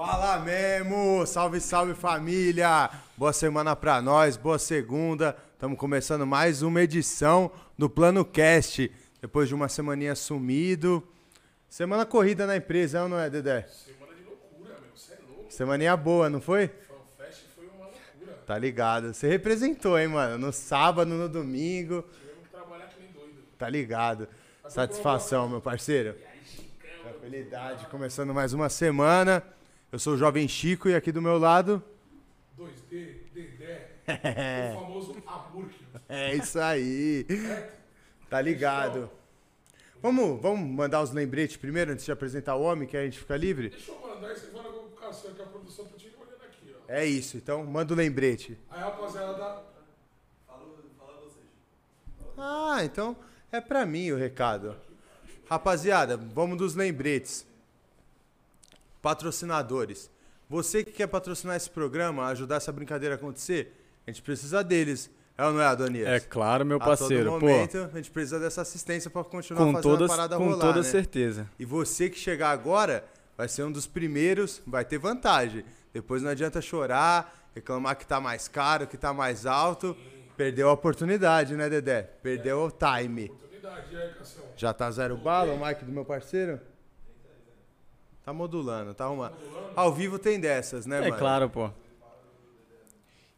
Fala mesmo! Salve, salve família! Boa semana pra nós, boa segunda. Estamos começando mais uma edição do Plano Cast. Depois de uma semaninha sumido. Semana corrida na empresa, não é, Dedé? Semana de loucura, meu. Você é louco. Semaninha boa, não foi? FanFest foi uma loucura. Tá ligado. Você representou, hein, mano? No sábado, no domingo. Tivemos que trabalhar que nem doido. Tá ligado. Satisfação, meu parceiro. Tranquilidade. Começando mais uma semana. Eu sou o Jovem Chico e aqui do meu lado. 2D, Dedé, É, o famoso Amurk. é isso aí. Certo? Tá ligado. Vamos, vamos mandar os lembretes primeiro, antes de apresentar o homem, que a gente fica livre? Deixa eu mandar esse agora com o Cassio, que a produção tá te olhando aqui, ó. É isso, então manda o lembrete. Aí, rapaziada, Ah, então é pra mim o recado. Rapaziada, vamos dos lembretes. Patrocinadores. Você que quer patrocinar esse programa, ajudar essa brincadeira a acontecer, a gente precisa deles. É ou não é, Adonias? É claro, meu a parceiro. todo Pô, momento, a gente precisa dessa assistência pra continuar com, fazendo todas, a parada com rolar, toda né? certeza. E você que chegar agora vai ser um dos primeiros, vai ter vantagem. Depois não adianta chorar, reclamar que tá mais caro, que tá mais alto. Perdeu a oportunidade, né, Dedé? Perdeu o time. oportunidade, e aí, Cassio. Já tá zero bala, o mic do meu parceiro? Tá modulando, tá arrumando. Ao vivo tem dessas, né, É mano? claro, pô.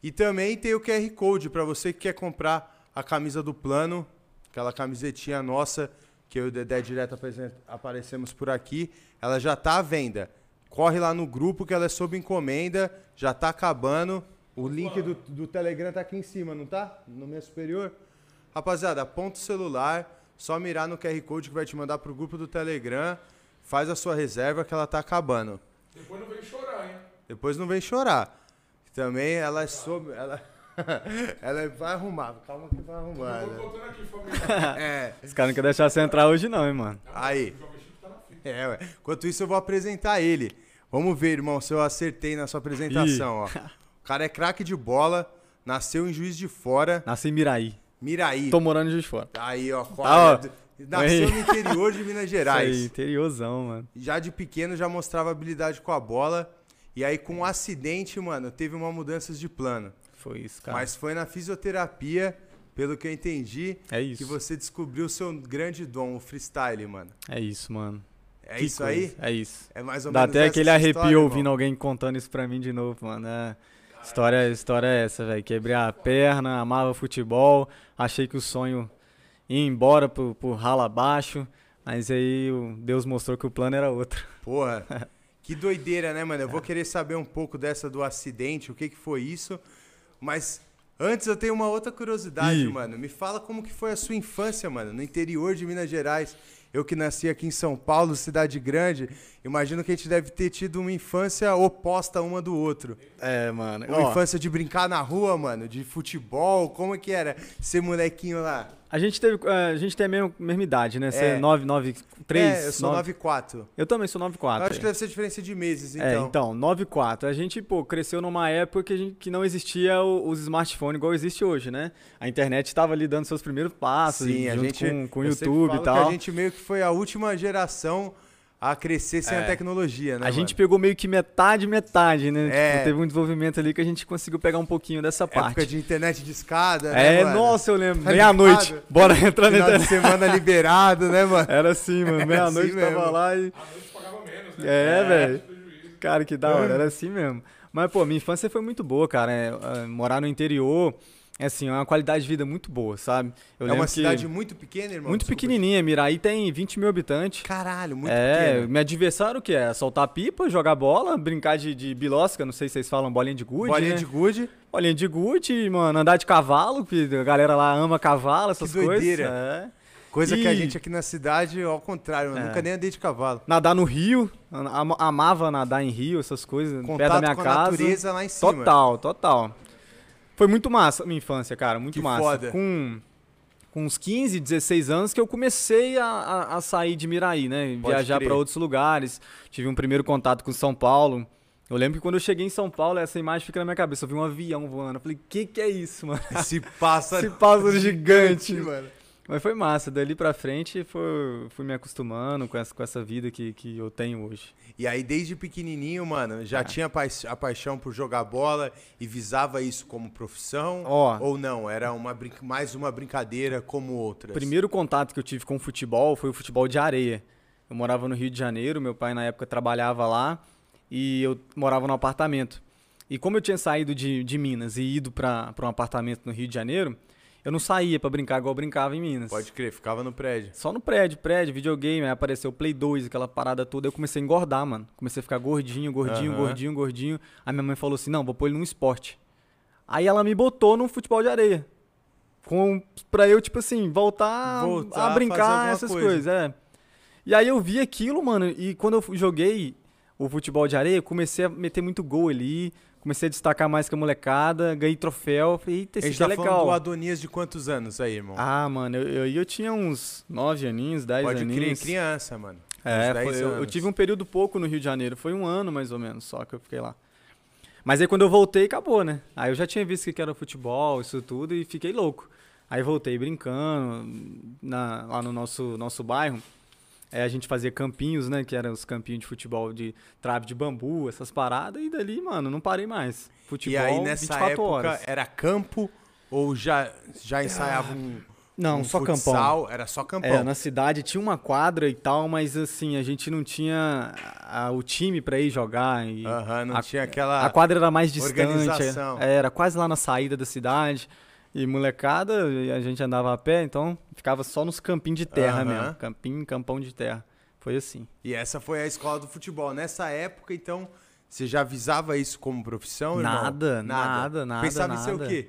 E também tem o QR Code para você que quer comprar a camisa do plano, aquela camisetinha nossa que eu e o Dedé direto apresen- aparecemos por aqui. Ela já tá à venda. Corre lá no grupo que ela é sob encomenda, já tá acabando. O link do, do Telegram tá aqui em cima, não tá? No meu superior. Rapaziada, aponta o celular, só mirar no QR Code que vai te mandar pro grupo do Telegram. Faz a sua reserva que ela tá acabando. Depois não vem chorar, hein? Depois não vem chorar. Também ela é sob. Ela, ela é- vai arrumar, calma que vai arrumar. É. Tô né? contando aqui, família. É, Os caras não querem deixar você entrar hoje, não, hein, mano. aí. O Jovem Chico tá na fita. É, ué. Enquanto isso, eu vou apresentar ele. Vamos ver, irmão, se eu acertei na sua apresentação, ó. O cara é craque de bola, nasceu em Juiz de Fora, Nasci em Miraí. Miraí. Tô morando em Juiz de Fora. Aí, ó, ó. quadra. Nasceu no Aí. interior de Minas Gerais. Isso aí, interiorzão, mano. já de pequeno já mostrava habilidade com a bola. E aí, com um acidente, mano, teve uma mudança de plano. Foi isso, cara. Mas foi na fisioterapia, pelo que eu entendi, é isso. que você descobriu o seu grande dom, o freestyle, mano. É isso, mano. É Que isso aí? coisa. É isso. É mais ou Dá menos até essa aquele sua arrepio história, irmão? ouvindo alguém contando isso pra mim de novo, mano. É. História, história é essa, velho. Quebrei a perna, amava futebol, achei que o sonho ia embora por, por rala abaixo, mas aí o Deus mostrou que o plano era outro. Porra. Que doideira, né, mano? Eu É. vou querer saber um pouco dessa do acidente, o que que foi isso. Mas antes eu tenho uma outra curiosidade, Ih. mano. Me fala como que foi a sua infância, mano, no interior de Minas Gerais. Eu que nasci aqui em São Paulo, cidade grande, imagino que a gente deve ter tido uma infância oposta uma do outro. É, mano. Uma infância de brincar na rua, mano, de futebol, como é que era ser molequinho lá? A gente teve. eh, A gente tem a mesma, mesma idade, né? Você É. é 9, 9, 3. É, eu sou 94. Eu também sou 9, 4. Eu acho que deve ser diferença de meses, então. Ah, É, então, 9 4. A gente, pô, cresceu numa época que, a gente, que não existia o- os smartphones igual existe hoje, né? A internet estava ali dando seus primeiros passos, Sim, e a ah, junto gente com, com o eu sempre YouTube falo e que tal. a gente meio que foi a última geração a crescer sem a É. tecnologia, né? A mano? gente pegou meio que metade, metade, né? É. Tipo, teve um desenvolvimento ali que a gente conseguiu pegar um pouquinho dessa época parte. de internet de escada, né, É, mano? nossa, eu lembro. Tá Meia-noite. ligado? Bora entrar na Final de internet. semana liberado, né, mano? Era assim, mano. Meia-noite assim mesmo. tava lá e. A noite pagava menos, né? É, velho. Prejuízo. Cara, que É. da hora, era assim mesmo. Mas, pô, minha infância foi muito boa, cara. É, ah, morar no interior, é assim, é uma qualidade de vida muito boa, sabe? Eu é lembro uma que cidade muito pequena, irmão. muito desculpa. pequenininha, Miraí tem 20 mil habitantes. Caralho, muito é, pequena. minha diversão era o quê? É soltar pipa, jogar bola, brincar de, de bilosca, não sei se vocês falam, bolinha de gude, Bolinha né? de gude. Bolinha de gude, mano, andar de cavalo, que a galera lá ama cavalo, essas coisas. doideira. É. Coisa que a E- gente aqui na cidade, ao contrário, eu É. nunca nem andei de cavalo. Nadar no rio, am- amava nadar em rio, essas coisas, perto da Contato minha com a casa. natureza lá em cima. Total, total. Foi muito massa a minha infância, cara, muito Que massa. foda. Com, com uns 15, 16 anos que eu comecei a, a- a sair de Miraí, né? Pode Viajar crer. para outros lugares. Tive um primeiro contato com São Paulo. Eu lembro que quando eu cheguei em São Paulo, essa imagem fica na minha cabeça. Eu vi um avião voando. Eu falei, que que é isso, mano? Esse pássaro. Esse pássaro gigante. mano. Mas foi massa, dali pra frente foi, fui me acostumando com essa, com essa vida que, que eu tenho hoje. E aí, desde pequenininho, mano, É. já tinha paix- a paixão por jogar bola e visava isso como profissão? Ó. Ou não? Era uma brin- mais uma brincadeira como outras? primeiro contato que eu tive com o futebol foi o futebol de areia. Eu morava no Rio de Janeiro, meu pai na época trabalhava lá e eu morava num apartamento. E como eu tinha saído de, de Minas e ido para um apartamento no Rio de Janeiro, eu não saía pra brincar igual eu brincava em Minas. Pode crer, ficava no prédio. Só no prédio, prédio, videogame, aí apareceu Play 2, aquela parada toda, eu comecei a engordar, mano. Comecei a ficar gordinho, gordinho, Aham. gordinho, gordinho. Aí minha mãe falou assim: "Não, vou pôr ele num esporte". Aí ela me botou num futebol de areia. Com pra eu tipo assim, voltar, Voltar a a brincar fazer alguma essas coisa. coisas, é. E aí eu vi aquilo, mano, e quando eu fu- joguei o futebol de areia, eu comecei a meter muito gol ali, comecei a destacar mais que a molecada, ganhei troféu, falei, A eita, esse gente aqui é tá falando do legal. Adonias de quantos anos aí, irmão? Ah, mano, eu, eu, eu tinha uns 9 aninhos, 10 Pode aninhos. crer, criança, mano. É, Uns 10 foi- eu, eu anos. tive um período pouco no Rio de Janeiro, foi um ano mais ou menos só que eu fiquei lá. Mas aí quando eu voltei, acabou, né? Aí eu já tinha visto o que que era futebol, isso tudo, e fiquei louco. Aí voltei brincando na- lá no nosso, nosso bairro. É, a gente fazia campinhos, né? Que eram os campinhos de futebol de trave de bambu, essas paradas, e dali, mano, não parei mais. Futebol, E aí, nessa 24 época, é horas. Ah. era campo ou já, já ensaiava um, Não, um só futsal? campão. Era só campão. É, na cidade tinha uma quadra e tal, mas assim, a gente não tinha a- o time pra ir jogar. E Aham, não a, tinha aquela... a quadra era mais distante. organização. é, Era quase lá na saída da cidade. E molecada, e a gente andava a pé, então ficava só nos campinhos de terra Aham. mesmo. Campinho, campão de terra. Foi assim. E essa foi a escola do futebol. Nessa época, então, você já visava isso como profissão, irmão? Nada, nada, nada, Pensava em ser o nada. quê?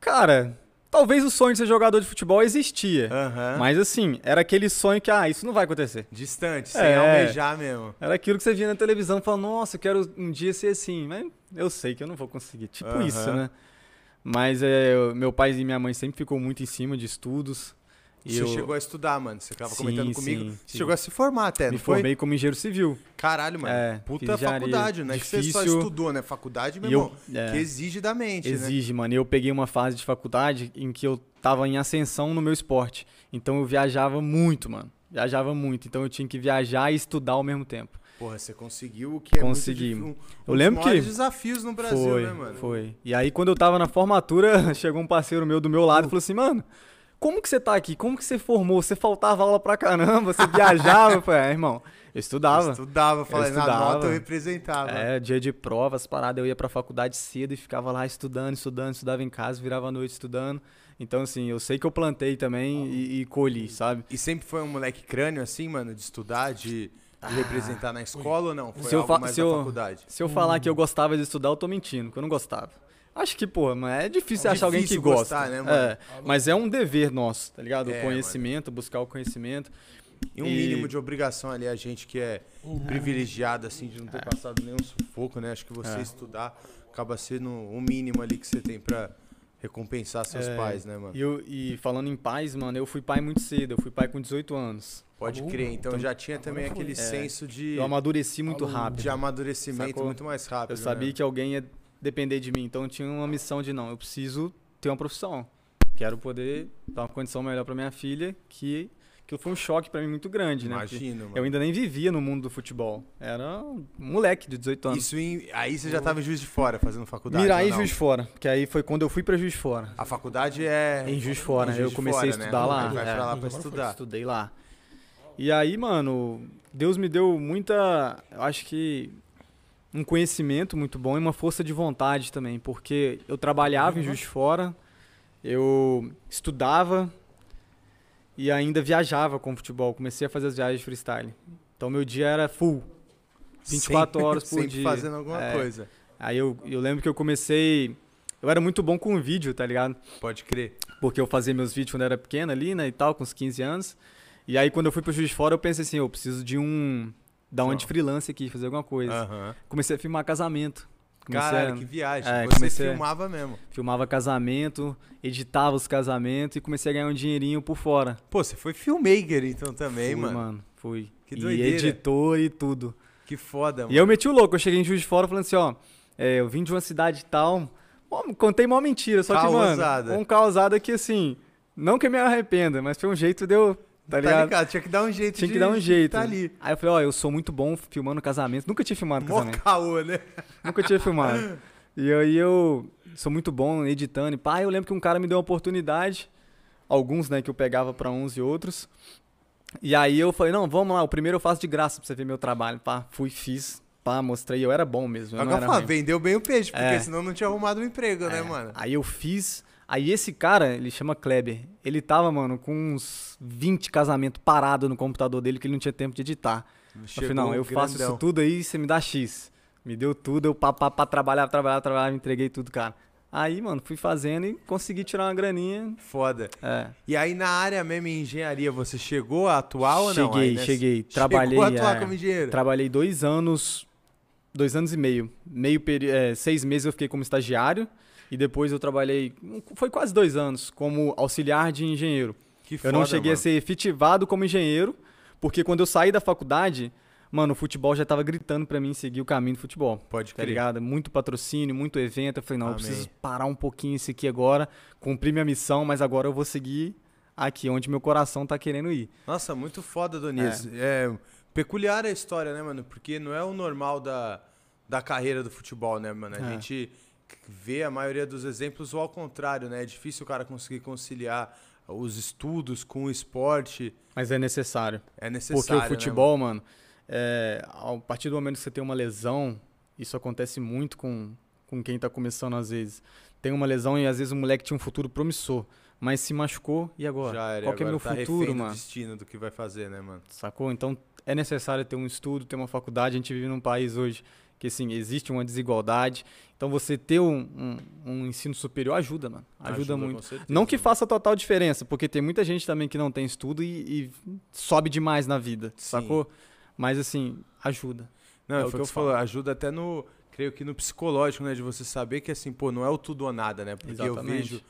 Cara, talvez o sonho de ser jogador de futebol existia. Aham. Mas assim, era aquele sonho que, ah, isso não vai acontecer. Distante, sem É. almejar mesmo. Era aquilo que você via na televisão, falando, nossa, eu quero um dia ser assim, mas eu sei que eu não vou conseguir. Tipo Aham. isso, né? Mas é, eu- meu pai e minha mãe sempre ficou muito em cima de estudos. E você eu chegou a estudar, mano. Você tava Sim, comentando comigo. sim, você sim. chegou a se formar até, me não foi? formei como engenheiro civil. Caralho, mano. É, Puta fiz engenharia. faculdade, né? Que você só Difícil. estudou, né? Faculdade, meu E eu- irmão. é. Que exige da mente, né? Exige, mano. E Eu peguei uma fase de faculdade em que eu tava em ascensão no meu esporte. Então eu viajava muito, mano. Viajava muito. Então eu tinha que viajar e estudar ao mesmo tempo. Porra, você conseguiu o que é Consegui. muito difícil. Um, Eu um lembro dos maiores que- desafios no Brasil, foi, né, mano? Foi. E aí, quando eu tava na formatura, chegou um parceiro meu do meu lado e falou assim, mano. Como que você tá aqui? Como que você formou? Você faltava aula pra caramba, você viajava. Eu falei, é, irmão, eu Eu estudava. estudava, falei, na estudava. nota eu representava. É, dia de provas, parada, eu ia pra faculdade cedo e ficava lá estudando, estudando, estudava em casa, virava a noite estudando. Então, assim, eu sei que eu plantei também e, e colhi, sabe? E sempre foi um moleque crânio assim, mano, de estudar, de, de representar na escola ou não? Ah, Foi Se eu algo fa- mais se da eu- faculdade? Se eu falar que eu gostava de estudar, eu tô mentindo, que eu não gostava. Acho que, porra, mas é difícil achar alguém que Difícil gosta. gostar, né, mano? É, mas é um dever nosso, tá ligado? É, o conhecimento, buscar o conhecimento. E um E- mínimo de obrigação ali, a gente que é privilegiado, assim, de não ter passado nenhum sufoco, né? Acho que você estudar acaba sendo o mínimo ali que você tem pra recompensar seus É, pais, né, mano? E, eu- e falando em pais, mano, eu fui pai muito cedo, eu fui pai com 18 anos. Pode Alô? crer. Então já tinha também aquele senso de, Eu amadureci muito rápido. de amadurecimento Sacou? muito mais rápido. Eu sabia um né? que alguém ia depender de mim, então eu tinha uma missão de não, eu preciso ter uma profissão. Quero poder dar uma condição melhor para minha filha, que que foi um choque para mim muito grande, né? Porque Imagino, mano. Eu ainda nem vivia no mundo do futebol. Era um moleque de 18 anos. Isso em- aí você já tava em Juiz de Fora fazendo faculdade. Mirar ou em não? Juiz de Fora, que aí foi quando eu fui para Juiz de Fora. A faculdade é. Em Juiz de Fora, Juiz eu de comecei a Fora, né? estudar Vai lá, é. pra lá pra Agora foi estudar. Estudei lá. E aí, mano, Deus me deu muita, eu acho que um conhecimento muito bom e uma força de vontade também, porque eu trabalhava em Juiz de Fora, eu estudava e ainda viajava com futebol, comecei a fazer as viagens de freestyle. Então meu dia era full. 24 Sempre- horas por sempre dia. fazendo alguma É. coisa. Aí eu, eu lembro que eu comecei, eu era muito bom com vídeo, tá ligado? Pode crer. porque eu fazia meus vídeos quando eu era pequeno ali, né, e tal, com uns 15 anos. E aí quando eu fui pro Juiz de Fora, eu pensei assim, eu preciso de um dar uma de freelance aqui, fazer alguma coisa. Aham. Comecei a filmar casamento. Comecei Ah. Caralho, a- que viagem. é, Você comecei a- filmava mesmo. filmava casamento, editava os casamentos e comecei a ganhar um dinheirinho por fora. Pô, você foi filmmaker então também, fui, mano. fui. Que e doideira. editor e tudo. Que foda, mano. E eu meti o louco, eu cheguei em Juiz de Fora falando assim, ó, é, eu vim de uma cidade e tal, ó, contei mó mentira, só que, mano, Causada. um causada que, assim, Não que eu me arrependa, mas foi um jeito de eu. Tá ligado? Tá ligado? Tinha que dar um jeito Tinha de, que dar um de jeito. Tá ali. Aí eu falei, ó, eu sou muito bom filmando casamento. Nunca tinha filmado Mó casamento. caô, né? Nunca tinha filmado. E aí eu sou muito bom editando. E pá, eu lembro que um cara me deu uma oportunidade. Alguns, né, que eu pegava pra uns e outros. E aí eu falei, não, vamos lá, o primeiro eu faço de graça pra você ver meu trabalho. Pá, fui, fiz. Pá, mostrei, eu era bom mesmo. Eu não Agora era fala, ruim. vendeu bem o peixe, porque É. senão não tinha arrumado um emprego, né, É, mano? Aí eu fiz. Aí esse cara, ele chama Kleber, ele tava, mano, com uns 20 casamentos parado no computador dele que ele não tinha tempo de editar. Chegou um Afinal, eu faço grandão. isso tudo aí você me dá X. Me deu tudo, eu papapá, trabalhava, trabalhava, trabalhava, entreguei tudo, cara. Aí, mano, fui fazendo e consegui tirar uma graninha. Foda. É. E aí na área mesmo em engenharia, você chegou a atuar ou não? Cheguei, Aí, né? cheguei. Trabalhei, Chegou a atuar é. como engenheiro? Trabalhei dois anos, dois anos e meio. meio peri- é, seis meses eu fiquei como estagiário e depois eu trabalhei, um, foi quase dois anos, como auxiliar de engenheiro. Que eu não cheguei a ser efetivado como engenheiro, porque quando eu saí da faculdade, mano, o futebol já tava gritando pra mim seguir o caminho do futebol. Pode Tá crer. ligado? Muito patrocínio, muito evento. Eu falei, não, eu Amém. preciso parar um pouquinho isso aqui agora, cumprir minha missão, mas agora eu vou seguir aqui onde meu coração tá querendo ir. Nossa, muito foda, Doniz. É. peculiar a história, né, mano? Porque não é o normal da, da carreira do futebol, né, mano? A É. gente vê a maioria dos exemplos ou ao contrário, né? É difícil o cara conseguir conciliar os estudos com o esporte. Mas é necessário. É necessário. Porque o né, futebol, mano, é, ao- a partir do momento que você tem uma lesão, isso acontece muito com, com quem tá começando às vezes. Tem uma lesão e às vezes o moleque tinha um futuro promissor, mas se machucou e mano? agora? Já era, Qual que é agora meu tá refém futuro, do mano? destino do que vai fazer, né, mano? Sacou? Então é necessário ter um estudo, ter uma faculdade. A gente vive num país hoje que, assim, existe uma desigualdade. Então você ter um, um, um ensino superior ajuda, mano. Ajuda, com muito. certeza, Não que mano. faça total diferença, porque tem muita gente também que não tem estudo e, e sobe demais na vida, Sim. sacou? Mas assim, ajuda. Não, É é o o que que eu eu falo, ajuda até no, creio que no psicológico, né, de você saber que assim, pô, não é o tudo ou nada, né? Porque eu Exatamente. vejo,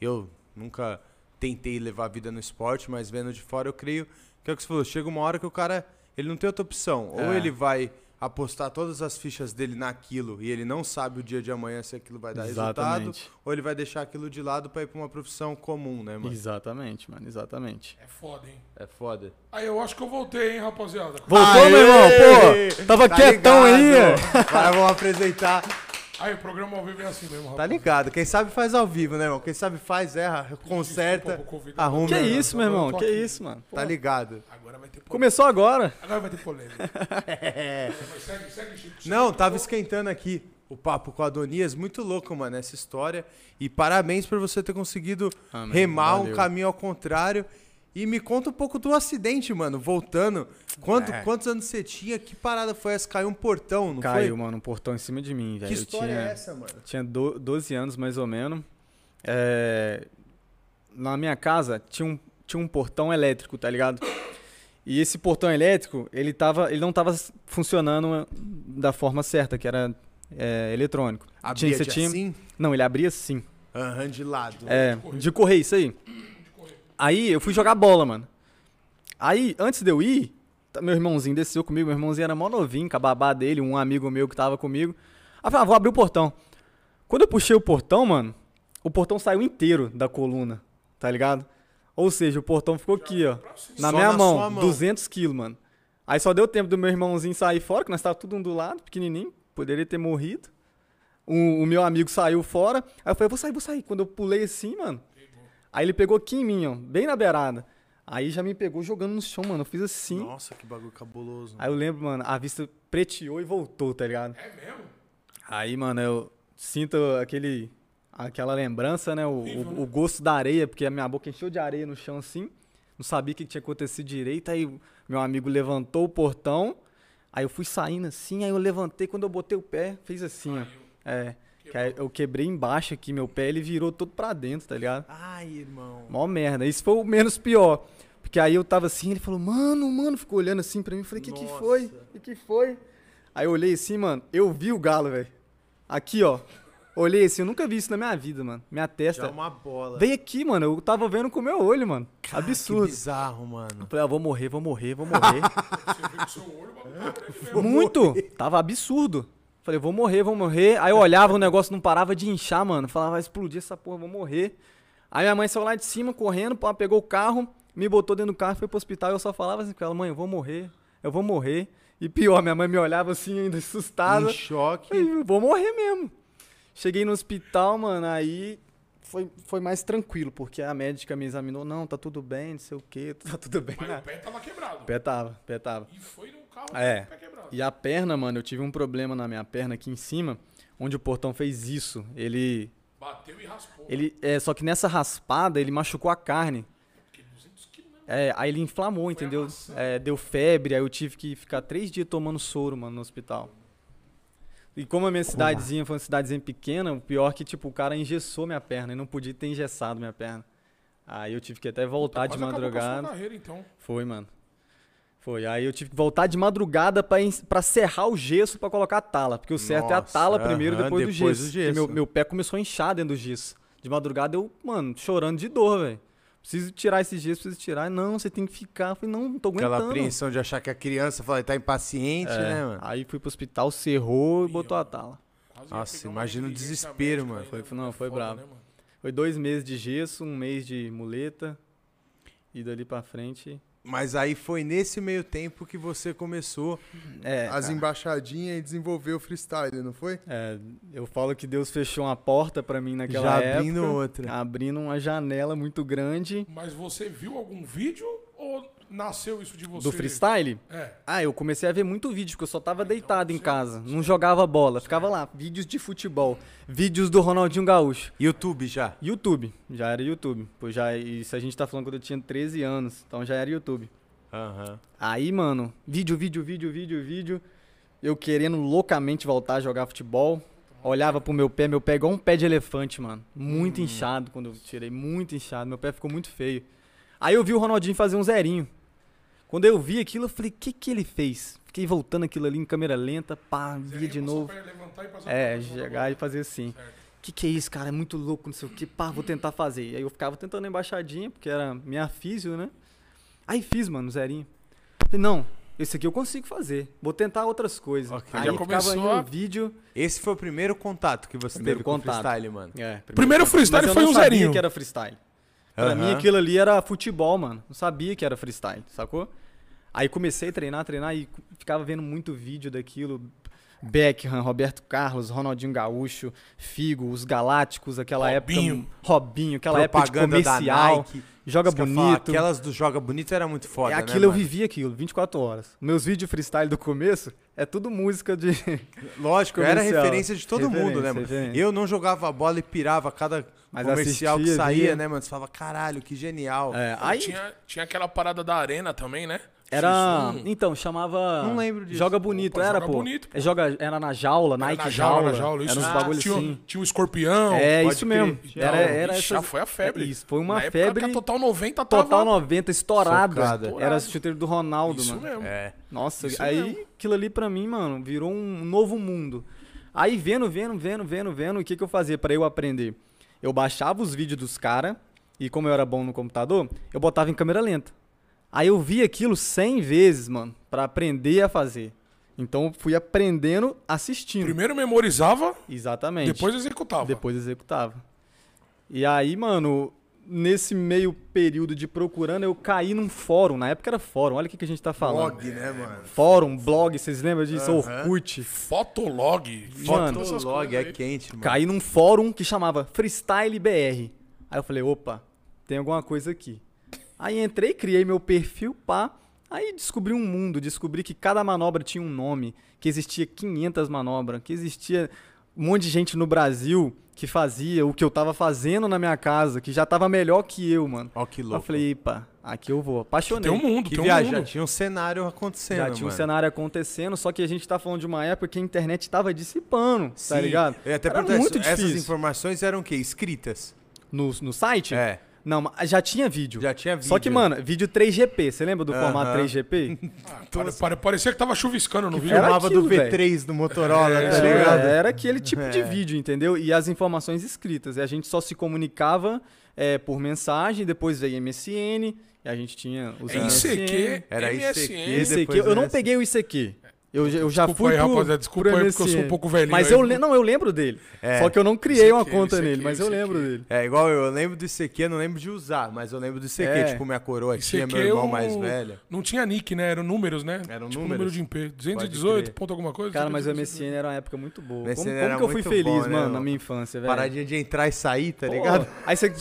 eu nunca tentei levar a vida no esporte, mas vendo de fora eu creio que é o que você falou, chega uma hora que o cara, ele não tem outra opção, ou É. ele vai apostar todas as fichas dele naquilo e ele não sabe o dia de amanhã se aquilo vai dar resultado, Exatamente. ou ele vai deixar aquilo de lado pra ir pra uma profissão comum, né, mano? Exatamente, mano, exatamente. É foda, hein? É foda. Aí eu acho que eu voltei, hein, rapaziada. Voltou, Aê! meu irmão, pô! Tava Tá quietão ligado. aí! Agora vamos apresentar Aí o programa ao vivo é assim mesmo, Tá rapaz. ligado? Quem sabe faz ao vivo, né, irmão? Quem sabe faz, erra, conserta, Desculpa, o Covid. arruma. Que né, isso, meu eu tô irmão, que aqui. isso, mano. irmão? Tá ligado? Ah. Agora vai ter polêmica. Começou agora. Agora vai ter polêmica. É. Mas segue, segue, Chico. Não, tava esquentando aqui o papo com a Adonias. Muito louco, mano, essa história. E parabéns por você ter conseguido Amém, remar um Ah, valeu. caminho ao contrário. E me conta um pouco do acidente, mano, voltando. Quanto, É. Quantos anos você tinha? Que parada foi essa? Caiu um portão, não Caiu, foi? mano, um portão em cima de mim, velho. Que Eu história tinha- é essa, mano? Tinha do- 12 anos, mais ou menos. É, na minha casa tinha um, tinha um portão elétrico, tá ligado? E esse portão elétrico, ele, tava, ele não tava s- funcionando da forma certa, que era é, eletrônico. Abria você de tinha- assim? Não, ele abria sim. Aham, de lado. É, de correr, isso aí. Aí eu fui jogar bola, mano. Aí, antes de eu ir, tá- meu irmãozinho desceu comigo, meu irmãozinho era mó novinho, com a babá dele, um amigo meu que tava comigo. Aí eu falei, ah, vou abrir o portão. Quando eu puxei o portão, mano, o portão saiu inteiro da coluna, tá ligado? Ou seja, o portão ficou aqui, ó. Na Só na minha mão, sua mão. 200 quilos, mano. Aí só deu tempo do meu irmãozinho sair fora, que nós tava tudo um do lado, pequenininho, poderia ter morrido. Um, O, o meu amigo saiu fora. Aí eu falei, vou sair, vou sair. Quando eu pulei assim, mano. Aí ele pegou aqui em mim, ó, bem na beirada. Aí já me pegou jogando no chão, mano. Eu fiz assim. Nossa, que bagulho cabuloso. Aí eu lembro, mano, a vista preteou e voltou, tá ligado? É mesmo? Aí, mano, eu sinto aquele, aquela lembrança, né? O, o, o gosto da areia, porque a minha boca encheu de areia no chão assim. Não sabia o que tinha acontecido direito. Aí o meu amigo levantou o portão. Aí eu fui saindo assim, aí eu levantei. Quando eu botei o pé, fez assim, ó. É. Que aí eu quebrei embaixo aqui meu pé, ele virou todo pra dentro, tá ligado? Ai, irmão. Mó merda. Isso foi o menos pior. Porque aí eu tava assim, ele falou, mano, mano, ficou olhando assim pra mim. Eu falei, que que Nossa. foi? Que que foi? Aí eu olhei assim, mano, eu vi o galo, velho. Aqui, ó. Olhei assim, eu nunca vi isso na minha vida, mano. Minha Já é testa. uma bola. Veio aqui, mano, eu tava vendo com o meu olho, mano. Que Absurdo. bizarro, mano. Falei, ah, vou morrer, vou morrer, vou morrer. Você viu com seu olho, o bagulho tá grande mesmo. Muito! Tava absurdo. Falei, vou morrer, vou morrer. Aí eu olhava, o negócio não parava de inchar, mano. Falava, vai explodir essa porra, vou morrer. Aí minha mãe saiu lá de cima correndo, pá, pegou o carro, me botou dentro do carro, foi pro hospital. E eu só falava assim com ela: mãe, eu vou morrer, eu vou morrer. E pior, minha mãe me olhava assim, ainda assustada. Em choque. Falei, "Eu vou morrer mesmo. Cheguei no hospital, mano, aí foi, foi mais tranquilo, porque a médica me examinou, não, tá tudo bem, não sei o quê, tá tudo bem. Mas né? o pé tava quebrado. Pé tava, pé tava. E foi no carro É. com o pé quebrado. E a perna, mano, eu tive um problema na minha perna aqui em cima, onde o portão fez isso. Ele. Bateu e raspou. ele é, só que nessa raspada ele machucou a carne. Porque 200 quilos, né? É, aí ele inflamou, entendeu? amassando. É, deu febre, aí eu tive que ficar três dias tomando soro, mano, no hospital. E como a minha cidadezinha foi uma cidadezinha pequena, o pior é que, tipo, o cara engessou minha perna e não podia ter engessado minha perna. Aí eu tive que até voltar Tá de Então, Quase acabou com a sua madrugada. carreira, então. Foi, mano. Foi. Aí eu tive que voltar de madrugada pra, ens- pra serrar o gesso pra colocar a tala. Porque o certo é a Nossa, tala primeiro, aham, depois, do depois gesso. do gesso. Porque Meu, meu pé começou a inchar dentro do gesso. De madrugada eu, mano, chorando de dor, velho. Preciso tirar esse gesso, preciso tirar. Não, você tem que ficar. Eu falei, não, não tô aguentando. Aquela apreensão de achar que a criança fala, tá impaciente, É. né, mano? Aí fui pro hospital, serrou e botou a tala. Quase Nossa, ia pegar uma imagina o negligência desespero, médica mano. aí, Foi- né, não, mano? É foi foda, brabo. né, mano? Foi dois meses de gesso, um mês de muleta. E dali pra frente. Mas aí foi nesse meio tempo que você começou É. as cara. embaixadinhas e desenvolveu o freestyle, não foi? É, eu falo que Deus fechou uma porta pra mim naquela Já época. abrindo outra. abrindo uma janela muito grande Mas você viu algum vídeo ou nasceu isso de você? do freestyle. É. Ah, eu comecei a ver muito vídeo, porque eu só tava deitado em você- casa, não jogava bola, ficava lá, vídeos de futebol, vídeos do Ronaldinho Gaúcho. YouTube já. YouTube, já era YouTube. Pois já, isso a gente tá falando quando eu tinha 13 anos, então já era YouTube. Aham. Aí, mano, vídeo, vídeo, vídeo, vídeo, vídeo. Eu querendo loucamente voltar a jogar futebol. Olhava pro meu pé, meu pé igual um pé de elefante, mano. Muito inchado quando eu tirei, muito inchado. Meu pé ficou muito feio. Aí eu vi o Ronaldinho fazer um zerinho. Quando eu vi aquilo, eu falei, o que que ele fez? Fiquei voltando aquilo ali em câmera lenta, pá, via de novo. É, chegar e fazer assim. Que que é isso, cara? É muito louco, não sei o que. Pá, vou tentar fazer. Aí eu ficava tentando embaixadinha, porque era minha físio, né? Aí fiz, mano, zerinho. Falei, não, esse aqui eu consigo fazer. Vou tentar outras coisas. Ok. Aí Já ficava começou indo a- no vídeo. Esse foi o primeiro contato que você Primeiro teve com o contato. freestyle, mano. É, Primeiro freestyle Mas eu foi não um sabia zerinho. que era freestyle. Pra Aham. mim aquilo ali era futebol, mano. Não sabia que era freestyle, sacou? Aí comecei a treinar, treinar e cu- ficava vendo muito vídeo daquilo. Beckham, Roberto Carlos, Ronaldinho Gaúcho, Figo, os Galácticos, aquela Robinho. época. um, Robinho, aquela Propaganda época de comercial. da Nike. Joga Isso que eu ia falar, bonito. Aquelas do Joga Bonito era muito foda, é né, aquilo eu mano? vivi aquilo, 24 horas. Meus vídeos freestyle do começo é tudo música de. Lógico, eu era Comercial. referência de todo mundo, né, Referência, mano? referência. Eu não jogava a bola e pirava a cada Mas comercial que assistia, saía, via. né, mano? Você falava, caralho, que genial. É, aí Tinha, tinha aquela parada da arena também, né? Era. X1. Então, chamava. Não lembro disso. Joga bonito, Opa, era, Joga pô. Bonito, pô. É, Joga, era na jaula, Era Nike na jaula. jaula, na jaula, isso. Ah, Era uns bagulho tinha, assim. tinha o escorpião. É, pode isso crer. mesmo. Tinha Era, aula. era Ixi, já essas- foi a febre. É Isso, foi uma Na época febre que a Total 90 tava... total 90, estourada. Socada. Era o chuteiro do Ronaldo, Isso mano. mesmo. É. Nossa, Isso aí mesmo. aquilo ali pra mim, mano, virou um novo mundo. Aí vendo, vendo, vendo, vendo, vendo, o que, que eu fazia pra eu aprender? Eu baixava os vídeos dos caras, e como eu era bom no computador, eu botava em câmera lenta. Aí eu vi aquilo 100 vezes, mano, pra aprender a fazer. Então eu fui aprendendo assistindo. Primeiro memorizava, Exatamente. depois executava. Depois executava. E aí, mano, nesse meio período de procurando, eu caí num fórum. Na época era fórum, olha o que, que a gente tá falando. Blog, né, mano? Fórum, blog, vocês lembram disso? Aham. Orkut. Fotolog. Mano. Todas essas Fotolog coisas é aí. quente, mano. Caí num fórum que chamava Freestyle BR. Aí eu falei, opa, tem alguma coisa aqui. Aí entrei, criei meu perfil, pá. Aí descobri um mundo, descobri que cada manobra tinha um nome, que existia 500 manobras, que existia um monte de gente no Brasil que fazia o que eu tava fazendo na minha casa, que já tava melhor que eu, mano. Ó que Aí eu louco. falei, epa, aqui eu vou, Tem apaixonei. um mundo, que tem um viagem, já mundo. tinha um cenário acontecendo, Já tinha um mano. cenário acontecendo, só que a gente tá falando de uma época que a internet tava dissipando, Sim. tá ligado? Eu ia até Era perguntar, muito isso, essas difícil. informações eram o quê? Escritas? No, no site? É. Não, mas já tinha vídeo. Já tinha vídeo. Só que, mano, vídeo 3GP. Você lembra do Aham. formato 3GP? Ah, pare- pare- parecia que tava chuviscando no vídeo. era Filmava do aquilo, É, V3 do Motorola, tá ligado? Era aquele tipo de É. vídeo, entendeu? E as informações escritas. E a gente só se comunicava é, por mensagem, depois veio MSN, e a gente tinha os É ICQ, Era MSN. ICQ, MSN. depois eu não MSN. peguei o ICQ. Eu, já- eu já Desculpa fui aí, pro, rapaziada, desculpa pro aí, porque eu sou um MSN. pouco velhinho Mas aí, eu não- le- não, eu lembro dele. É. Só que eu não criei uma aqui, conta esse nele, aqui, mas eu esse lembro aqui. dele. É, igual eu, eu lembro do ICQ, eu não lembro de usar, mas eu lembro do ICQ. É. Tipo, minha coroa Esse tinha, aqui meu irmão eu- um mais velho. Não tinha nick, né? Eram números, né? Eram tipo, número números. de IP. crer. 218 ponto alguma coisa? Cara, mas o 218. MSN era uma época muito boa. MSN como como era que eu fui muito feliz, bom, né, mano, mano? na minha infância, velho? Paradinha de entrar e sair, tá Pô, ligado? Aí você pra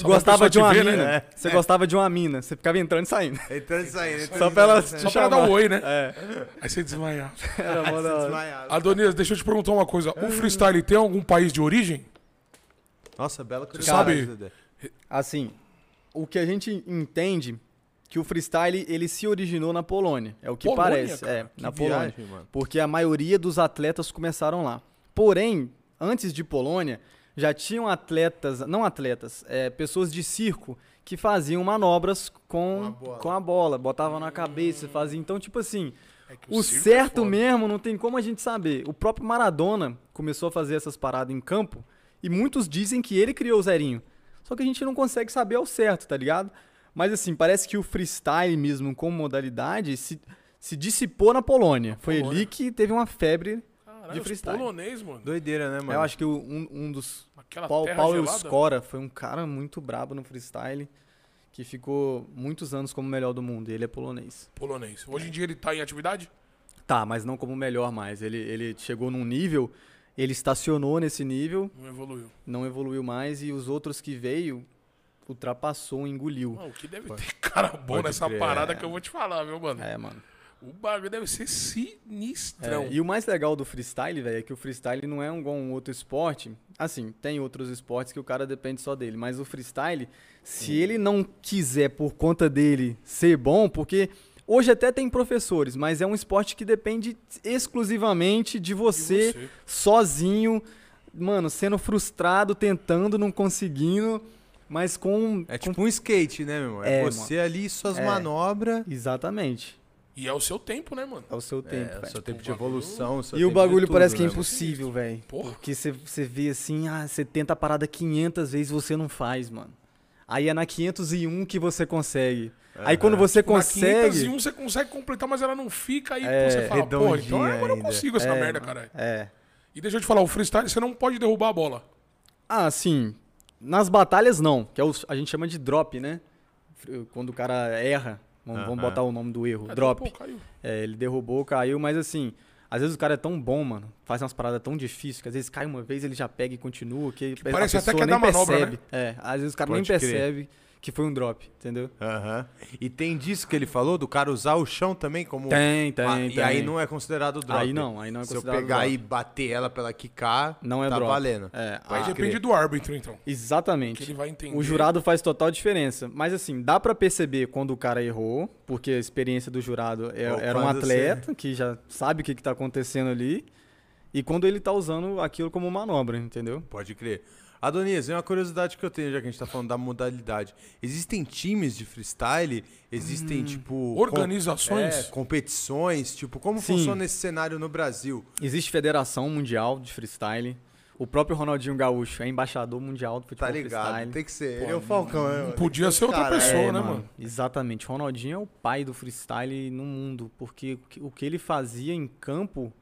pessoa gostava te de uma ver, né? mina. É. Você gostava de uma mina. Você ficava entrando e saindo. Entrando e saindo. entrando Só e pra ela saindo. te Só pra dar chamar. oi, né? É, Aí você desmaiar. era mó da hora. Desmaiava. Adonias, deixa eu te perguntar uma coisa. O freestyle tem algum país de origem? Nossa, bela sabe- curiosidade, Dedé. Assim, o que a gente entende que o freestyle ele se originou na Polônia. É o que Polônia, parece. cara? É, Que na Polônia. viagem, mano. Porque a maioria dos atletas começaram lá. Porém, antes de Polônia, já tinham atletas, não atletas, é, pessoas de circo que faziam manobras Com a com, bola. com a bola, botavam na cabeça, faziam. Então, tipo assim, que o o circo é certo foda. mesmo não tem como a gente saber. O próprio Maradona começou a fazer essas paradas em campo e muitos dizem que ele criou o Zerinho. Só que a gente não consegue saber ao certo, tá ligado? Mas assim, parece que o freestyle mesmo como modalidade se, se dissipou na Polônia. Foi Polônia. ali que teve uma febre Caralho, os freestyle. polonês, mano. Doideira, né, mano? eu acho que o- um, um dos. Aquela Paul, terra Paulo gelada. Scora foi um cara muito brabo no freestyle que ficou muitos anos como o melhor do mundo. e Ele é polonês. Polonês. Hoje em dia ele tá em atividade? Tá, mas não como o melhor mais. Ele, ele chegou num nível, ele estacionou nesse nível, Não evoluiu. não evoluiu mais e os outros que veio ultrapassou, engoliu. Mano, o que deve ter cara bom Pode nessa crer, parada que eu vou te falar, viu, mano? É, mano. O bagulho deve ser É, sinistrão. e o mais legal do freestyle, velho, é que o freestyle não é um, igual um outro esporte. Assim, tem outros esportes que o cara depende só dele. Mas o freestyle, se ele não quiser, por conta dele, ser bom, porque hoje até tem professores, mas é um esporte que depende exclusivamente de você, você. sozinho, mano, sendo frustrado, tentando, não conseguindo, mas com. É com- tipo um skate, né, meu irmão? É, É, você ali e suas É. manobras. Exatamente. E é o seu tempo, né, mano? É o seu tempo. É, velho. seu tempo de o bagulho- evolução. seu E o tempo de bagulho tudo, parece que é né, mano? impossível, velho. Porra. Porque você você vê assim, ah, você tenta a parada 500 vezes, você não faz, mano. Aí é na 501 que você consegue. É, Aí quando você Tipo, Na consegue. 501 você consegue completar, mas ela não fica aí. É, pô, você fala, pô, redondinha então agora eu ainda. consigo essa É, merda, mano. caralho. um. É. E deixa eu te falar, o freestyle você não pode derrubar a bola. Ah, sim. Nas batalhas não, que é o- a gente chama de drop, né? Fr- Quando o cara erra, vamos, vamos Aham. botar o nome do erro, É, drop. Pô, caiu. É, ele derrubou, caiu, mas assim, às vezes o cara é tão bom, mano, faz umas paradas tão difíceis que às vezes cai uma vez, ele já pega e continua, que, a parece até pessoa que é nem da manobra, percebe. É, às vezes o cara nem Pode crer. percebe que foi um drop, entendeu? Aham. E tem disso que ele falou, do cara usar o chão também como. Tem, tem, Ah, E tem. aí não é considerado drop. Aí não, aí não é Se eu considerado pegar drop. e bater ela pra ela quicar, Não é tá drop. valendo. É, Aí a- crer. depende do árbitro, então. Que exatamente. ele vai entender. O jurado faz total diferença. Mas assim, dá pra perceber quando o cara errou, porque a experiência do jurado é- Ou assim. era um quando atleta que já sabe o que, que tá acontecendo ali. E quando ele tá usando aquilo como manobra, entendeu? Pode crer. Adonias, é uma curiosidade que eu tenho, já que a gente tá falando da modalidade. Existem times de freestyle? Hum, Existem, tipo. com- Organizações? é, competições? Tipo, como Sim. funciona esse cenário no Brasil? Existe Federação Mundial de Freestyle. O próprio Ronaldinho Gaúcho é embaixador mundial do futebol Tá ligado? Tipo, freestyle. Tem que ser. ele é o Falcão, né? mano? Podia ser outra Cara, é, pessoa, né, mano? Exatamente. Ronaldinho é o pai do freestyle no mundo, porque o que- o que ele fazia em campo,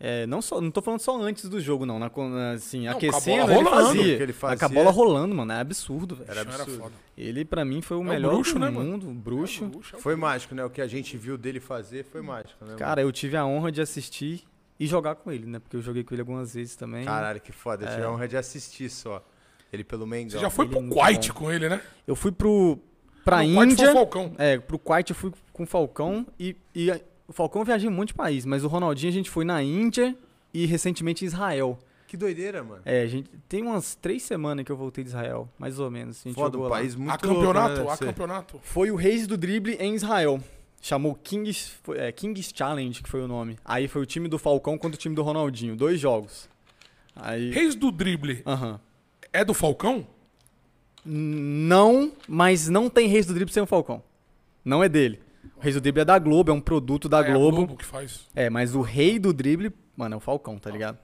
é, não só, não tô falando só antes do jogo, não. Na, con- na- assim, Não, com a aquecendo, bola ele rolando, né, fazia. que ele Com fazia. a bola rolando, mano. É absurdo, velho. Era Isso era absurdo. foda. Ele, pra mim, foi o o melhor bruxo, do né, mano? mundo. Bruxo. é Foi mágico, né? O que a gente viu dele fazer foi mágico, né? mano? Cara, eu tive a honra de assistir e jogar com ele, né? Porque eu joguei com ele algumas vezes também. Caralho, que foda. É. Eu tive a honra de assistir só. Ele pelo Mengão. Você já foi ele é pro muito Kuwait com ele, né? Eu fui pro, pra Não, o Kuwait foi Índia. o Falcão. É, pro Kuwait eu fui com o Falcão e, e a- o Falcão eu viajei em um monte de país, mas o Ronaldinho a gente foi na Índia e recentemente em Israel. Que doideira, mano. É, a gente tem umas três semanas que eu voltei de Israel, mais ou menos. assim, A gente Foda, jogou um lá. país muito a campeonato, louco, né? a Você- campeonato. Foi o Reis do Drible em Israel. Chamou Kings, foi- é, Kings Challenge, que foi o nome. Aí foi o time do Falcão contra o time do Ronaldinho. Dois jogos. Aí. Reis do drible Aham. é do Falcão? Não, mas não tem Reis do Drible sem o Falcão. Não é dele. O Reis do Drible é da Globo, é um produto da É a Globo. que faz. É, mas o rei do drible, mano, é o Falcão, tá ligado?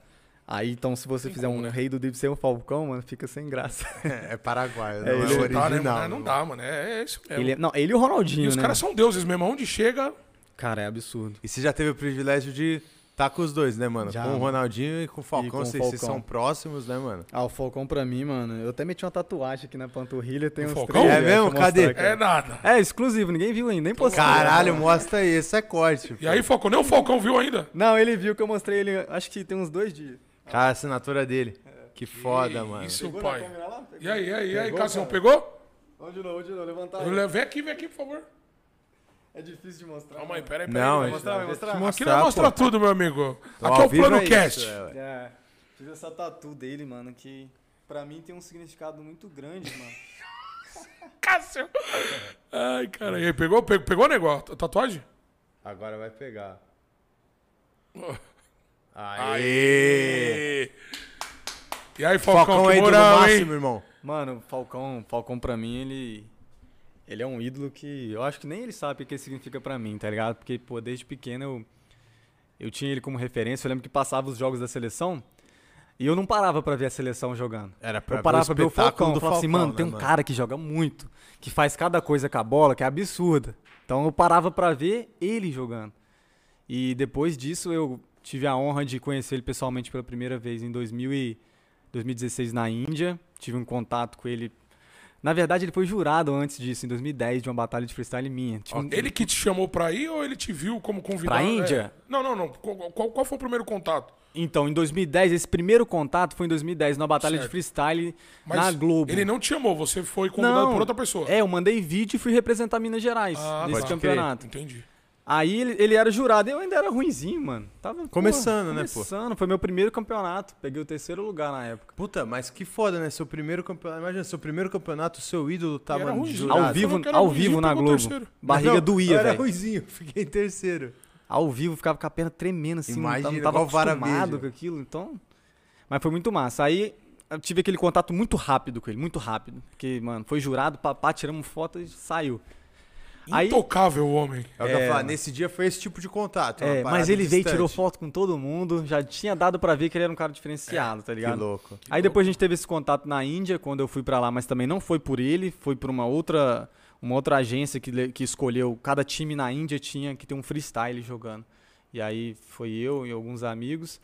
Aí, então, se você fizer um rei do drible sem o Falcão, mano, fica sem graça. É paraguaio, não É, é, ele- Não dá, original. né, mano? não Não dá, mano. É, é isso mesmo. Ele é- não, ele e o E Ronaldinho, os né? caras são deuses mesmo. Onde chega, Cara, é absurdo. E você já teve o privilégio de Tá com os dois, né, mano? Já, com o mano. Ronaldinho e com o Falcão, E com o vocês, vocês Falcão. são próximos, né, mano? Ah, o Falcão pra mim, mano. Eu até meti uma tatuagem aqui na panturrilha. Tem O uns Falcão? três, É velho, mesmo? deixa eu mostrar Cadê? aqui. É nada. É, exclusivo, ninguém viu ainda, nem postei. Caralho, mostra aí, isso é corte. E aí, Falcão, nem o Falcão viu ainda. Não, ele viu que eu mostrei ele, acho que tem uns dois dias. Cara, a assinatura dele. É, Que foda, mano. Isso, Pegou na pai. câmera lá? E aí, e aí, e aí, Pegou, Cassião, cara? pegou? Vamos de novo, vamos de novo, levantar aí. Vem aqui, vem aqui, por favor. É difícil de mostrar. Calma aí, é, peraí, peraí. Não, vai a gente mostrar. vai vai mostrar? te Aqui não é pô. mostra tudo, meu amigo. Ao Aqui é o vivo Plano isso, Cast. é, ué. É, tive essa tatu dele, mano, que pra mim tem um significado muito grande, mano. Cássio. Ai, cara. E aí, pegou, pegou, pegou o negócio? A Tatuagem? Agora vai pegar. Oh. Aê! E aí, Falcão, É. Falcão é que aí do moral, hein? máximo, irmão. Mano, Falcão, Falcão pra mim, ele. Ele é um ídolo que eu acho que nem ele sabe o que ele significa pra mim, tá ligado? Porque, pô, desde pequeno eu, eu tinha ele como referência. Eu lembro que passava os jogos da seleção e eu não parava pra ver a seleção jogando. Era pra eu ver parava o pra ver o espetáculo Falcão. do eu falava assim, Falcão, mano, né, tem um mano?" cara que joga muito, que faz cada coisa com a bola, que é absurda. Então eu parava pra ver ele jogando. E depois disso eu tive a honra de conhecer ele pessoalmente pela primeira vez em 2000 e 2016 na Índia. Tive um contato com ele. Na verdade, ele foi jurado antes disso, em 2010, de uma batalha de freestyle minha. Tive Ó, um- Ele que te chamou pra ir ou ele te viu como convidado? Pra Índia? É. Não, não, não. Qual, qual- qual foi o primeiro contato? Então, em 2010, esse primeiro contato foi em 2010, numa batalha de Certo. freestyle na Globo. ele não te chamou, você foi convidado Não, por outra pessoa. É, eu mandei vídeo e fui representar Minas Gerais Ah, nesse pode crer. campeonato. Entendi. Aí ele, ele era jurado, eu ainda era ruinzinho, mano. Tava, pô, Começando, né, pô? Começando, foi meu primeiro campeonato. Peguei o terceiro lugar na época. Puta, mas que foda, né? Seu primeiro campeonato. Imagina, seu primeiro campeonato, seu ídolo era tava no ruimzinho. jurado. Ao Jurado. vivo, Falou que era ao ruim, vivo na pegou Globe. terceiro. Barriga Não, eu doía, era velho. ruizinho, fiquei em terceiro. Ao vivo ficava com a perna tremendo assim, Imagina, não tava, igual não tava vara acostumado verde. com aquilo, então. Mas foi muito massa. Aí eu tive aquele contato muito rápido com ele, muito rápido, porque mano, foi jurado, papá, tiramos foto e saiu. Aí Intocável o homem. É o que eu ia É, falar, mano. nesse dia foi esse tipo de contato. uma é, mas parada ele veio e distante. tirou foto com todo mundo, já tinha dado pra ver que ele era um cara diferenciado, tá É, Que ligado? louco. Aí depois a gente teve esse contato na Índia, quando eu fui pra lá, mas também não foi por ele, foi por uma outra, uma outra agência que, le- que escolheu. Cada time na Índia tinha que ter um freestyle jogando. E aí foi eu e alguns amigos.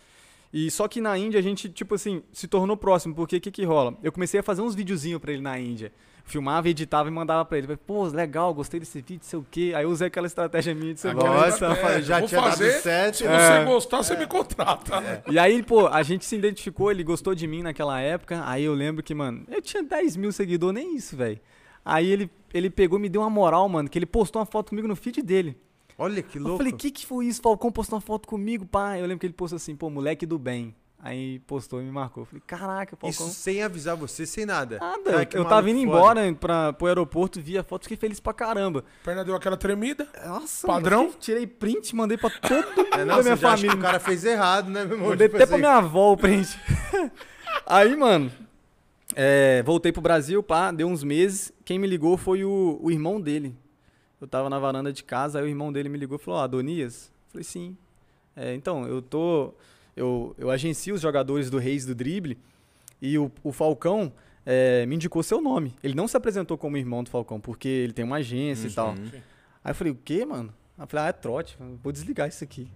E só que na Índia a gente, tipo assim, se tornou próximo, porque o que que rola? Eu comecei a fazer uns videozinhos pra ele na Índia. Filmava, editava e mandava pra ele. Falei, Pô, legal, gostei desse vídeo, sei o quê. Aí eu usei aquela estratégia minha de ser Ah, Lógico, É, eu tá já vou tinha fazer. dado É. sete. né? Se É. você gostar, você me contrata. E aí, pô, a gente se identificou, ele gostou de mim naquela época. Aí eu lembro que, mano, eu tinha 10 mil seguidores, nem isso, velho. Aí ele, ele pegou e me deu uma moral, mano, que ele postou uma foto comigo no feed dele. Olha que Eu louco. falei, que que foi isso? Falcão postou uma foto comigo, pá. Eu lembro que ele postou assim, pô, moleque do bem. Aí postou e me marcou. Eu falei, caraca, Isso Falcão. sem avisar você, sem nada. Nada, Cara, eu- que eu tava maluco indo foda. embora né? pra, pro aeroporto, vi a foto, fiquei feliz pra caramba. Perna deu aquela tremida. Nossa, Padrão? mano, tirei print, mandei pra todo mundo É, da nossa, minha eu já acho que família. o cara fez errado, né, meu irmão? Mandei Tipo até pra assim, minha avó o print. Aí, mano, é, voltei pro Brasil, pá, deu uns meses. Quem me ligou foi o, o irmão dele. Eu tava na varanda de casa, aí o irmão dele me ligou e falou, ó, Adonias? Eu Falei, sim. É, então, eu tô... Eu, eu agencio os jogadores do Reis do Drible e o, o Falcão é, me indicou seu nome. Ele não se apresentou como irmão do Falcão, porque ele tem uma agência e tal. Aí eu falei, o quê, mano? Aí eu falei, ah, é trote, mano. vou desligar isso aqui.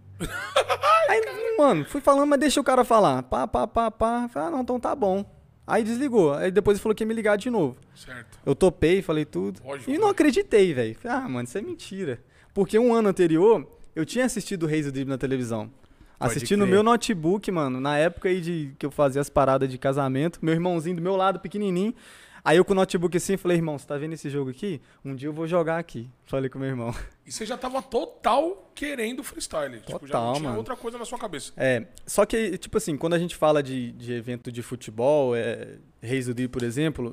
Aí, mano, fui falando, mas deixa o cara falar. Pá, pá, pá, pá. Eu Falei, ah, não, então tá bom. Aí desligou. Aí depois ele falou que ia me ligar de novo. Certo. Eu topei, falei tudo. Lógico. né? E não acreditei, velho. Falei, ah, mano, isso é mentira. Porque um ano anterior, eu tinha assistido o Reis do Dribble na televisão. Pode Assisti no crer. meu notebook, mano, na época aí de que eu fazia as paradas de casamento, meu irmãozinho do meu lado, pequenininho. Aí eu com o notebook assim, falei, irmão, você tá vendo esse jogo aqui? Um dia eu vou jogar aqui. Falei com meu irmão. E você já tava total querendo freestyle. tipo, já não Total, tinha mano. outra coisa na sua cabeça. É, só que, tipo assim, quando a gente fala de, de evento de futebol, é, Reis do Rio, por exemplo,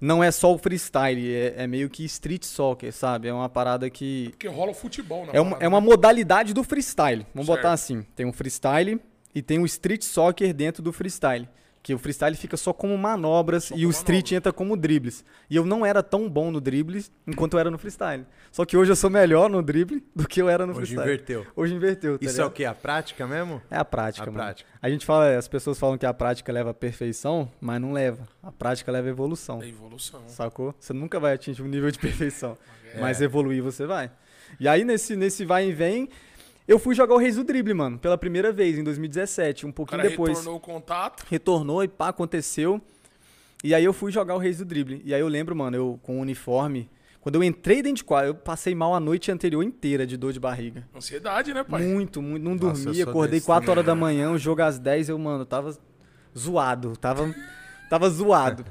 não é só o freestyle, é, é meio que street soccer, sabe? É uma parada que. Porque rola o futebol na É uma, parada, é uma né? modalidade do freestyle. Vamos Certo. botar assim: tem o freestyle e tem o street soccer dentro do freestyle. Que o freestyle fica só como manobras Só e como o street manobra. entra como dribles. E eu não era tão bom no dribles enquanto eu era no freestyle. Só que hoje eu sou melhor no drible do que eu era no Hoje freestyle. inverteu. Hoje inverteu. tá Isso é o ligado? quê? A prática mesmo? É a prática, A mano. prática. A gente fala, as pessoas falam que a prática leva à perfeição, mas não leva. A prática leva à evolução. É evolução. Sacou? Você nunca vai atingir um nível de perfeição, É. mas evoluir você vai. E aí nesse nesse vai e vem, Eu fui jogar o Reis do Drible, mano, pela primeira vez, em 2017, um O pouquinho cara depois. retornou o contato. retornou e pá, aconteceu. E aí eu fui jogar o Reis do Drible. E aí eu lembro, mano, eu com o uniforme. Quando eu entrei dentro de quadra, eu passei mal a noite anterior inteira de dor de barriga. Ansiedade, né, pai? Muito, muito. Não Nossa, eu dormia, sou acordei desse 4 horas da manhã, o jogo às 10, eu, mano, tava zoado. Tava, tava zoado.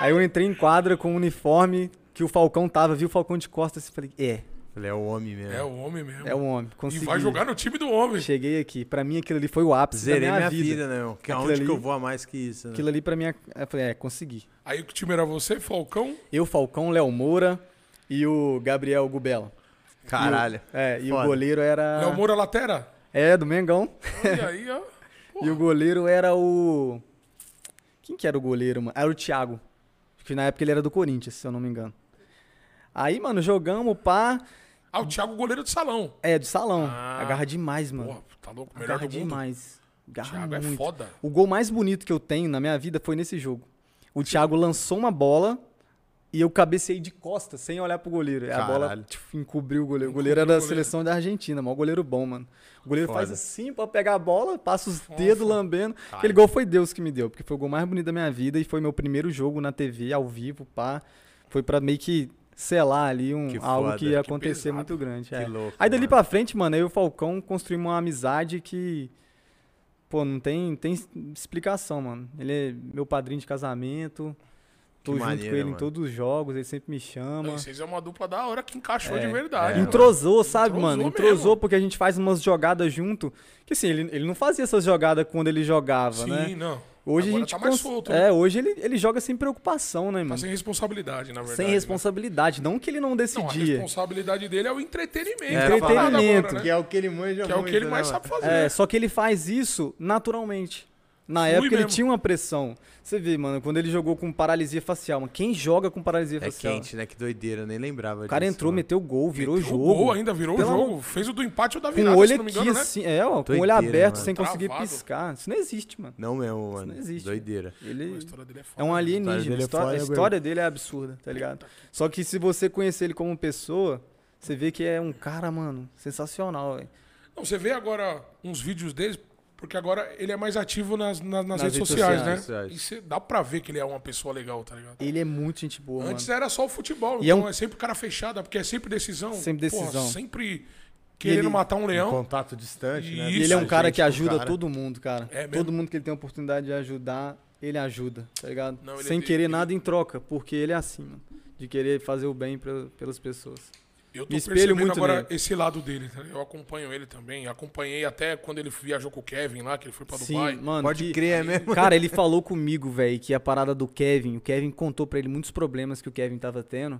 Aí eu entrei em quadra com o uniforme que o Falcão tava, vi o Falcão de costas e falei, é, Ele é o homem mesmo. É o homem mesmo. é um homem, E consegui. vai jogar no time do homem. Cheguei aqui. Pra mim aquilo ali foi o ápice Zerei da minha, minha, vida, né, meu? Que aonde Aquilo que eu ali- vou a mais que isso, né? Aquilo ali pra mim, eu falei, é, consegui. Aí o time era você, Falcão. Eu, Falcão, Léo Moura e o Gabriel Gubela. Caralho. É, e Foda. o goleiro era. Léo Moura Latera. É, do Mengão. Olha aí, ó. E o goleiro era o. Quem que era o goleiro, mano? Era o Thiago. Acho que na época ele era do Corinthians, se eu não me engano. Aí, mano, jogamos, pá. Ah, o Thiago, goleiro de salão. É, do salão. Ah. Agarra demais, mano. Porra, tá louco. Melhor Agarra do mundo. demais. Agarra Thiago é muito. foda. O gol mais bonito que eu tenho na minha vida foi nesse jogo. O Thiago lançou uma bola e eu cabecei de costas, sem olhar pro goleiro. A bola Caralho. tipo, encobriu o goleiro. O goleiro era da seleção da Argentina, mas o goleiro bom, mano. O goleiro Foda. faz assim pra pegar a bola, passa os dedos lambendo. Aquele gol foi Deus que me deu, porque foi o gol mais bonito da minha vida e foi meu primeiro jogo na TV, ao vivo, pá. Foi pra meio que selar ali um, Que algo foda, que ia que acontecer pesado. muito grande. é. Que louco, Aí dali mano. pra frente, mano, eu e o Falcão construímos uma amizade que. Pô, não tem, tem explicação, mano. Ele é meu padrinho de casamento. Tô Que junto maneiro, com ele em mano. todos os jogos, ele sempre me Aí chama. Vocês é uma dupla da hora que É, encaixou de é É, verdade. mano. Entrosou, sabe, mano? Entrosou Entrosou mesmo. porque a gente faz umas jogadas junto. Que assim, ele, ele não fazia essas jogadas quando ele jogava, Sim, né? não. Hoje Agora a gente. tá mais cons- solto. né? é, hoje ele, ele joga sem preocupação, né, Tá mano? sem responsabilidade, na verdade. sem né? responsabilidade. Não que ele não Não, a decidia. responsabilidade dele é o entretenimento. É, tá falado entretenimento, agora, né? Que é o que ele manja Que é o que muito, ele né, mais mano? sabe fazer. É, só que ele faz isso naturalmente. Na Flui época ele mesmo. tinha uma pressão. Você vê, mano, quando ele jogou com paralisia facial, mano, quem joga com paralisia É facial? quente, é né? Que doideira, eu nem lembrava O cara disso, entrou, mano. meteu gol, virou Meteu jogo. O gol ainda virou o Pelo jogo. Fez o do empate ou da Com o virada, olho se não me aqui, engano, né? assim, é, ó, com o olho Doideira, aberto, mano. sem conseguir Travado. piscar. Isso não existe, mano. Não mesmo, mano. não existe. Doideira. Pô, A Ele história dele é foda. é um dele é alienígena. A história, a foda, história dele é absurda, tá ligado? Só que se você conhecer ele como pessoa, você vê que é um cara, mano, sensacional, velho. Não, você vê agora uns vídeos dele, porque agora ele é mais ativo nas, na- nas, Nas redes, redes sociais, né? sociais. E você dá pra ver que ele é uma pessoa legal, tá ligado? Ele é muito gente boa, mano. Antes era só o futebol, E é então é, um- sempre cara fechado, porque é sempre decisão. Sempre Porra, decisão. sempre querendo ele- matar um leão. Contato distante, né? E E Isso, ele é um Gente cara que com ajuda cara. todo mundo, cara. É mesmo? todo mundo que ele tem a oportunidade de ajudar, ele ajuda, tá ligado? Não, ele Sem é de- querer ele- nada em troca, porque ele é assim, mano. De querer fazer o bem pra- pelas pessoas. Eu tô Me espelho percebendo muito agora nele. esse lado dele. tá ligado? Eu acompanho ele também. Acompanhei até quando ele viajou com o Kevin lá, que ele foi pra Sim, Dubai. mano. Pode que- crer, é mesmo. Cara, ele falou comigo, velho, que a parada do Kevin, o Kevin contou pra ele muitos problemas que o Kevin tava tendo.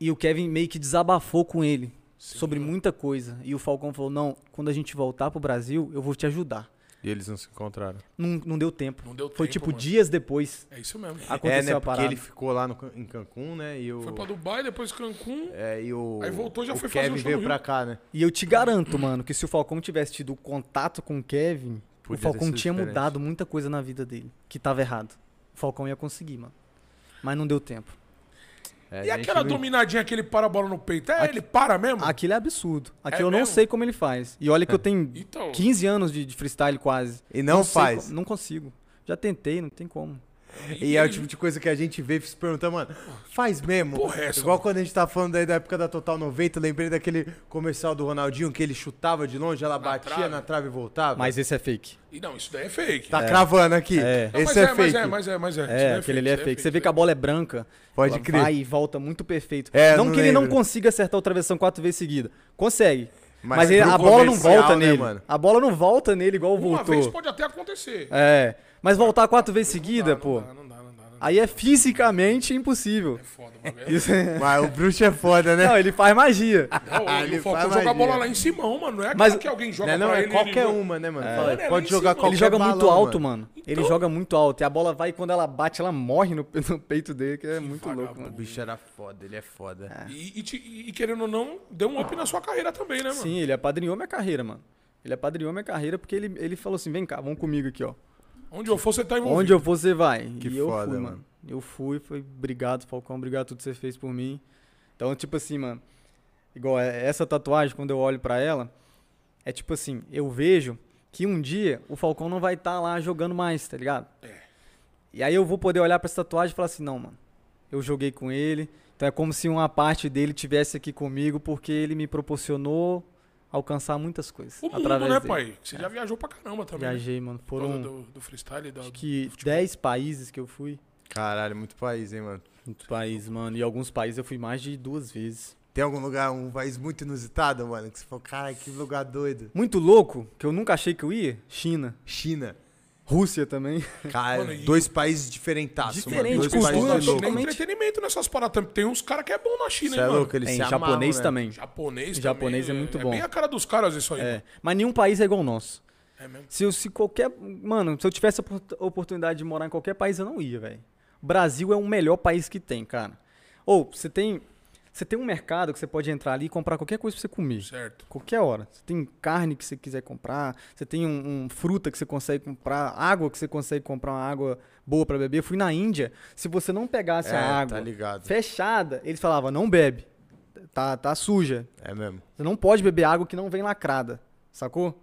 E o Kevin meio que desabafou com ele sobre muita coisa. E o Falcão falou: "Não, quando a gente voltar pro Brasil, eu vou te ajudar". E eles não se encontraram. Não, não deu tempo. Não deu Foi tempo, tipo Ah, mano. dias depois É isso mesmo. aconteceu é, né? a Porque parada. ele ficou lá no Can- em Cancún, né? E o... Foi pra Dubai, depois Cancún. É, e o... Aí voltou, já o foi fazer Kevin um show veio no pra Rio. cá, né? E eu te garanto, mano, que se o Falcão tivesse tido contato com o Kevin, Podia o ter Falcão sido tinha diferente. mudado muita coisa na vida dele, que tava errado. O Falcão ia conseguir, mano. Mas não deu tempo. É, E a gente aquela não- dominadinha que ele para a bola no peito? É, ele para mesmo? Aquilo é absurdo. Aquilo É eu não mesmo? sei como ele faz. E olha que eu tenho Então. 15 anos de, de freestyle quase. E não, sei faz. co- não consigo. Já tentei, não tem como. E é o tipo de coisa que a gente vê e se pergunta, mano, faz mesmo? Porra, é essa, Igual mano. quando a gente tá falando aí da época da Total 90, eu lembrei daquele comercial do Ronaldinho que ele chutava de longe, ela batia trave. na trave e voltava. Mas esse é fake. E não, isso daí é fake. Tá cravando aqui. É. Não, mas Esse é, fake. Mas é, mas é, mas é. né? Isso daí É, aquele ali é isso daí fake. Você vê que a bola é branca. Pode ela crer. Vai e volta muito perfeito. É, eu não não que ele não lembro. consiga acertar o travessão quatro vezes seguida. Consegue. Mas é Mas, ele- pro a bola não comercial, volta né, nele. mano? A bola não volta nele igual Uma voltou. vez pode até acontecer. É. Mas voltar quatro vezes Não seguida, dá, Não pô. dá, não dá, não dá. Não dá. Aí é fisicamente impossível. É foda, mano. É- Isso- Mas o bruxo é foda, né? Não, ele faz magia. Não, Ah, ele ele o Falcão faz joga a bola magia. lá em cima, mano. Não é Mas- aquela que alguém Não joga é, não, pra é ele, qualquer ele- uma, né, mano? Fala, Ele é lá em Pode jogar cima. qualquer Ele joga balão, muito alto, mano. Então- mano. Ele joga muito alto. E a bola vai, e quando ela bate, ela morre no, no peito dele, que é muito louco, O mano. bicho era foda, ele é foda. E, e te- e querendo ou não, deu um up na sua carreira também, né, mano? Sim, ele apadrinhou minha carreira, mano. Ele apadrinhou minha carreira porque ele, ele falou assim: vem cá, vamos comigo aqui, ó. Onde eu for, você tá envolvido. Onde eu for, você vai. Que e eu foda, fui, mano. mano. Eu fui, foi obrigado, Falcão, obrigado tudo que você fez por mim. Então, tipo assim, mano, igual é- essa tatuagem, quando eu olho pra ela, é É tipo assim, eu vejo que um dia o Falcão não vai estar lá jogando mais, tá ligado? É. E aí eu vou poder olhar pra essa tatuagem e falar assim, não, mano, eu joguei com ele. Então é como se uma parte dele tivesse aqui comigo, porque ele me proporcionou alcançar muitas coisas. O mundo, através né, dele. pai? Você já viajou pra caramba também. né? Viajei, mano. Por causa Foram do, do freestyle, da, acho do que futebol. 10 países que eu fui. Caralho, muito país, hein, mano? Muito país, mano. E alguns países eu fui mais de duas vezes. Tem algum lugar, um país muito inusitado, mano? Que você falou, cara, que lugar doido. Muito louco, que eu nunca achei que eu ia, China. China. Rússia também. Cara, Mano, e- dois países diferentaços, mano. Diferente, Dois cultura, países Cultura, loucos. tem totalmente. né? entretenimento nessas paradas. também. Tem uns caras que é bom na China, Você hein, é mano. louco, eles É, em se amavam, japonês né? também. Japonês também. Japonês é muito bom. É bem a cara dos caras isso aí. É. Mas nenhum país é igual o nosso. É mesmo. Se eu se qualquer. Mano, se eu tivesse a opor- oportunidade de morar em qualquer país, eu não ia, velho. O Brasil é o melhor país que tem, cara. Ou, você tem. Você tem um mercado que você pode entrar ali e comprar qualquer coisa pra você comer. Certo. Qualquer hora. Você tem carne que você quiser comprar, você tem um, um fruta que você consegue comprar, água que você consegue comprar, uma água boa pra beber. Eu fui na Índia, se você não pegasse É, a tá água ligado. fechada, eles falavam, não bebe, tá, tá suja. É mesmo. Você não pode beber água que não vem lacrada, sacou?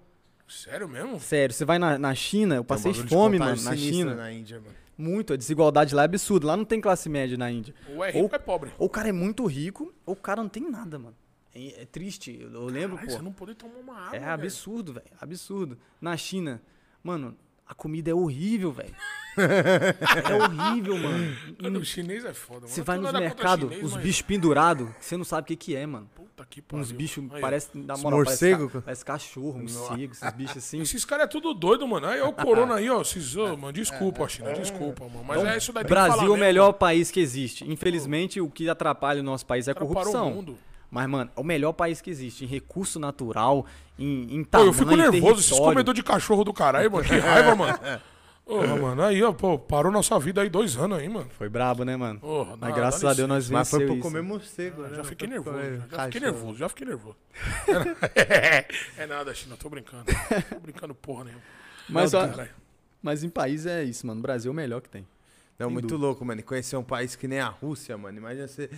Sério mesmo? Sério, você vai na, na China, eu Tem um passei bagulho de né? fome, contagem mano, na sinistra China. Na Índia, mano. Muito, a desigualdade lá é absurda. Lá não tem classe média na Índia. Ou é rico ou é pobre. Ou o cara é muito rico, ou o cara não tem nada, mano. É, é triste, eu, eu lembro, Ai, pô. você não poder tomar uma água. É velho. absurdo, velho. Absurdo. Na China, mano, a comida é horrível, velho. é horrível, mano. Mano, o chinês é foda, mano. Você vai Não nos nada contra mercados, chinês, os mas- bichos pendurados, você não sabe o que, que é, mano. Puta que pariu. Uns bichos, Aí, ó. parece, na Os moral, parece morcego, ca- cara. parece cachorro, morcego, esses bichos assim. Esses caras é tudo doido, mano. Aí, ó, o corona aí, ó. Esses, ô, mano, desculpa, ó, China, desculpa, mano. Mas é isso daí. tem que É. Brasil falar é o mesmo, melhor mano. país que existe. Infelizmente, o que atrapalha o nosso país é a O cara parou o corrupção. mundo. Mas, mano, é o melhor país que existe. Em recurso natural, em, em Pô, tamanho, eu fico nervoso, esses território. comedores de cachorro do caralho, mano. Que raiva, mano. Porra, mano, aí, ó, pô, parou nossa vida aí dois anos aí, mano. Foi brabo, né, mano? Porra, Mas dá- graças dá a Deus nós Mas vencemos. foi pra comer morcego, né? Já Não fiquei foi pra nervoso, comer já, já fiquei cachorro. nervoso, já fiquei nervoso. É, nada, China, tô brincando. Tô brincando porra nenhuma. Mas, Não, ó, caralho. mas em país é isso, mano. O Brasil é o melhor que tem. Não, é muito louco, mano. E conhecer um país que nem a Rússia, mano. Imagina você.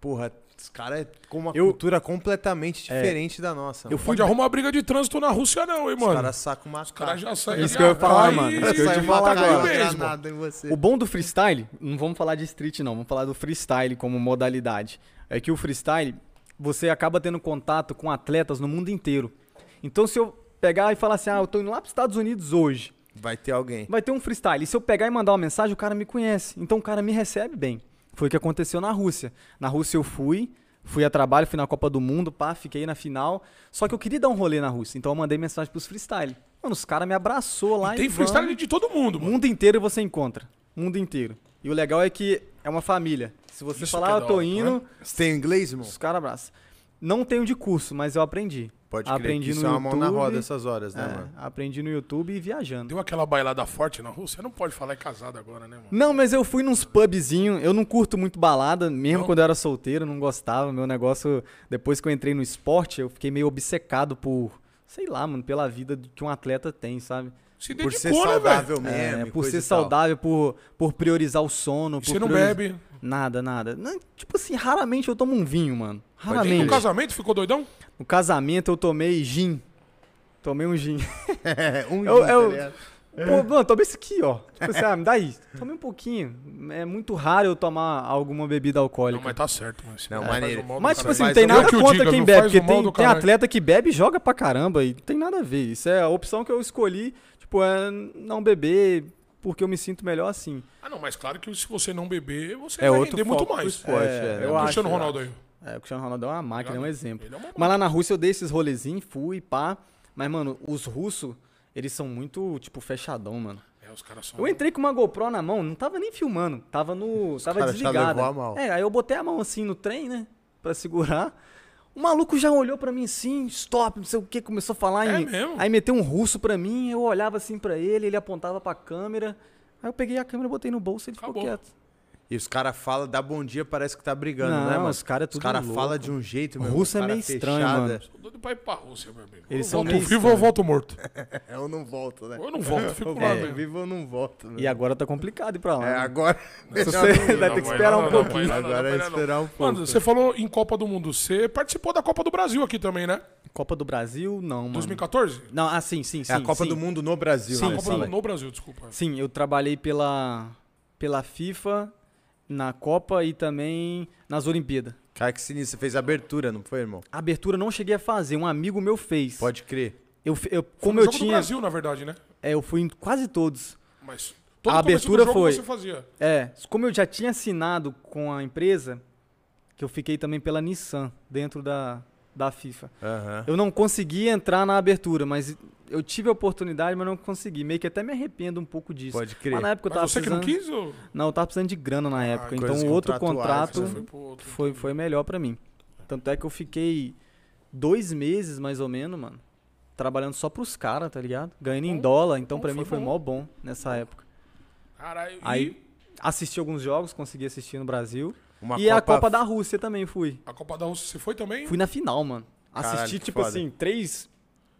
Porra, os caras com uma Eu- cultura completamente diferente da nossa. Eu mano. Pode arrumar briga de trânsito na Rússia, não, hein, Os mano. caras sacam uma Os caras já saem. Isso que eu ia falar, Vai mano. e- Isso que eu ia sai te mata falar caiu agora. mesmo. Granada em você. O bom do freestyle, não vamos falar de street não, vamos falar do freestyle como modalidade. É que o freestyle, você acaba tendo contato com atletas no mundo inteiro. Então se eu pegar e falar assim, ah, eu tô indo lá pros Estados Unidos hoje, Vai ter alguém. vai ter um freestyle. E se eu pegar e mandar uma mensagem, o cara me conhece. Então o cara me recebe bem. Foi o que aconteceu na Rússia. Na Rússia eu fui, fui a trabalho, fui na Copa do Mundo, pá, fiquei na final. Só que eu queria dar um rolê na Rússia, então eu mandei mensagem pros freestyle. Mano, os caras me abraçou lá. Tem e freestyle vamos. de todo mundo, O mano. mundo inteiro você encontra. Mundo inteiro. E o legal é que é uma família. Se você Isso falar, que é ah, da eu tô hora, indo, Você tem inglês, irmão? os caras abraçam. Não tenho de curso, mas eu aprendi. Pode crer aprendi que isso no é uma YouTube, mão na roda essas horas, né, é, mano? aprendi no YouTube e viajando. Deu aquela bailada forte na Rússia. Não pode falar é casado agora, né, mano? um- Não, mas eu fui nos pubzinhos. Eu não curto muito balada, mesmo Não? quando eu era solteiro, eu não gostava. Meu negócio, depois que eu entrei no esporte, eu fiquei meio obcecado por, sei lá, mano, pela vida que um atleta tem, sabe? Se Por dedicou, ser né, velho? saudável mesmo. É, e por coisa ser e tal. saudável, por, por priorizar o sono. E por Você não prioriz- bebe. Nada, nada. Não, tipo assim, raramente eu tomo um vinho, mano. Nem Raramente. no casamento ficou doidão? No casamento eu tomei gin. Tomei um gin. É, um Eu- dia, tá eu- ligado? Pô, mano, tomei isso aqui, ó. Tipo assim, ah, me dá isso. Tomei um pouquinho. É muito raro eu tomar alguma bebida Não, alcoólica. mas tá certo, mano. Esse Não, cara faz maneiro. o mal do mas, caralho. tipo assim, não faz tem o- nada Eu que o contra diga, quem viu? bebe, Faz porque o mal tem, do tem caralho. atleta que bebe e joga pra caramba. E não tem nada a ver. Isso é a opção que eu escolhi, tipo, é não beber porque eu me sinto melhor assim. Ah, não, mas claro que se você não beber, você É vai outro render muito foco do mais. esporte, É, é, né, eu O mano? acho. Cristiano Ronaldo aí. É, o Cristiano Ronaldo é uma máquina, é um exemplo. Ele é uma Mas lá na Rússia eu dei esses rolezinhos, fui, pá. Mas, mano, os russos, eles são muito, tipo, fechadão, mano. É, os caras são. Eu entrei com uma GoPro na mão, não tava nem filmando, tava no. Tava caras já desligada. levou a mal. É, aí eu botei a mão assim no trem, né? Pra segurar. O maluco já olhou pra mim assim, stop, não sei o que, começou a falar É em. mesmo? Aí meteu um russo pra mim, eu olhava assim pra ele, ele apontava pra câmera. Aí eu peguei a câmera, botei no bolso e ele ficou Acabou. quieto. E os caras falam, dá bom dia, parece que tá brigando, Não, né, mano? os cara é tudo Os caras louco. falam de um jeito, meu irmão, Russo é cara meio estranho, fechada. mano. Sou doido pra ir pra Rússia, meu amigo. Eles eu são né? É, volto meio vivo ou volto morto? Eu não volto, né? Ou eu não volto, fico Eu lá volto mesmo. vivo ou não volto, né? E agora tá complicado ir pra lá. É, né? agora... Já Se você- não- vai Não, ter que vai esperar lá, um não, pouquinho. vai lá, não, Agora é vai lá, não. esperar um pouco. Mano, você falou em Copa do Mundo. Você participou da Copa do Brasil aqui também, né? Copa do Brasil, não, mano. 2014? Não, ah, sim, sim, sim. é a Copa sim. do Mundo no Brasil, Sim, Ah, né? Copa do Fala. Mundo no Brasil, desculpa. Sim, eu trabalhei pela, pela FIFA, na Copa e também nas Olimpíadas. Cara, que sinistro. Você fez abertura, não foi, irmão? A abertura eu não cheguei a fazer, um amigo meu fez. Pode crer. Eu, fe- eu- Foi como no eu jogo do tinha. Brasil, na verdade, né? É, eu fui em quase todos. Mas começo A do abertura jogo foi- você fazia. É, como eu já tinha assinado com a empresa, que eu fiquei também pela Nissan, dentro da, da FIFA. Aham. Eu não consegui entrar na abertura, mas eu tive a oportunidade, mas não consegui. Meio que até me arrependo um pouco disso. Pode crer. Mas na época eu tava Mas você que não precisando... quis ou... Não, eu tava precisando de grana na época. Ah, coisas então, outro contratuais, contrato né? Foi pro outro. foi, foi melhor pra mim. Tanto é que eu fiquei dois meses, mais ou menos, mano, trabalhando só pros caras, tá ligado? Ganhando em Bom, dólar. Então, bom, pra mim, foi foi bom. mó bom nessa época. Caralho, Aí- e Assisti alguns jogos, consegui assistir no Brasil. Uma e a Copa da Rússia também fui. a Copa da Rússia você foi também? Fui na final, mano. Caralho, Assisti, que tipo foda. assim, três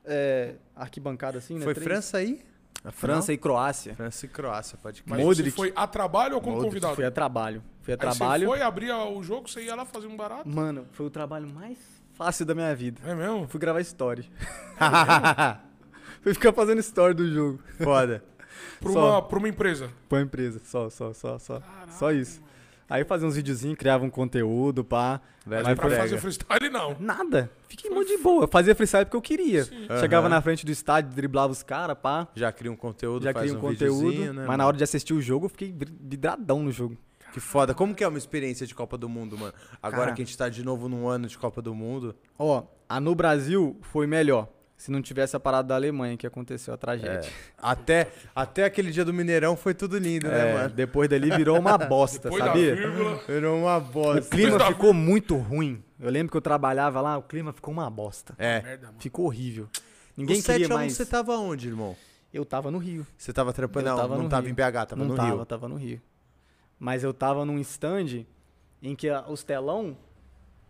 é, arquibancadas assim, né? Foi Três- França aí? A França e Croácia. França e Croácia, pode Mas crer. Modric. você foi a trabalho ou como Modric convidado? Fui a trabalho. Fui a Aí trabalho. Você foi, abria o jogo, você ia lá fazer um barato. Mano, foi o trabalho mais fácil da minha vida. É mesmo? Fui gravar story. Fui ficar fazendo story do jogo. Foda. Pra Só. uma, pra uma empresa. Pra empresa. Só, só, só, só. só isso. Aí eu fazia uns videozinhos, criava um conteúdo, pá. Velho Mas Pra Prega. fazer freestyle, não. Nada. Fiquei muito de boa. Eu fazia freestyle porque eu queria. Chegava na frente do estádio, driblava os caras, pá. Já cria um conteúdo, Já faz cria um um conteúdo. videozinho, né? mas na hora de assistir o jogo, eu fiquei vidradão no jogo. Que foda. Como que é uma experiência de Copa do Mundo, mano? Agora Cara. que a gente tá de novo num ano de Copa do Mundo. Ó, a no Brasil foi melhor. Se não tivesse a parada da Alemanha que aconteceu a tragédia. é, Até, até aquele dia do Mineirão foi tudo lindo, né, É, mano? depois dali virou uma bosta, Foi da sabia? vírgula. Virou uma O bosta. clima da ficou muito ruim. Eu lembro que eu trabalhava lá, o clima ficou uma bosta. É. Merda, mano. Ficou horrível. No Ninguém queria 7 a 1 mais. você tava onde, irmão? Eu tava no Rio. Você tava trampando? Eu Não, tava não no tava Rio. em BH, tava não no tava, Rio. tava no Rio. Mas eu tava num stand em que a- os telão.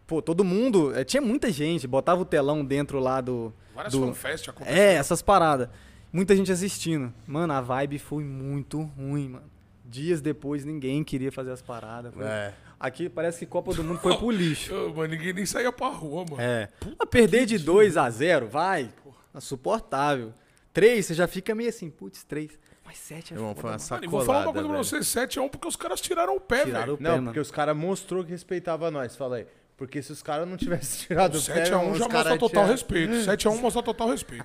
Pô, todo mundo. eh, Tinha muita gente. Botava o telão dentro lá do. Várias do- fanfests acontecendo. É, essas paradas. Muita gente assistindo. Mano, a vibe foi muito ruim, mano. Dias depois, ninguém queria fazer as paradas. Foi- É. Aqui parece que Copa do Mundo foi pro lixo. Ô, mano, ninguém nem saía pra rua, mano. É. Ah, perder de 2 a 0 vai. Tá Suportável. 3, você já fica meio assim, putz, 3. Mas 7 é Irmão, foi foda. uma Mano, sacolada. e vou falar uma coisa pra velho. vocês, 7x1 porque os caras tiraram o pé, Tiraram velho. o pé, Não, mano. porque os caras mostrou que respeitava nós, falei. Porque se os caras não tivessem tirado o pé, 7x1 os já cara mostra total tinha- respeito. 7x1 mostra total respeito.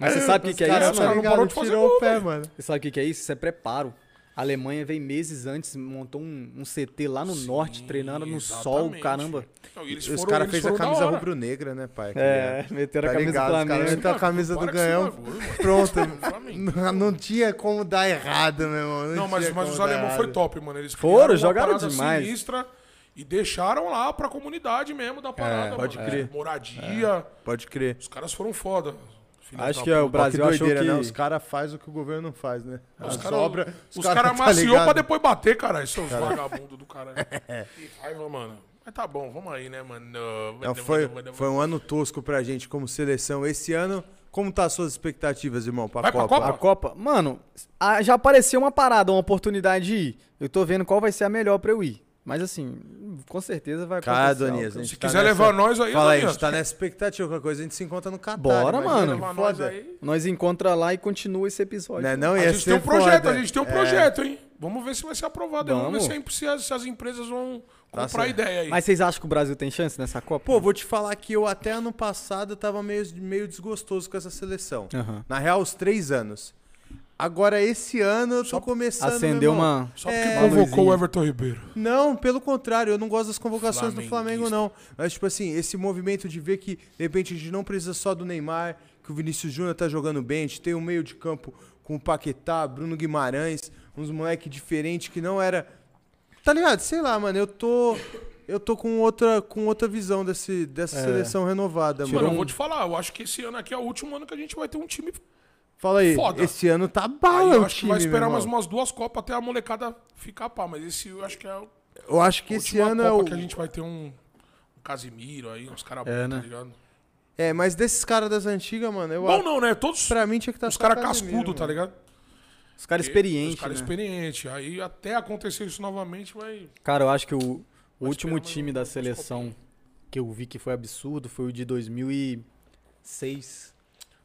Mas você sabe o que, Os que é cara, isso, tá mano? ligado? Não parou de fazer tirou o gol, pé, velho. mano. Você sabe o que, que é isso? Isso é preparo. A Alemanha veio meses antes, montou um, um CT lá no norte, treinando no sol, Exatamente. caramba. Não, e eles Os foram- caras eles fez a foram da camisa hora. rubro-negra, né, pai? É, meteram Tá ligado? Os caras meteram a camisa Então, Para do com esse ganhão. bagulho, mano. Pronto. Flamengo. não, não tinha como dar errado, meu irmão. Não, Não, mas, tinha mas como os dar alemães foi errado. top, mano. Eles Foram, criaram uma jogaram parada demais. sinistra e deixaram lá pra comunidade mesmo da parada, É, pode mano. É, crer. Moradia. Pode crer. Os caras foram foda. filhos Acho da que é o puta. Ó, Brasil que achou doideira, que- né? Os caras fazem o que o governo não faz, né? Os As caras obras, os cara tá maciou ligado? pra depois bater, caralho. Seus vagabundos do caralho. Que raiva, mano. Mas tá bom, vamos aí, né, mano? Não, foi, foi um ano tosco pra gente como seleção. Esse ano, como tá as suas expectativas, irmão, pra Vai pra Copa? A Copa? Copa, mano, a- já apareceu uma parada, uma oportunidade de ir. Eu tô vendo qual vai ser a melhor pra eu ir. Mas assim, com certeza vai acontecer. Cara, algo. Donias, a gente Se tá quiser nessa- levar nós aí, Fala aí, a Donias. gente tá nessa expectativa. Qualquer coisa a gente se encontra no Catar. Bora, imagina mano. que Levar nós Foda. aí. Nós encontra lá e continua esse episódio. Não é não? A Ia gente ser tem um projeto, foda. a gente tem um É. projeto, hein? Vamos ver se vai ser aprovado. Vamos, Vamos. ver se, a- se as, se as empresas vão Tá comprar a certo. ideia aí. Mas vocês acham que o Brasil tem chance nessa Copa? Pô, vou te falar que eu até ano passado eu tava meio, meio desgostoso com essa seleção. Aham. Na real, os três anos. Agora, esse ano eu tô começando. acendeu meu irmão. uma- Só porque É, convocou Luizinho. o Everton Ribeiro. Não, pelo contrário, eu não gosto das convocações do Flamengo, Flamenguista. não. Mas, tipo assim, esse movimento de ver que, de repente, a gente não precisa só do Neymar, que o Vinícius Júnior tá jogando bem, a gente tem um meio de campo com o Paquetá, Bruno Guimarães, uns moleque diferente que não era. Tá ligado? Sei lá, mano, eu tô. Eu tô com outra, com outra visão desse, dessa seleção renovada, Mano, mano. É. Tipo, eu vou te falar, eu acho que esse ano aqui é o último ano que a gente vai ter um time. Fala aí, Foda. esse ano tá Aí bala, eu o acho que time, vai esperar meu mais irmão. umas duas Copas até a molecada ficar pá, mas esse eu acho que é a Eu acho que esse última ano é Copa o. que a gente vai ter um, um Casimiro aí, uns caras É, bons, né? tá ligado? É, mas desses caras das antigas, mano, eu Bom acho. não, né? Todos Pra mim né, tinha que estar os caras cascudo, tá ligado? Os caras experientes, Os caras né? experientes. Aí até acontecer isso novamente vai. Cara, eu acho que o, o último é esperar mais time um- da mais um seleção que eu vi que foi absurdo foi o de 2014, seis.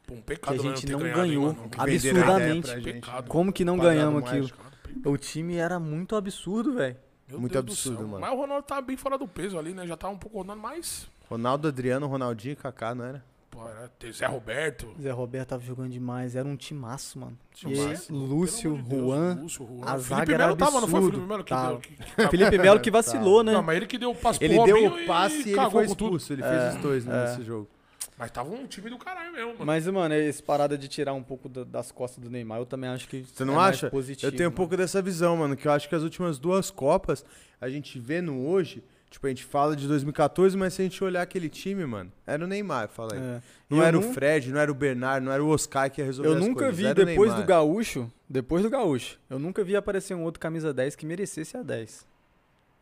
Pô, um Que a pecado, né, gente ter não ganhado, hein, ganhou. mano? a ideia pra Absurdamente. gente, né? Pecado. Como que não Parada ganhamos mágica. aquilo? O time era muito absurdo, velho. Meu Muito Deus do absurdo, céu. mano. Mas o Ronaldo tá bem fora do peso ali, né? Já tava um pouco rodando, mas. Ronaldo, Adriano, Ronaldinho, Kaká, não era? Pô, era- tem Zé Roberto. Zé Roberto tava jogando demais, era um timaço, mano. E aí, Gilmar, Lúcio, pelo amor de Deus, Juan. Lúcio, Juan. a zaga Felipe era Melo tava, não foi o absurdo. Felipe Melo que Tá. Tava. deu. Que, que- Felipe Melo que vacilou, né? Tá. Não, mas ele que deu o passe pro Ele deu Robinho o passe e ele cagou foi com tudo. expulso. Ele fez os dois né, nesse jogo. Mas tava um time do caralho mesmo, mano. Mas, mano, essa parada de tirar um pouco da- das costas do Neymar, eu também acho que Você não é mais acha? positivo. eu tenho um mano. pouco dessa visão, mano, que eu acho que as últimas duas Copas, a gente vendo hoje, tipo, a gente fala de 2014, mas se a gente olhar aquele time, mano, era o Neymar, fala aí. É. Não Eu era nun- o Fred, não era o Bernardo, não era o Oscar que ia resolver Eu as nunca coisas, vi, era o depois do Neymar. Gaúcho, depois do Gaúcho, eu nunca vi aparecer um outro camisa 10 que merecesse a 10.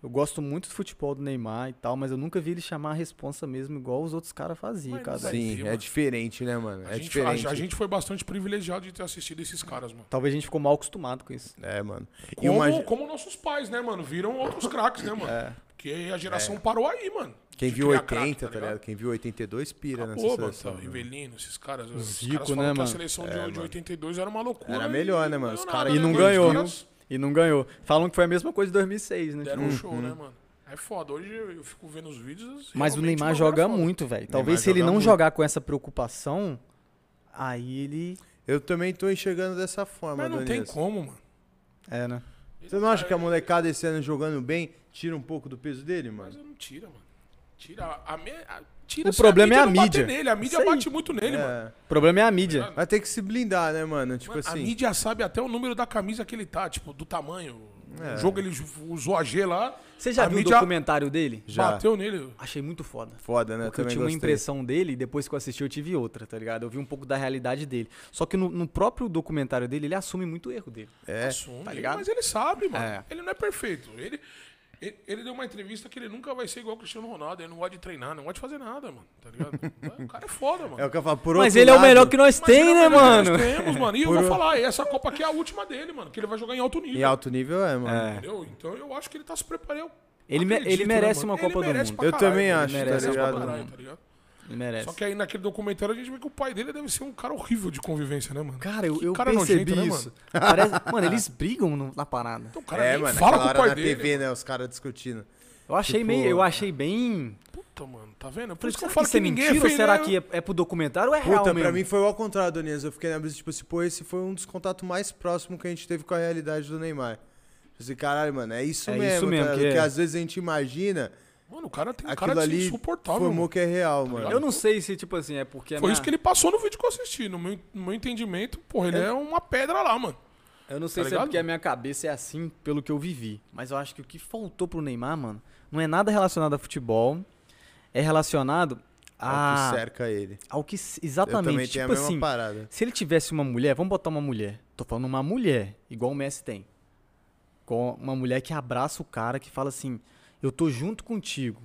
Eu gosto muito do futebol do Neymar e tal, mas eu nunca vi ele chamar a responsa mesmo, igual os outros caras faziam, Mas cara. não vai Sim, Sim, é mano. diferente, né, mano? a, é gente, diferente. a, a gente foi bastante privilegiado de ter assistido esses caras, mano. Talvez a gente ficou mal acostumado com isso. É, mano. E Como, uma- como nossos pais, né, mano? Viram outros craques, né, mano? Porque a geração parou aí, mano. É. Quem De viu criar 80, craque, tá ligado? Quem viu 82, pira Acabou, nessa mano. seleção. tá, né? Rivelino, esses caras. esses Zico, caras falam né, que mano? A seleção de, de 82 era uma loucura. Era e melhor, né, mano? não Os ganhou caras- nada, E né, não mano? Os ganhou, caras E não ganhou. Falam que foi a mesma coisa de 2006, né? Deram um show, né, mano? É foda. Hoje eu fico vendo os vídeos. assim, Mas o realmente Neymar bagulho joga era foda. muito, velho. Talvez Neymar se ele joga não muito. jogar com essa preocupação, aí ele. Eu também tô enxergando dessa forma, Mas não tem Donias. como, mano. É, né? Você não acha que a molecada esse ano jogando bem tira um pouco do peso dele, Mas mano? eu não tira, mano. Tira. A me... a- tira O se problema é a não bater mídia. Nele. A mídia Isso aí. bate muito nele, mano. É. O problema é a mídia. Vai ter que se blindar, né, mano? Tipo Mano, A assim. mídia sabe até o número da camisa que ele tá, tipo, do tamanho. O jogo ele usou a G lá. É. Você já a viu mídia o documentário dele? Já. Bateu nele. Achei muito foda. Foda, né? Porque eu Também tinha uma gostei. impressão dele e depois que eu assisti eu tive outra, tá ligado? Eu vi um pouco da realidade dele. Só que no, no próprio documentário dele, ele assume muito o erro dele. É. assume, tá ligado? Mas ele sabe, mano. É. Ele não é perfeito. Ele, ele, ele deu uma entrevista que ele nunca vai ser igual o Cristiano Ronaldo. Ele não gosta de treinar, não gosta de fazer nada, mano. Tá ligado? o cara é foda, mano. É o que eu falo. Por Mas outro ele é o lado- melhor que nós Mas tem, ele né, é o melhor que mano? nós Temos, mano. E eu Por vou um- falar, e essa Copa aqui é a última dele, mano. Que ele vai jogar em alto nível. Em alto nível é, mano. Entendeu? Então eu né, acho que ele tá se preparando. Ele me- ele merece uma Copa do Mundo. Eu também acho, tá ligado? tá ligado? Ele merece. Só que aí naquele documentário a gente vê que o pai dele deve ser um cara horrível de convivência, né, mano? Cara, eu, Que eu cara percebi nojento, né, isso. Parece- mano, eles brigam no- na parada. Então o cara É, nem mano. fala Fala com o hora pai na dele. TV, né? Os caras discutindo. Eu achei Tipo, meio. Eu achei bem. Puta, mano, tá vendo? Por Falei, isso que eu será falo que que, isso é ninguém mentira? é ou feio, será né? que é, é pro documentário ou é real Puta, mesmo? pra mim foi ao contrário, Donias. Eu fiquei na brisa, tipo assim, pô, esse foi um dos contatos mais próximos que a gente teve com a realidade do Neymar. Tipo Assim, caralho, mano, é isso É mesmo. isso mesmo, tá? que que, é. às vezes a gente imagina, Mano, o cara tem um aquilo cara de ser ali insuportável. formou mano. que é real, mano. Eu não sei se, tipo assim, é porque. a Foi minha- isso que ele passou no vídeo que eu assisti. No meu, no meu entendimento, porra, ele é. uma pedra lá, mano. Eu não sei Tá se é ligado? porque a minha cabeça é assim pelo que eu vivi, mas eu acho que o que faltou pro Neymar, mano, não é nada relacionado a futebol, é relacionado É o a que cerca ele. ao que s- Eu também exatamente, tenho a Ah. tipo mesma assim, parada. se ele tivesse uma mulher, vamos botar uma mulher. Tô falando uma mulher, igual o Messi tem. Com uma mulher que abraça o cara, que fala assim: "Eu tô junto contigo".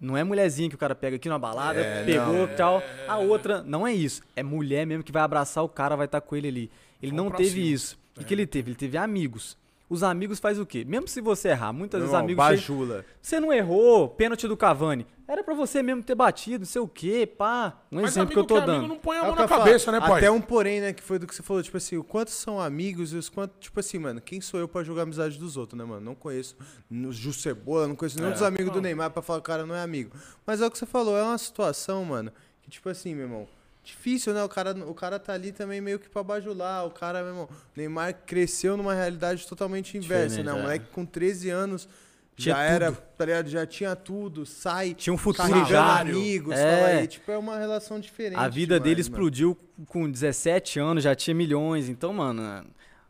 Não é mulherzinha que o cara pega aqui na balada, É, pegou não. tal. A outra não é isso. É mulher mesmo que vai abraçar o cara, vai estar com ele ali. Ele Vamos não pra teve cima. isso. E que ele teve, ele teve amigos. Os amigos faz o quê? Mesmo se você errar, muitas Meu vezes irmão, amigos chegam- bajula. você não errou, pênalti do Cavani. Era pra você mesmo ter batido, não sei o quê, pá. Um Mas exemplo amigo que eu tô amigo dando. não põe a É o mão que na eu falo. cabeça, né, pai? Até um porém, né, que foi do que você falou, tipo assim, o quanto são amigos e os quantos, tipo assim, mano, quem sou eu pra julgar a amizade dos outros, né, mano? Não conheço o Ju Cebola, não conheço É. nenhum dos amigos do Neymar pra falar que o cara não é amigo. Mas é o que você falou, é uma situação, mano, que tipo assim, meu irmão, difícil, né? O cara, o cara tá ali também meio que pra bajular, o cara, meu irmão, o Neymar cresceu numa realidade totalmente inversa, Diferente, né? O é. moleque com 13 anos Tinha já era, tá ligado? Já tinha tudo, sai, Tinha um futuro carregando já. amigos, É. fala aí, tipo, é uma relação diferente. A vida dele demais, mano. explodiu com 17 anos, já tinha milhões. Então, mano.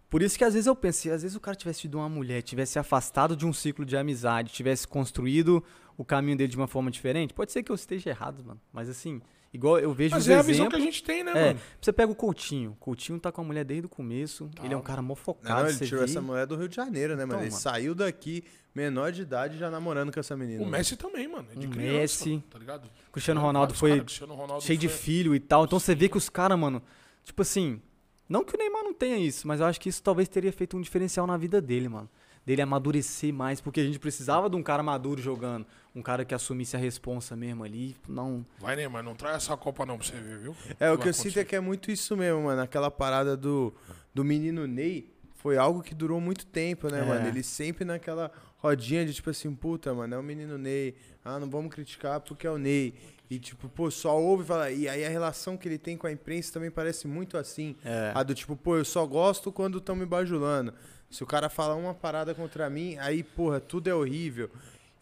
Por isso que às vezes eu pensei, às vezes o cara tivesse tido uma mulher, tivesse se afastado de um ciclo de amizade, tivesse construído o caminho dele de uma forma diferente. Pode ser que eu esteja errado, mano. Mas assim, igual eu vejo Mas os é a exemplos. visão que a gente tem, né, É, mano? você pega o Coutinho. Coutinho tá com a mulher desde o começo. Ele é um cara mó Não, focado. ele você tirou vê. essa mulher do Rio de Janeiro, né, mano? Então, Ele mano. saiu daqui, menor de idade, já namorando com essa menina. O Messi também, mano. É de O criança, Messi. tá ligado? Cristiano Vários Ronaldo foi caras, Cristiano Ronaldo cheio de foi- filho e tal. Então você vê que os caras, mano, tipo assim, não que o Neymar não tenha isso, mas eu acho que isso talvez teria feito um diferencial na vida dele, mano. dele amadurecer mais, porque a gente precisava de um cara maduro jogando. Um cara que assumisse a responsa mesmo ali. Não. Vai, Neymar, não traz essa Copa não pra você ver, viu? É, o Vai que eu sinto é acontecer. que é muito isso mesmo, mano. Aquela parada do, do menino Ney foi algo que durou muito tempo, né, É. mano? Ele sempre naquela rodinha de tipo assim, puta, mano, é o menino Ney. Ah, não vamos criticar porque é o Ney. E tipo, pô, só ouve e fala. E aí a relação que ele tem com a imprensa também parece muito assim. É. A do tipo, pô, eu só gosto quando estão me bajulando. Se o cara falar uma parada contra mim, aí, porra, tudo é horrível.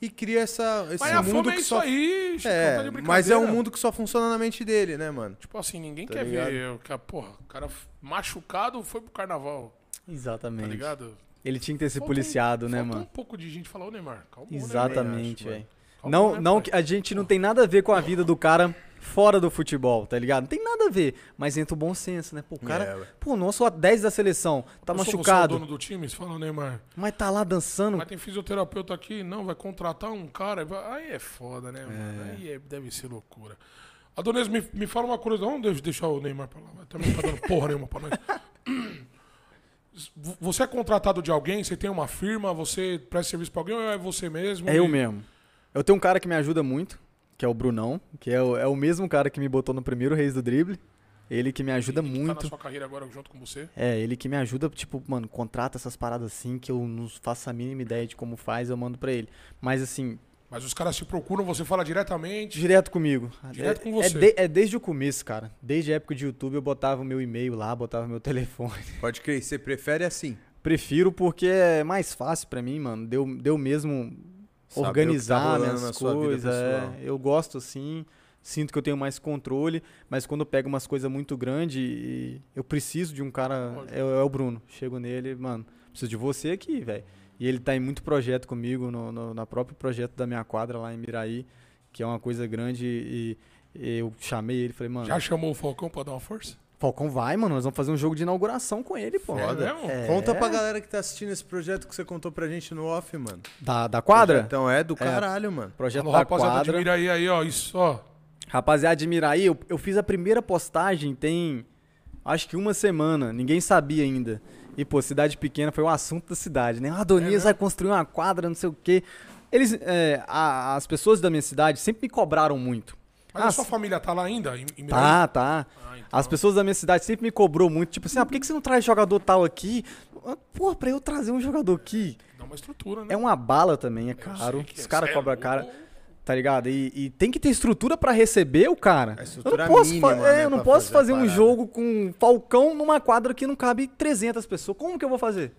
E cria essa, esse Mas a mundo fome é que isso só. aí, Chicão, tá de É, mas é um brincadeira. mundo que só funciona na mente dele, né, mano? Tipo assim, ninguém Tá quer ligado? ver. o cara- Porra, o cara f- machucado foi pro carnaval, tá Exatamente. ligado? Ele tinha que ter se Faltou um- policiado, né, faltou mano? um pouco de gente falar, ô Neymar, calma né, Exatamente, acho, mano. velho. Calma, Não, né, não, pai? que- a gente não tem nada a ver com a vida do cara fora do futebol, tá ligado? Não tem nada a ver, mas entra o bom senso, né? Pô, o cara, É, ué. pô, nosso 10 da seleção, tá Você é o machucado, dono do time? Você fala, ô Neymar, mas tá lá dançando. mas tem fisioterapeuta aqui? Não, vai contratar um cara. e vai- Aí é foda, né, mano? Aí é- deve ser loucura. Adonis, me, me fala uma coisa. Vamos deix- deixar o Neymar pra lá. vai, Também não tá dando porra nenhuma pra nós. V- Você é contratado de alguém? Você tem uma firma? Você presta serviço pra alguém? Ou é você mesmo? É eu E- mesmo. Eu tenho um cara que me ajuda muito, que é o Brunão, que é o, é o mesmo cara que me botou no primeiro Reis do Drible. Ele que me ajuda e que Tá na muito. sua carreira agora junto com você? É, ele que me ajuda, tipo, mano, contrata essas paradas assim que eu não faço a mínima ideia de como faz, eu mando pra ele. Mas assim, Mas os caras te procuram, você fala diretamente. Direto comigo. Direto É- com você. É, de- é desde o começo, cara. Desde a época de YouTube eu botava o meu e-mail lá, botava meu telefone. Pode crer, você prefere assim. Prefiro porque é mais fácil pra mim, mano. Deu, deu mesmo Saber organizar o que tá rolando na minhas sua vida coisas. é. pessoal. eu gosto assim, sinto que eu tenho mais controle, mas quando eu pego umas coisas muito grandes e eu preciso de um cara, é, é o Bruno. Chego nele, mano, preciso de você aqui, velho. E ele tá em muito projeto comigo, no, no, na próprio projeto da minha quadra lá em Miraí, que é uma coisa grande e, e eu chamei ele, falei, mano, Já chamou o Falcão pra dar uma força? Falcão vai, mano, nós vamos fazer um jogo de inauguração com ele, pô. Foda. É mesmo? É. Conta pra galera que tá assistindo esse projeto que você contou pra gente no off, mano. Da, da quadra? Então é do caralho, mano. Projeto Alô, da rapaziada, tá quadra. admira aí, aí, ó, isso, ó. Rapaziada de Miraí, é eu, eu fiz a primeira postagem tem acho que uma semana, ninguém sabia ainda. E, pô, cidade pequena foi o assunto da cidade, né? Ah, É, Adonias vai construir uma quadra, não sei o quê. Eles, é, a- as pessoas da minha cidade sempre me cobraram muito. Mas Ah, a sua sim. família tá lá ainda? Em, em Miraí? Tá, tá. Ah, então. As pessoas da minha cidade sempre me cobrou muito, tipo assim, ah, por que que você não traz jogador tal aqui? Ah, Pô, pra eu trazer um jogador aqui, Dá uma estrutura, né? é uma bala também, é Eu sei caro. que Os é caras sério. cobram cara. Tá ligado? E, e tem que ter estrutura pra receber o cara. A eu estrutura não posso, mínima, fa- né, é, eu não pra posso fazer fazer, a um parada. jogo com Falcão numa quadra que não cabe 300 pessoas. Como que eu vou fazer?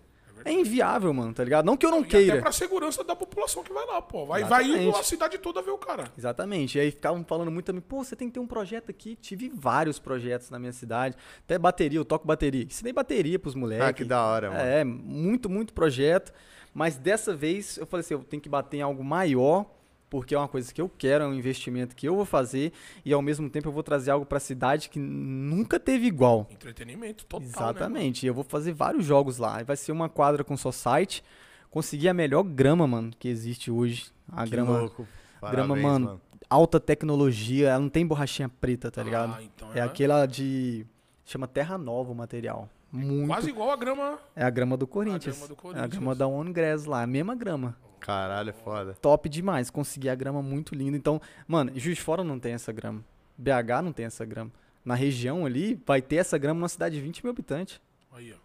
É inviável, mano, tá ligado? Não que eu não E queira. Até pra segurança da população que vai lá, pô. Vai, vai ir Exatamente. a cidade toda ver o cara. Exatamente. E aí ficavam falando muito também, pô, você tem que ter um projeto aqui. Tive vários projetos na minha cidade. Até bateria, eu toco bateria. Ensinei bateria pros moleques. Ah, que da hora, mano. É, muito, muito projeto. Mas dessa vez eu falei assim, eu tenho que bater em algo maior, porque é uma coisa que eu quero, é um investimento que eu vou fazer e ao mesmo tempo eu vou trazer algo pra cidade que nunca teve igual. Entretenimento total, né? Exatamente. E eu vou fazer vários jogos lá. E Vai ser uma quadra com só site. Consegui a melhor grama, mano, que existe hoje. A Que grama louco. grama, mano, alta tecnologia, ela não tem borrachinha preta, tá Ah, ligado? então É é- aquela de. Chama Terra Nova o material. Muito. Quase igual a grama. É a grama do Corinthians. do É a Corinthians. grama da One Grass lá, a mesma grama. Caralho, é foda. Top demais. Consegui a grama muito linda. Então, mano, Juiz de Fora não tem essa grama. BH não tem essa grama. Na região ali, vai ter essa grama numa cidade de 20 mil habitantes. Aí, ó.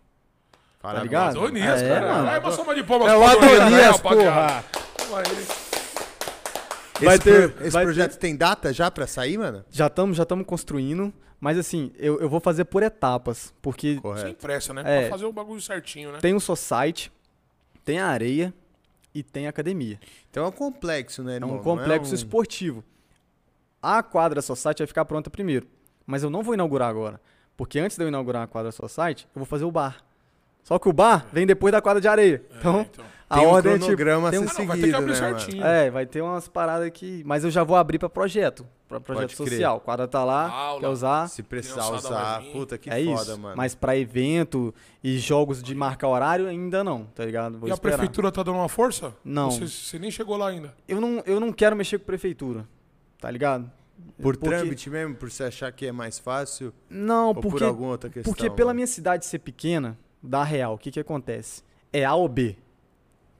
Caralho, ligado? mas- Adonis, É, cara. mano. Vai, uma soma de palmas. É o pro Adonis, aí, porra. Vai, ele- Esse, Vai ter- pro- esse vai projeto tem data já pra sair, mano? Já estamos já tamo construindo, mas assim, eu, eu vou fazer por etapas, porque Sem Correto. pressa, né? É. Pra fazer o bagulho certinho, né? tem o society, tem a areia e tem a academia. Então é um complexo, né, É irmão? um Não complexo um- esportivo. A quadra Society vai ficar pronta primeiro. Mas eu não vou inaugurar agora. Porque antes de eu inaugurar a quadra Society, eu vou fazer o bar. Só que o bar vem depois da quadra de areia. Então, então. a É, Tem um ordem é tipo- cronograma a tem um- ser Ah, não, vai ter que seguido, abrir né, mano? certinho. É, vai ter umas paradas que. Mas eu já vou abrir pra projeto. Pra projeto Pode crer. social. Quadra tá um lá, Aula. quer usar. Se precisar Criançada vai usar. vir. Puta, que é foda, isso. mano. Mas pra evento e jogos de marcar horário, ainda não, tá ligado? Vou E a esperar. prefeitura tá dando uma força? Não. Você, você nem chegou lá ainda. Eu, não, eu não quero mexer com prefeitura, tá ligado? Por Porque- trâmite mesmo? Por você achar que é mais fácil? Não, Ou por porque alguma outra questão? né? Porque pela mano? minha cidade ser pequena, da real, o que que acontece? É A ou B.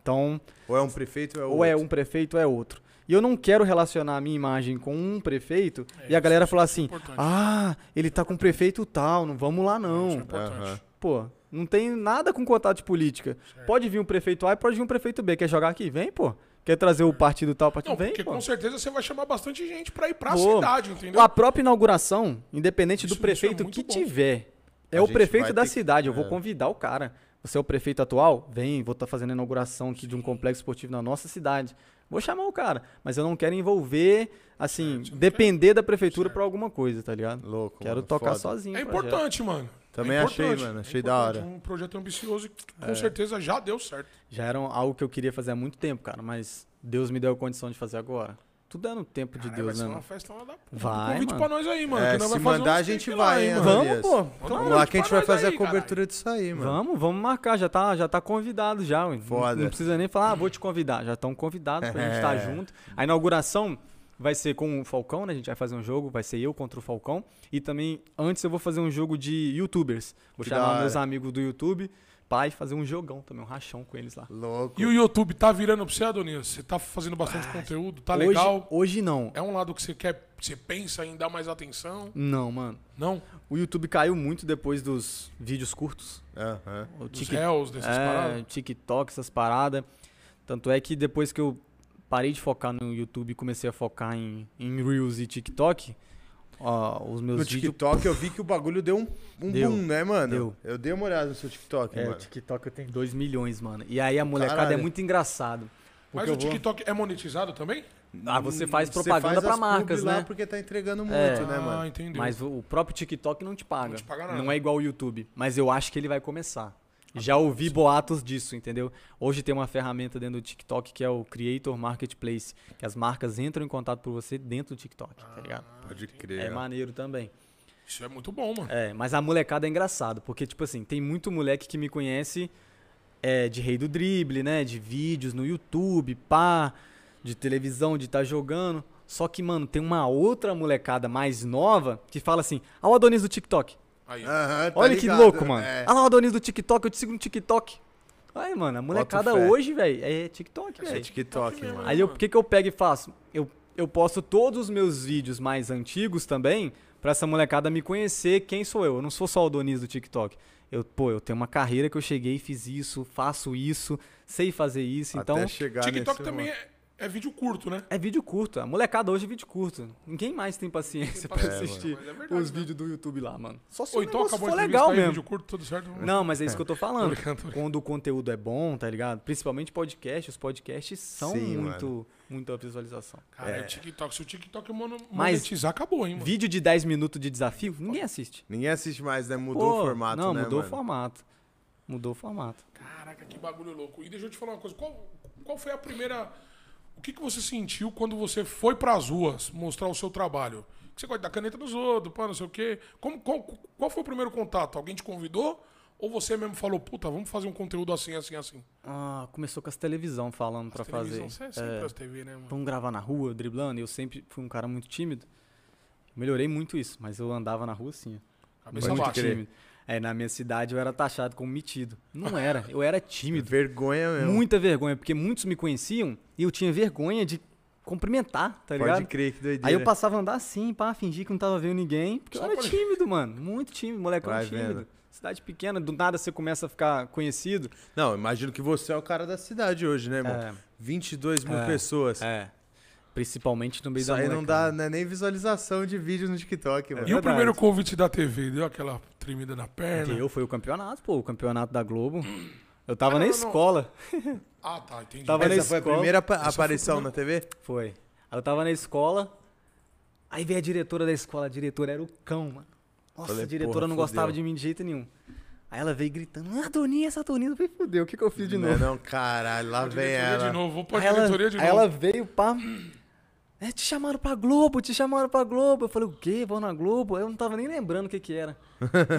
Então, Ou é um prefeito ou é ou outro. é um prefeito ou é outro. E eu não quero relacionar a minha imagem com um prefeito É, e a galera isso- falar isso é assim: importante. ah, ele tá com um prefeito tal, não vamos lá Isso é não. importante. Aham. Pô, não tem nada com contato de política. Pode vir um prefeito A e pode vir um prefeito B. Quer jogar aqui? Vem, pô. Quer trazer o partido tal, partido É. Não, vem, porque pô. com certeza você vai chamar bastante gente pra ir pra Pô, cidade, entendeu? É A própria inauguração, independente Isso- isso do é prefeito muito que bom. tiver, é A gente o vai prefeito da ter que- cidade. Eu vou é. convidar o cara. Você é o prefeito atual? Vem, vou estar fazendo a inauguração aqui de um complexo esportivo na nossa cidade. Vou chamar o cara, mas eu não quero envolver, assim, Certo, não depender da prefeitura pra alguma coisa, tá ligado? Louco. Quero mano, tocar foda. sozinho. É o projeto. importante, mano. Também É achei, importante. mano, É achei da hora. É. importante. Um projeto ambicioso que com certeza já deu certo. Já era um, algo que eu queria fazer há muito tempo, cara, mas Deus me deu a condição de fazer agora. Tudo é no tempo de Caralho, vai Deus, ser né? uma mano? festa lá da puta. Vai, Convite mano. pra nós aí, mano. É, que nós se vai fazer mandar, uns a gente take vai, lá, hein, mano. mano. Vamos, pô. Então, Vamos mano, lá que a gente pra vai nós fazer aí, a cobertura disso aí, mano. Vamos, vamos marcar, já tá, já tá convidado já. ué. Não- Foda. Não precisa nem falar, ah, vou te convidar. Já estão convidados pra gente estar É. junto. A inauguração vai ser com o Falcão, né? A gente vai fazer um jogo, vai ser eu contra o Falcão. E também, antes eu vou fazer um jogo de youtubers. Vou Que da chamar hora. meus amigos do YouTube pra ir fazer um jogão também, um rachão com eles lá. Louco. E o YouTube tá virando pra você, Adonias? Você tá fazendo bastante conteúdo, tá hoje, legal? Hoje não. É um lado que você quer, você pensa em dar mais atenção? Não, mano. Não? O YouTube caiu muito depois dos vídeos curtos. Aham. O Dos TikTok. réus, dessas É, paradas? TikTok, essas paradas. Tanto é que depois que eu parei de focar no YouTube e comecei a focar em, em Reels e TikTok, ó, os meus No vídeos. TikTok eu vi que o bagulho deu um, um Deu, boom, né, mano? deu. Eu dei uma olhada no seu TikTok, É, o mano. TikTok eu tenho 2 milhões, mano. E aí a molecada é Caralho. muito engraçado. Mas Porque o eu vou... TikTok é monetizado também? Ah, você faz Você faz propaganda pra as pub marcas, lá né? porque tá entregando muito, É. né, Ah, mano? entendeu. Mas o o próprio TikTok não te paga. Não te paga nada. é igual o YouTube. Mas eu acho que ele vai começar. Já ouvi boatos disso, entendeu? Hoje tem uma ferramenta dentro do TikTok que é o Creator Marketplace, que as marcas entram em contato por você dentro do TikTok, tá ligado? Pode crer. É maneiro também. Isso é muito bom, mano. É, mas a molecada é engraçado, porque, tipo assim, tem muito moleque que me conhece é, de rei do drible, né? De vídeos no YouTube, pá, de televisão, de estar jogando. Só que, mano, tem uma outra molecada mais nova que fala assim: ah, o Adonis do TikTok. Aí. Ah, Aham, tá Olha ligado. que louco, mano. É. Ah lá o Adonis do TikTok, eu te sigo no TikTok. Aí, mano, a molecada fé. hoje, velho, é TikTok, É velho. TikTok, mesmo, mano. Aí eu- o que, que eu pego e faço? Eu, eu posto todos os meus vídeos mais antigos também pra essa molecada me conhecer quem sou eu. Eu não sou só o Donis do TikTok. Eu, pô, eu tenho uma carreira que eu cheguei, fiz isso, faço isso, sei fazer isso. Até Então, chegar TikTok nesse também momento. é, é vídeo curto, né? é vídeo curto. A molecada hoje é vídeo curto. Ninguém mais tem paciência pra paciência, assistir mas é verdade, os né? vídeos do YouTube lá, mano. Só se Ou o então é um negócio acabou a for entrevista legal aí, mesmo. vídeo curto, tudo certo? Não, mas é isso que eu tô Tô falando. brincando, tô brincando. Quando o conteúdo é bom, tá ligado? Principalmente podcast, os podcasts são Sim, muito, muito a visualização. Cara, é. o TikTok. Se o TikTok mono- Mas- monetizar, acabou, hein, mano? Vídeo de 10 minutos de desafio, ninguém assiste. Ninguém assiste mais, né? Mudou Pô, o formato, Não, né, mudou mano? o formato. Mudou o formato. Caraca, que bagulho louco. E deixa eu te falar uma coisa. Qual, qual foi a primeira. O que, que você sentiu quando você foi pras ruas mostrar o seu trabalho? Que Você gosta da caneta dos outros, pá, não sei o quê. Como, qual, qual foi o primeiro contato? Alguém te convidou? Ou você mesmo falou, puta, vamos fazer um conteúdo assim, assim, assim? Ah, começou com as televisão falando pra fazer. Televisão, Você é sempre as TV, né, mano? Vamos gravar na rua, driblando. Eu sempre fui um cara muito tímido. Melhorei muito isso, mas eu andava na rua assim. ó. Cabeça muito baixa. tímido. É, na minha cidade eu era taxado como metido. Não era, eu era tímido. É Vergonha mesmo. Muita vergonha, porque muitos me conheciam e eu tinha vergonha de cumprimentar, tá ligado? Pode crer, que doideira. Aí eu passava a andar assim, pá, fingir que não tava vendo ninguém. Porque Só eu era pra- tímido, mano. Muito tímido, molecão Vai tímido. vendo. Cidade pequena, do nada você começa a ficar conhecido. Não, imagino que você é o cara da cidade hoje, né, irmão? É. 22 mil É. pessoas. É. Principalmente no meio Isso da aí não dá molecada. né, nem visualização de vídeo no TikTok, mano. E o É Verdade. primeiro convite da TV? Deu aquela tremida na perna? Deu, foi É, o campeonato, pô, o campeonato da Globo. Eu tava Ah, na não, não. escola. Ah, tá, entendi. Tava Essa na foi a escola. primeira apa- aparição na TV? Foi. Aí eu tava na escola, aí veio a diretora da escola, a diretora era o cão, mano. Nossa, Falei, a diretora porra, não gostava fudeu. de mim de jeito nenhum. Aí ela veio gritando, Adoninha, essa Adoninha, eu falei, fudeu, o que que eu fiz de Não, novo? um Não, caralho, lá vem diretoria ela. de novo, vou pra aí ela, diretoria de aí novo. ela veio, pá. É, te chamaram pra Globo, te chamaram pra Globo. Eu falei, o quê? Vou na Globo? Eu não tava nem lembrando o que que era.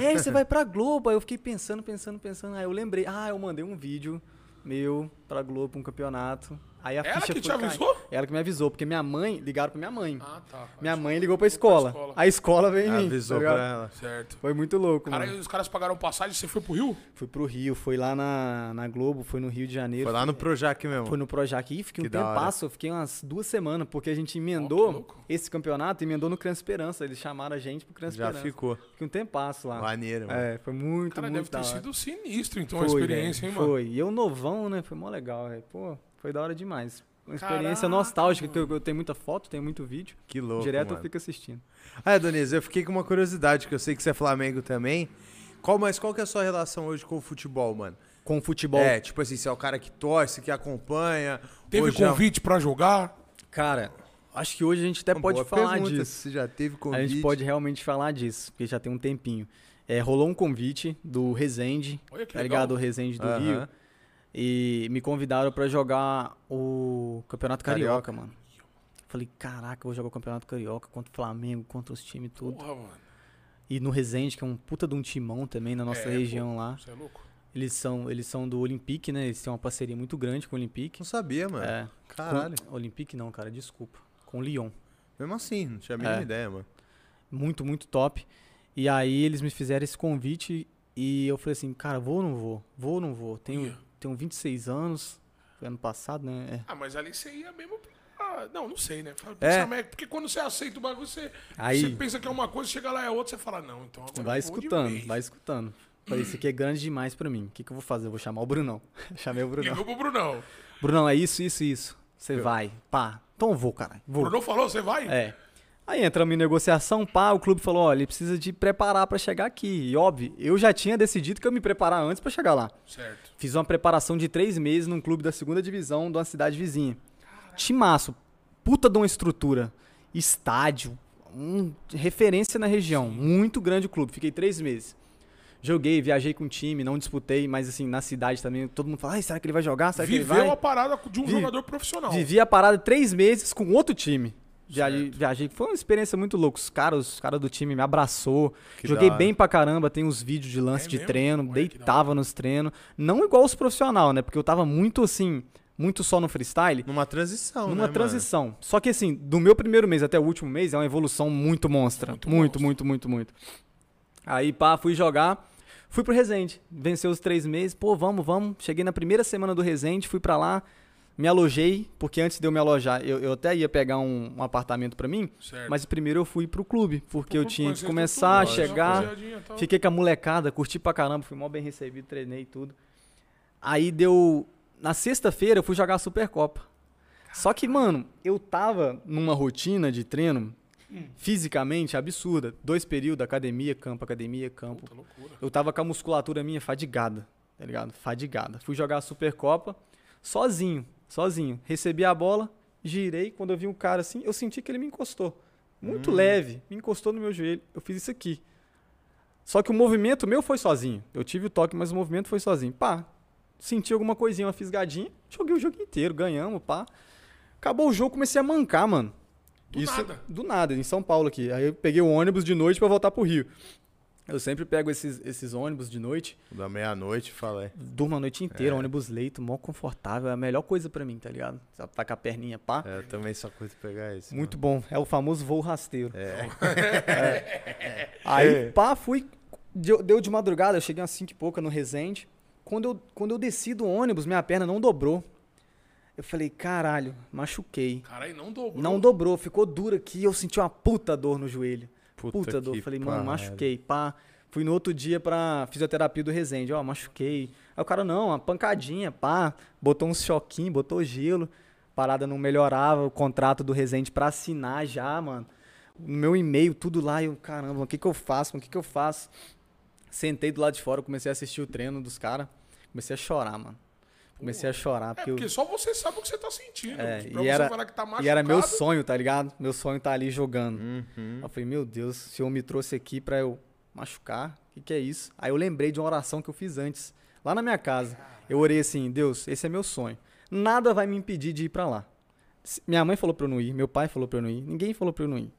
é, você vai pra Globo. Aí eu fiquei pensando, pensando, pensando. Aí eu lembrei, ah, eu mandei um vídeo meu pra Globo um campeonato. Aí a Ela ficha que te foi cair. avisou? Ela que me avisou, porque minha mãe, ligaram pra minha mãe. Ah, tá. minha mãe ligou pra escola. escola. A escola veio em mim. Avisou tá ligado? pra ela. Certo. Foi muito louco, Cara, mano. os caras pagaram passagem, você foi pro Rio? Fui pro Rio, foi lá na, na Globo, foi no Rio de Janeiro. Foi lá no Projac mesmo. Foi no Projac e fiquei Que um da hora. tempasso, eu fiquei umas duas semanas, porque a gente Ó, que emendou louco. esse campeonato, emendou no Criança Esperança. Eles chamaram a gente pro Criança Já Esperança. ficou. Fiquei um tempasso lá. Maneiro, mano. É, foi muito, Cara, muito deve da ter hora. sido sinistro, então, a Foi, experiência, velho, hein, mano? Foi. E eu novão, né? Foi mó legal, velho. Pô, foi da hora demais. Uma experiência Caraca, nostálgica, que eu, eu tenho muita foto, tenho muito vídeo. Que louco, Direto mano. eu fico assistindo. Ah, Denise, eu fiquei com uma curiosidade, que eu sei que você é Flamengo também. Qual, mas qual que é a sua relação hoje com o futebol, mano? Com o futebol. É, tipo assim, você é o cara que torce, que acompanha. Teve hoje é- convite pra jogar? Cara, acho que hoje a gente até Uma pode boa falar pergunta, disso. Se já teve convite. A gente pode realmente falar disso, porque já tem um tempinho. É, rolou um convite do Rezende, Olha que tá legal. ligado? O Rezende do Aham. Rio. E me convidaram pra jogar o Campeonato Carioca, Carioca. mano. Falei, caraca, eu vou jogar o Campeonato Carioca contra o Flamengo, contra os times tudo. Porra, mano. E no Rezende, que é um puta de um timão também na nossa É, região lá. Você é louco? Eles são, eles são do Olympique, né? Eles têm uma parceria muito grande com o Olympique. Não sabia, mano. É. Caralho. Com, Olympique não, cara, desculpa. Com o Lyon. Mesmo assim, não tinha a mínima É. ideia, mano. muito, muito top. E aí eles me fizeram esse convite e eu falei assim, cara, vou ou não vou? Vou ou não vou? Tenho, Ia. tenho 26 anos, foi ano passado, né? É. Ah, mas ali você ia mesmo. pra- não, não sei, né? Fala, É. pensa, mas- Porque quando você aceita o bagulho, você, Aí- você pensa que é uma coisa, chega lá é outra, você fala, não, então agora. Vai eu vou de escutando, vez. vai escutando. Falei, isso aqui é grande demais pra mim. O que, que eu vou fazer? Eu vou chamar o Brunão. Chamei o Brunão. Ligou pro Brunão. Brunão, é isso, isso, isso. Você vai. Pá. Então eu vou, cara. O Vou. Brunão falou, você vai? É. Aí entramos em negociação, pá, o clube falou, olha, ele precisa de preparar pra chegar aqui. E óbvio, eu já tinha decidido que eu me preparar antes pra chegar lá. Certo. Fiz uma preparação de três meses num clube da segunda divisão de uma cidade vizinha. Timaço, puta de uma estrutura, estádio, um- referência na região, muito grande o clube. Fiquei três meses. Joguei, viajei com o time, não disputei, mas assim, na cidade também, todo mundo fala, "Ai, será que ele vai jogar? Será que ele vai? Viveu a parada de um Vi- jogador profissional. Vivi a parada três meses com outro time. Viajei, Certo. viajei. Foi uma experiência muito louca. Os caras, os caras do time me abraçou. Que Joguei da hora. bem pra caramba. Tem uns vídeos de lance É de mesmo? treino. Olha que da deitava nos treinos. Não igual os profissionais, né? Porque eu tava muito assim, muito só no freestyle. Numa transição, né, Numa mano? transição. Só que assim, do meu primeiro mês até o último mês é uma evolução muito monstra. Muito Muito, muito, monstro. muito, muito, Aí, pá, fui jogar. Fui pro Resende. Venceu os três meses. Pô, vamos, vamos. Cheguei na primeira semana do Resende, fui pra lá, me alojei, porque antes de eu me alojar, eu, eu até ia pegar um, um apartamento pra mim, Certo. mas primeiro eu fui pro clube, porque eu tinha que Conheceu começar a tudo, né? chegar. tipo, Rapaziadinha e tal. Fiquei com a molecada, curti pra caramba, fui mó bem recebido, treinei e tudo. Aí deu. Na sexta-feira eu fui jogar a Supercopa. Só que, mano, eu tava numa rotina de treino fisicamente absurda. Dois períodos, academia, campo, academia, campo. Puta loucura. Eu tava com a musculatura minha fadigada, tá ligado? Fadigada. Fui jogar a Supercopa sozinho, sozinho. Recebi a bola, girei. Quando eu vi um cara assim, eu senti que ele me encostou. Muito Hum. leve, me encostou no meu joelho. Eu fiz isso aqui. Só que o movimento meu foi sozinho. Eu tive o toque, mas o movimento foi sozinho. Pá, senti alguma coisinha, uma fisgadinha. Joguei o jogo inteiro, ganhamos, pá. Acabou o jogo, comecei a mancar, mano. Do nada. Do nada, em São Paulo aqui. Aí eu peguei o ônibus de noite pra voltar pro Rio. Eu sempre pego esses, esses ônibus de noite, Da meia-noite, falei. durmo a noite É. inteira, ônibus leito, mó confortável, é a melhor coisa pra mim, tá ligado? Só tá com a perninha pá. É, eu também só curto pegar isso. Muito bom, é o famoso voo rasteiro. É. É. Aí, pá, fui. Deu, deu de madrugada, eu cheguei às 5 e pouca no Resende. Quando eu, quando eu desci do ônibus, minha perna não dobrou. Eu falei, caralho, machuquei. Caralho, não dobrou. Não dobrou, ficou dura aqui. Eu senti uma puta dor no joelho. Puta Puta, dor. que Falei, mano, parada. machuquei. Pá. Fui no outro dia pra fisioterapia do Resende. Ó, machuquei. Aí o cara, não, uma pancadinha, pá. Botou uns choquinhos, botou gelo. Parada não melhorava. O contrato do Resende pra assinar já, mano. O meu e-mail, tudo lá. Eu, caramba, o que que eu faço? O que que eu faço? Sentei do lado de fora, comecei a assistir o treino dos caras. Comecei a chorar, mano. Comecei a chorar. É eu- porque só você sabe o que você tá sentindo. é, pra e, você era, falar que tá machucado. e era meu sonho, tá ligado? Meu sonho tá ali jogando. Uhum. Eu falei, meu Deus, o senhor me trouxe aqui pra eu machucar, o que, que é isso? Aí eu lembrei de uma oração que eu fiz antes, lá na minha casa. Eu orei assim, Deus, esse é meu sonho. Nada vai me impedir de ir pra lá. Se- Minha mãe falou pra eu não ir, meu pai falou pra eu não ir, ninguém falou pra eu não ir.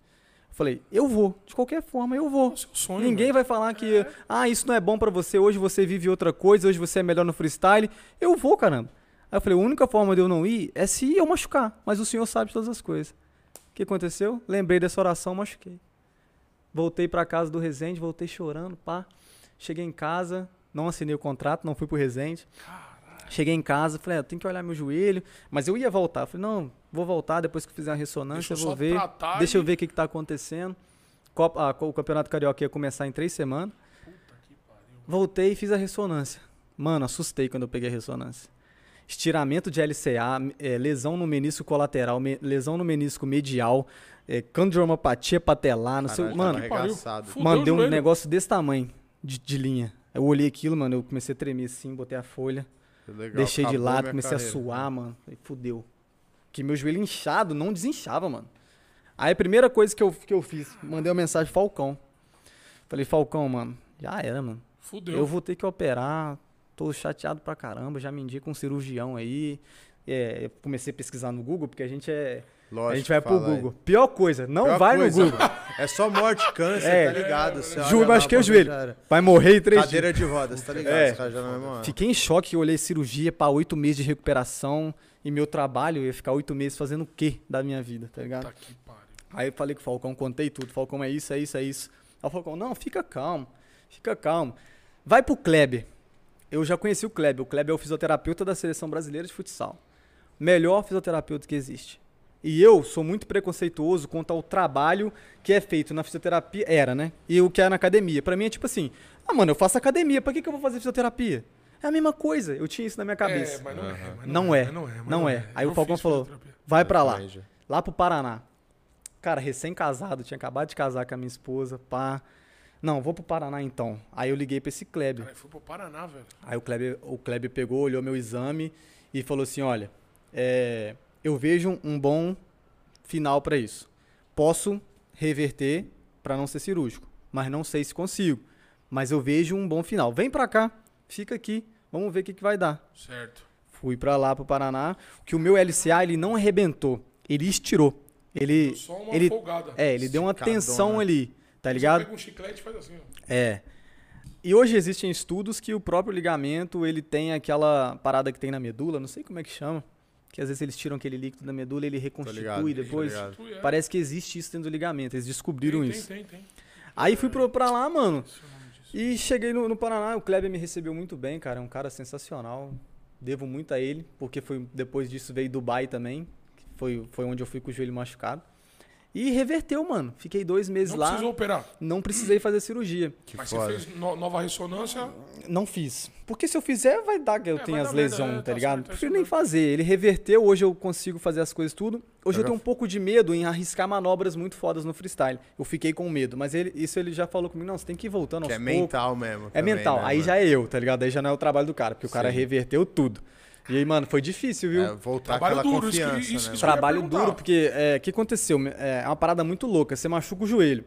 Eu falei, eu vou, de qualquer forma, eu vou. É o seu sonho, Ninguém velho. vai falar que, é ah, isso não é bom pra você, hoje você vive outra coisa, hoje você é melhor no freestyle. Eu vou, caramba. Aí eu falei, a única forma de eu não ir é se eu machucar, mas o senhor sabe todas as coisas. O que aconteceu? Lembrei dessa oração, machuquei. Voltei para casa do Resende, voltei chorando, pá. Cheguei em casa, não assinei o contrato, não fui pro Resende. Cheguei em casa, falei, ah, eu tenho que olhar meu joelho, mas eu ia voltar. Eu Falei, não, vou voltar depois que fizer a Deixa ressonância, eu vou só ver. tratar Deixa e- eu ver o que, que tá acontecendo. Copa- ah, co- o Campeonato Carioca ia começar em três semanas. Voltei e fiz a ressonância. Mano, assustei quando eu peguei a ressonância. Estiramento de LCA, eh, lesão no menisco colateral, me- lesão no menisco medial, é, candidromapatia patelar, não sei o. Caralho, Mano, tá arregaçado. Fudeu Mano, o deu um joelho. negócio desse tamanho de, de linha. Eu olhei aquilo, mano, eu comecei a tremer assim, botei a folha, Legal, deixei de acabou lado, minha comecei carreira. a suar, mano. Aí fudeu. Que meu joelho inchado não desinchava, mano. Aí a primeira coisa que eu, que eu fiz, mandei uma mensagem pro Falcão. Falei, Falcão, mano, já era, mano. Fudeu. Eu vou ter que operar, tô chateado pra caramba, já me indica um cirurgião aí. É, eu comecei a pesquisar no Google, porque a gente é. Lógico, a gente vai pro fala aí. Google. Pior coisa, não Pior vai coisa, no Google. mano. É só morte, câncer, É. tá ligado? Você olha Juro, lá, machuquei é o bagulho joelho. já era. Vai morrer em três dias. Cadeira de rodas, tá ligado? É. Os caras já não é mesmo. Fiquei em choque, eu olhei cirurgia pra oito meses de recuperação e meu trabalho, eu ia ficar oito meses fazendo o quê da minha vida, tá ligado? Puta que pariu. Aí eu falei com o Falcão, contei tudo. Falcão, é isso, é isso, é isso. Aí o Falcão, não, fica calmo, fica calmo. Vai pro Kleber. Eu já conheci o Kleber. O Kleber é o fisioterapeuta da seleção brasileira de futsal. Melhor fisioterapeuta que existe. E eu sou muito preconceituoso quanto ao trabalho que é feito na fisioterapia, era, né? E o que é na academia. Pra mim é tipo assim: ah, mano, eu faço academia, pra que, que eu vou fazer fisioterapia? É a mesma coisa. Eu tinha isso na minha cabeça. É, mas não é. mas Não é. mas Não é. mas Não é. Aí Eu o Falcão fiz falou: fisioterapia. vai pra lá. Manja. Lá pro Paraná. Cara, recém-casado, tinha acabado de casar com a minha esposa, pá. Não, vou pro Paraná então. Aí eu liguei pra esse Kleber. Caralho, fui pro Paraná, velho. Aí o Kleber, o Kleber pegou, olhou meu exame e falou assim: olha, é, eu vejo um bom final pra isso. Posso reverter pra não ser cirúrgico, mas não sei se consigo. Mas eu vejo um bom final. Vem pra cá, fica aqui, vamos ver o que, que vai dar. Certo. Fui pra lá, pro Paraná, que o meu LCA ele não arrebentou, ele estirou. Ele, Só uma ele, folgada. é, ele deu uma Esticadona. tensão ali, tá Você ligado? pega um chiclete e faz assim, ó. É. E hoje existem estudos que o próprio ligamento, ele tem aquela parada que tem na medula, não sei como é que chama, que às vezes eles tiram aquele líquido da medula, ele Tô ligado, reconstitui tô depois. ligado. Tu é. Parece que existe isso dentro do ligamento, eles descobriram tem, isso. Tem, tem, tem. Aí fui pro- pra lá, mano, Esse é o nome disso. e cheguei no, no Paraná, o Kleber me recebeu muito bem, cara. É um cara sensacional. Devo muito a ele, porque foi depois disso veio Dubai também. que Foi, foi onde eu fui com o joelho machucado. E reverteu, mano. Fiquei dois meses Não lá. precisou operar. Não precisei fazer cirurgia. Que Mas foda. você fez no- nova ressonância. Não fiz. Porque se eu fizer, vai dar que eu É, vai tenho dar as merda, lesões, é, tá tá ligado? certo, é Prefiro isso nem mesmo. fazer. Ele reverteu, hoje eu consigo fazer as coisas tudo. Hoje eu, já tenho um pouco de medo em arriscar manobras muito fodas no freestyle. Eu fiquei com medo, mas ele- isso ele já falou comigo. Não, você tem que ir voltando aos Que é poucos. mental mesmo. É também, mental. né, aí mano? já é eu, tá ligado? Aí já não é o trabalho do cara, porque o cara Sim. reverteu tudo. E aí, mano, foi difícil, viu? É, voltar Trabalho aquela duro, isso que- confiança, isso né? que- trabalho perguntar. duro, porque é, o que aconteceu? É uma parada muito louca. Você machuca o joelho.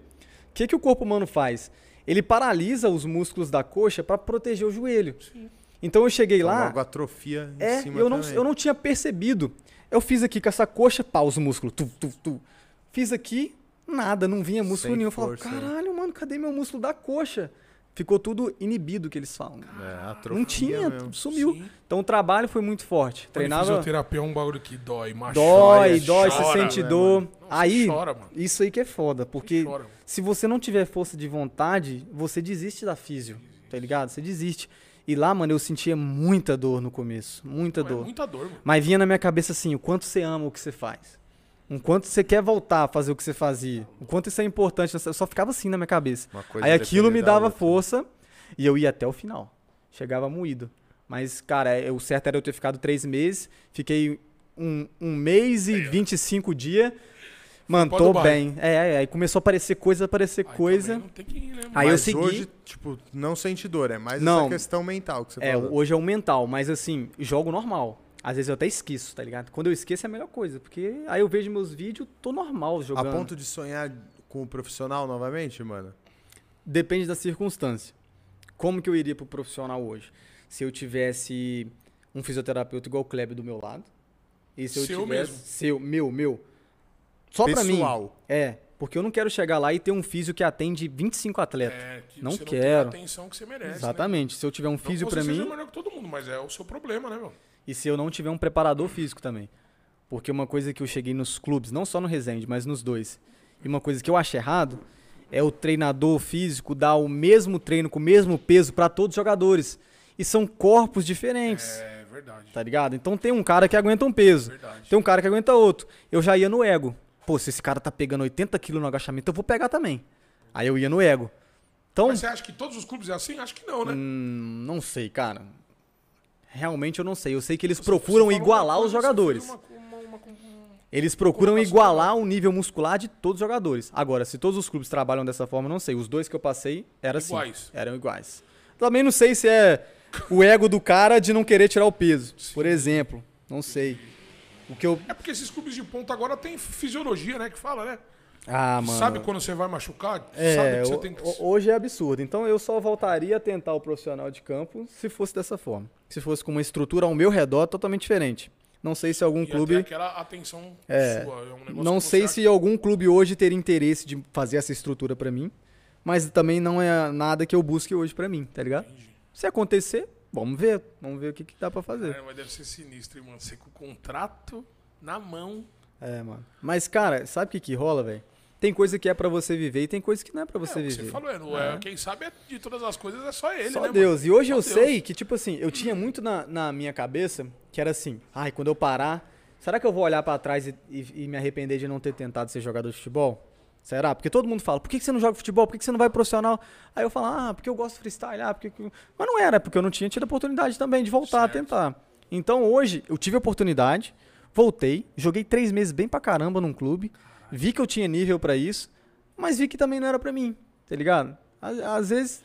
O que, que o corpo humano faz? Ele paralisa os músculos da coxa pra proteger o joelho. Então eu cheguei Então, lá. Logo atrofia em É, cima eu não, também. eu não tinha percebido. Eu fiz aqui com essa coxa, pá, os músculos. Tu, tu, tu. Fiz aqui, nada, não vinha músculo Sem nenhum. Eu falava, força, né? caralho, mano, cadê meu músculo da coxa? Ficou tudo inibido, que eles falam. É, atrofia Não tinha, mesmo. sumiu. Sim. Então o trabalho foi muito forte. Treinava. Fisioterapia é um bagulho que dói, macho. Dói, dói, chora, se sente né, dor. mano? Não, você aí, chora, mano. isso aí que é foda, porque chora, mano. se você não tiver força de vontade, você desiste da físio, tá ligado? Você desiste. E lá, mano, eu sentia muita dor no começo, muita Não, é dor. muita dor, mano. Mas vinha na minha cabeça assim, o quanto você ama o que você faz. O quanto você quer voltar a fazer o que você fazia. O quanto isso é importante. Eu só ficava assim na minha cabeça. Uma coisa assim. Aí aquilo depende me da dava outra. força e eu ia até o final. Chegava moído. Mas, cara, é- o certo era eu ter ficado três meses. Fiquei um, um mês e 25 dias. Mano, pra tô Dubai. bem. É, é, aí começou a aparecer coisa, aparecer Aí coisa. também Não tem que ir, né, mano? Aí eu Mas segui. hoje, tipo, não sente dor, é mais Não. essa questão mental que você É, falou. hoje é o mental, mas assim, jogo normal. Às vezes eu até esqueço, tá ligado? Quando eu esqueço é a melhor coisa, porque aí eu vejo meus vídeos, tô normal A jogando. ponto de sonhar com o profissional novamente, mano? Depende da circunstância. Como que eu iria pro profissional hoje? Se eu tivesse um fisioterapeuta igual o Kleber do meu lado. E se eu Seu tivesse. mesmo. Seu, meu, meu. Só pra mim. Pessoal. É, porque eu não quero chegar lá e ter um físio que atende 25 atletas. É, que não você quero. Não tem a atenção que você merece. Exatamente. Se eu tiver um Né? Não que físio você pra mim. Tá. seja melhor que todo mundo, mas é o seu problema, né, mano? E se eu não tiver um preparador físico também. Porque uma coisa que eu cheguei nos clubes, não só no Resende, mas nos dois. E uma coisa que eu acho errado é o treinador físico dar o mesmo treino com o mesmo peso para todos os jogadores. E são corpos diferentes. É verdade. Tá ligado? Então tem um cara que aguenta um peso. Verdade. Tem um cara que aguenta outro. Eu já ia no ego. Pô, se esse cara tá pegando 80 quilos no agachamento, eu vou pegar também. Aí eu ia no ego. Então, Mas você acha que todos os clubes é assim? Acho que não, né? hum, não sei, cara. Realmente eu não sei. Eu sei que eles Você- você procuram falou igualar uma coisa, os você jogadores. fez uma- uma- uma- Eles procuram Colocação. igualar o nível muscular de todos os jogadores. Agora, se todos os clubes trabalham dessa forma, eu não sei. Os dois que eu passei eram assim. Iguais. Eram iguais. Também não sei se é o ego do cara de não querer tirar o peso, por exemplo. Não sei. O que eu. É porque esses clubes de ponta agora tem fisiologia, né? Que fala, né? Ah, mano. Sabe quando você vai machucar? sabe É, que você o- tem que. o- hoje é absurdo. Então eu só voltaria a tentar o profissional de campo se fosse dessa forma. Se fosse com uma estrutura ao meu redor totalmente diferente. Não sei se algum E até clube. aquela atenção sua. É um negócio Não que você sei acha- se algum clube hoje teria interesse de fazer essa estrutura pra mim, mas também não é nada que eu busque hoje pra mim, tá ligado? Se acontecer, vamos ver, vamos ver o que, que dá pra fazer. É, mas deve ser sinistro, hein, mano. Você com o contrato na mão. É, mano. Mas cara, sabe o que que rola, velho? Tem coisa que é pra você viver e tem coisa que não é pra você é, o que viver. você falou, é, não é. Quem sabe é de todas as coisas é só ele, Só né? Deus. mano? E hoje Só eu Deus. sei que, tipo assim, eu tinha muito na, na minha cabeça que era assim, ai, quando eu parar, será que eu vou olhar pra trás e, e- e me arrepender de não ter tentado ser jogador de futebol? Será? Porque todo mundo fala, por que que você não joga futebol? Por que que você não vai profissional? Aí eu falo, ah, porque eu gosto de freestyle, ah, porque... que-" Mas não era, porque eu não tinha tido a oportunidade também de voltar a tentar. Então hoje eu tive a oportunidade, voltei, joguei três meses bem pra caramba num clube, vi que eu tinha nível pra isso, mas vi que também não era pra mim, tá ligado? Às- às vezes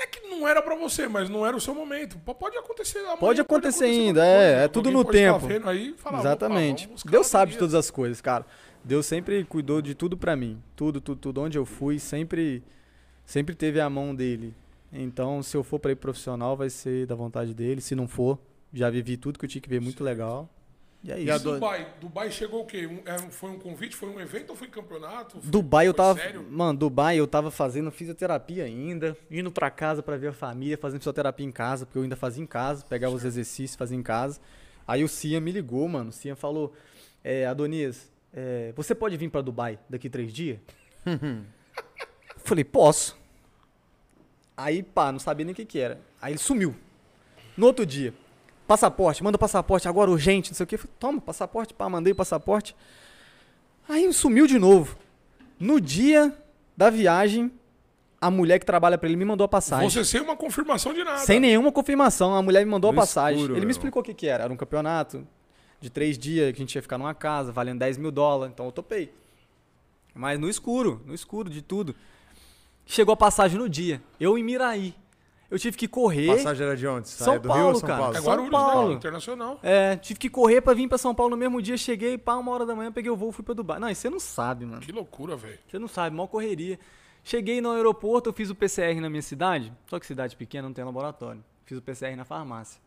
É que não era pra você, mas não era o seu momento. P- Pode acontecer amanhã, Pode acontecer ainda, qualquer é, coisa. é tudo Alguém no pode tá tempo. vendo aí e falar, opa, Exatamente. vamos buscar Deus outro sabe de dia. todas as coisas, cara. Deus sempre cuidou de tudo pra mim. Tudo, tudo, tudo. Onde eu fui, sempre, sempre teve a mão dele. Então, se eu for pra ir profissional, vai ser da vontade dele. Se não for, já vivi tudo que eu tinha que ver, muito legal. E é E a isso. do- Dubai, Dubai chegou o quê? Um- é, um- foi um convite? Foi um evento ou foi campeonato? Foi- Dubai eu foi tava, Sério? mano, Dubai eu tava fazendo fisioterapia ainda, indo pra casa pra ver a família, fazendo fisioterapia em casa, porque eu ainda fazia em casa, pegava os exercícios, fazia em casa. Aí o Cian me ligou, mano, o Cian falou, é, Adonias, é, você pode vir pra Dubai daqui três dias? Eu Falei, posso. Aí, pá, não sabia nem o que que era. Aí ele sumiu. No outro dia, passaporte, manda passaporte agora urgente, não sei o que. Falei, toma, passaporte, pá, mandei o passaporte. Aí sumiu de novo. No dia da viagem, a mulher que trabalha pra ele me mandou a passagem. Você sem uma confirmação de nada. Tá, Sem nenhuma confirmação, a mulher me mandou No a passagem. escuro, ele meu. me explicou o que, que era. Era um campeonato de três dias que a gente ia ficar numa casa, valendo 10 mil dólares. Então eu topei. Mas no escuro, no escuro de tudo. Chegou a passagem no dia. Eu em Miraí. Eu tive que correr. Passagem era de onde? Saia São do Rio Paulo, ou São cara. Paulo? É Agora- Guarulhos, São Paulo. né? Internacional. É, tive que correr pra vir pra São Paulo no mesmo dia. Cheguei, pá, uma hora da manhã, peguei o voo, fui pra Dubai. Não, isso você não sabe, mano. Que loucura, velho. Você não sabe, mal correria. Cheguei no aeroporto, eu fiz o PCR na minha cidade. Só que cidade pequena não tem laboratório. Fiz o PCR na farmácia.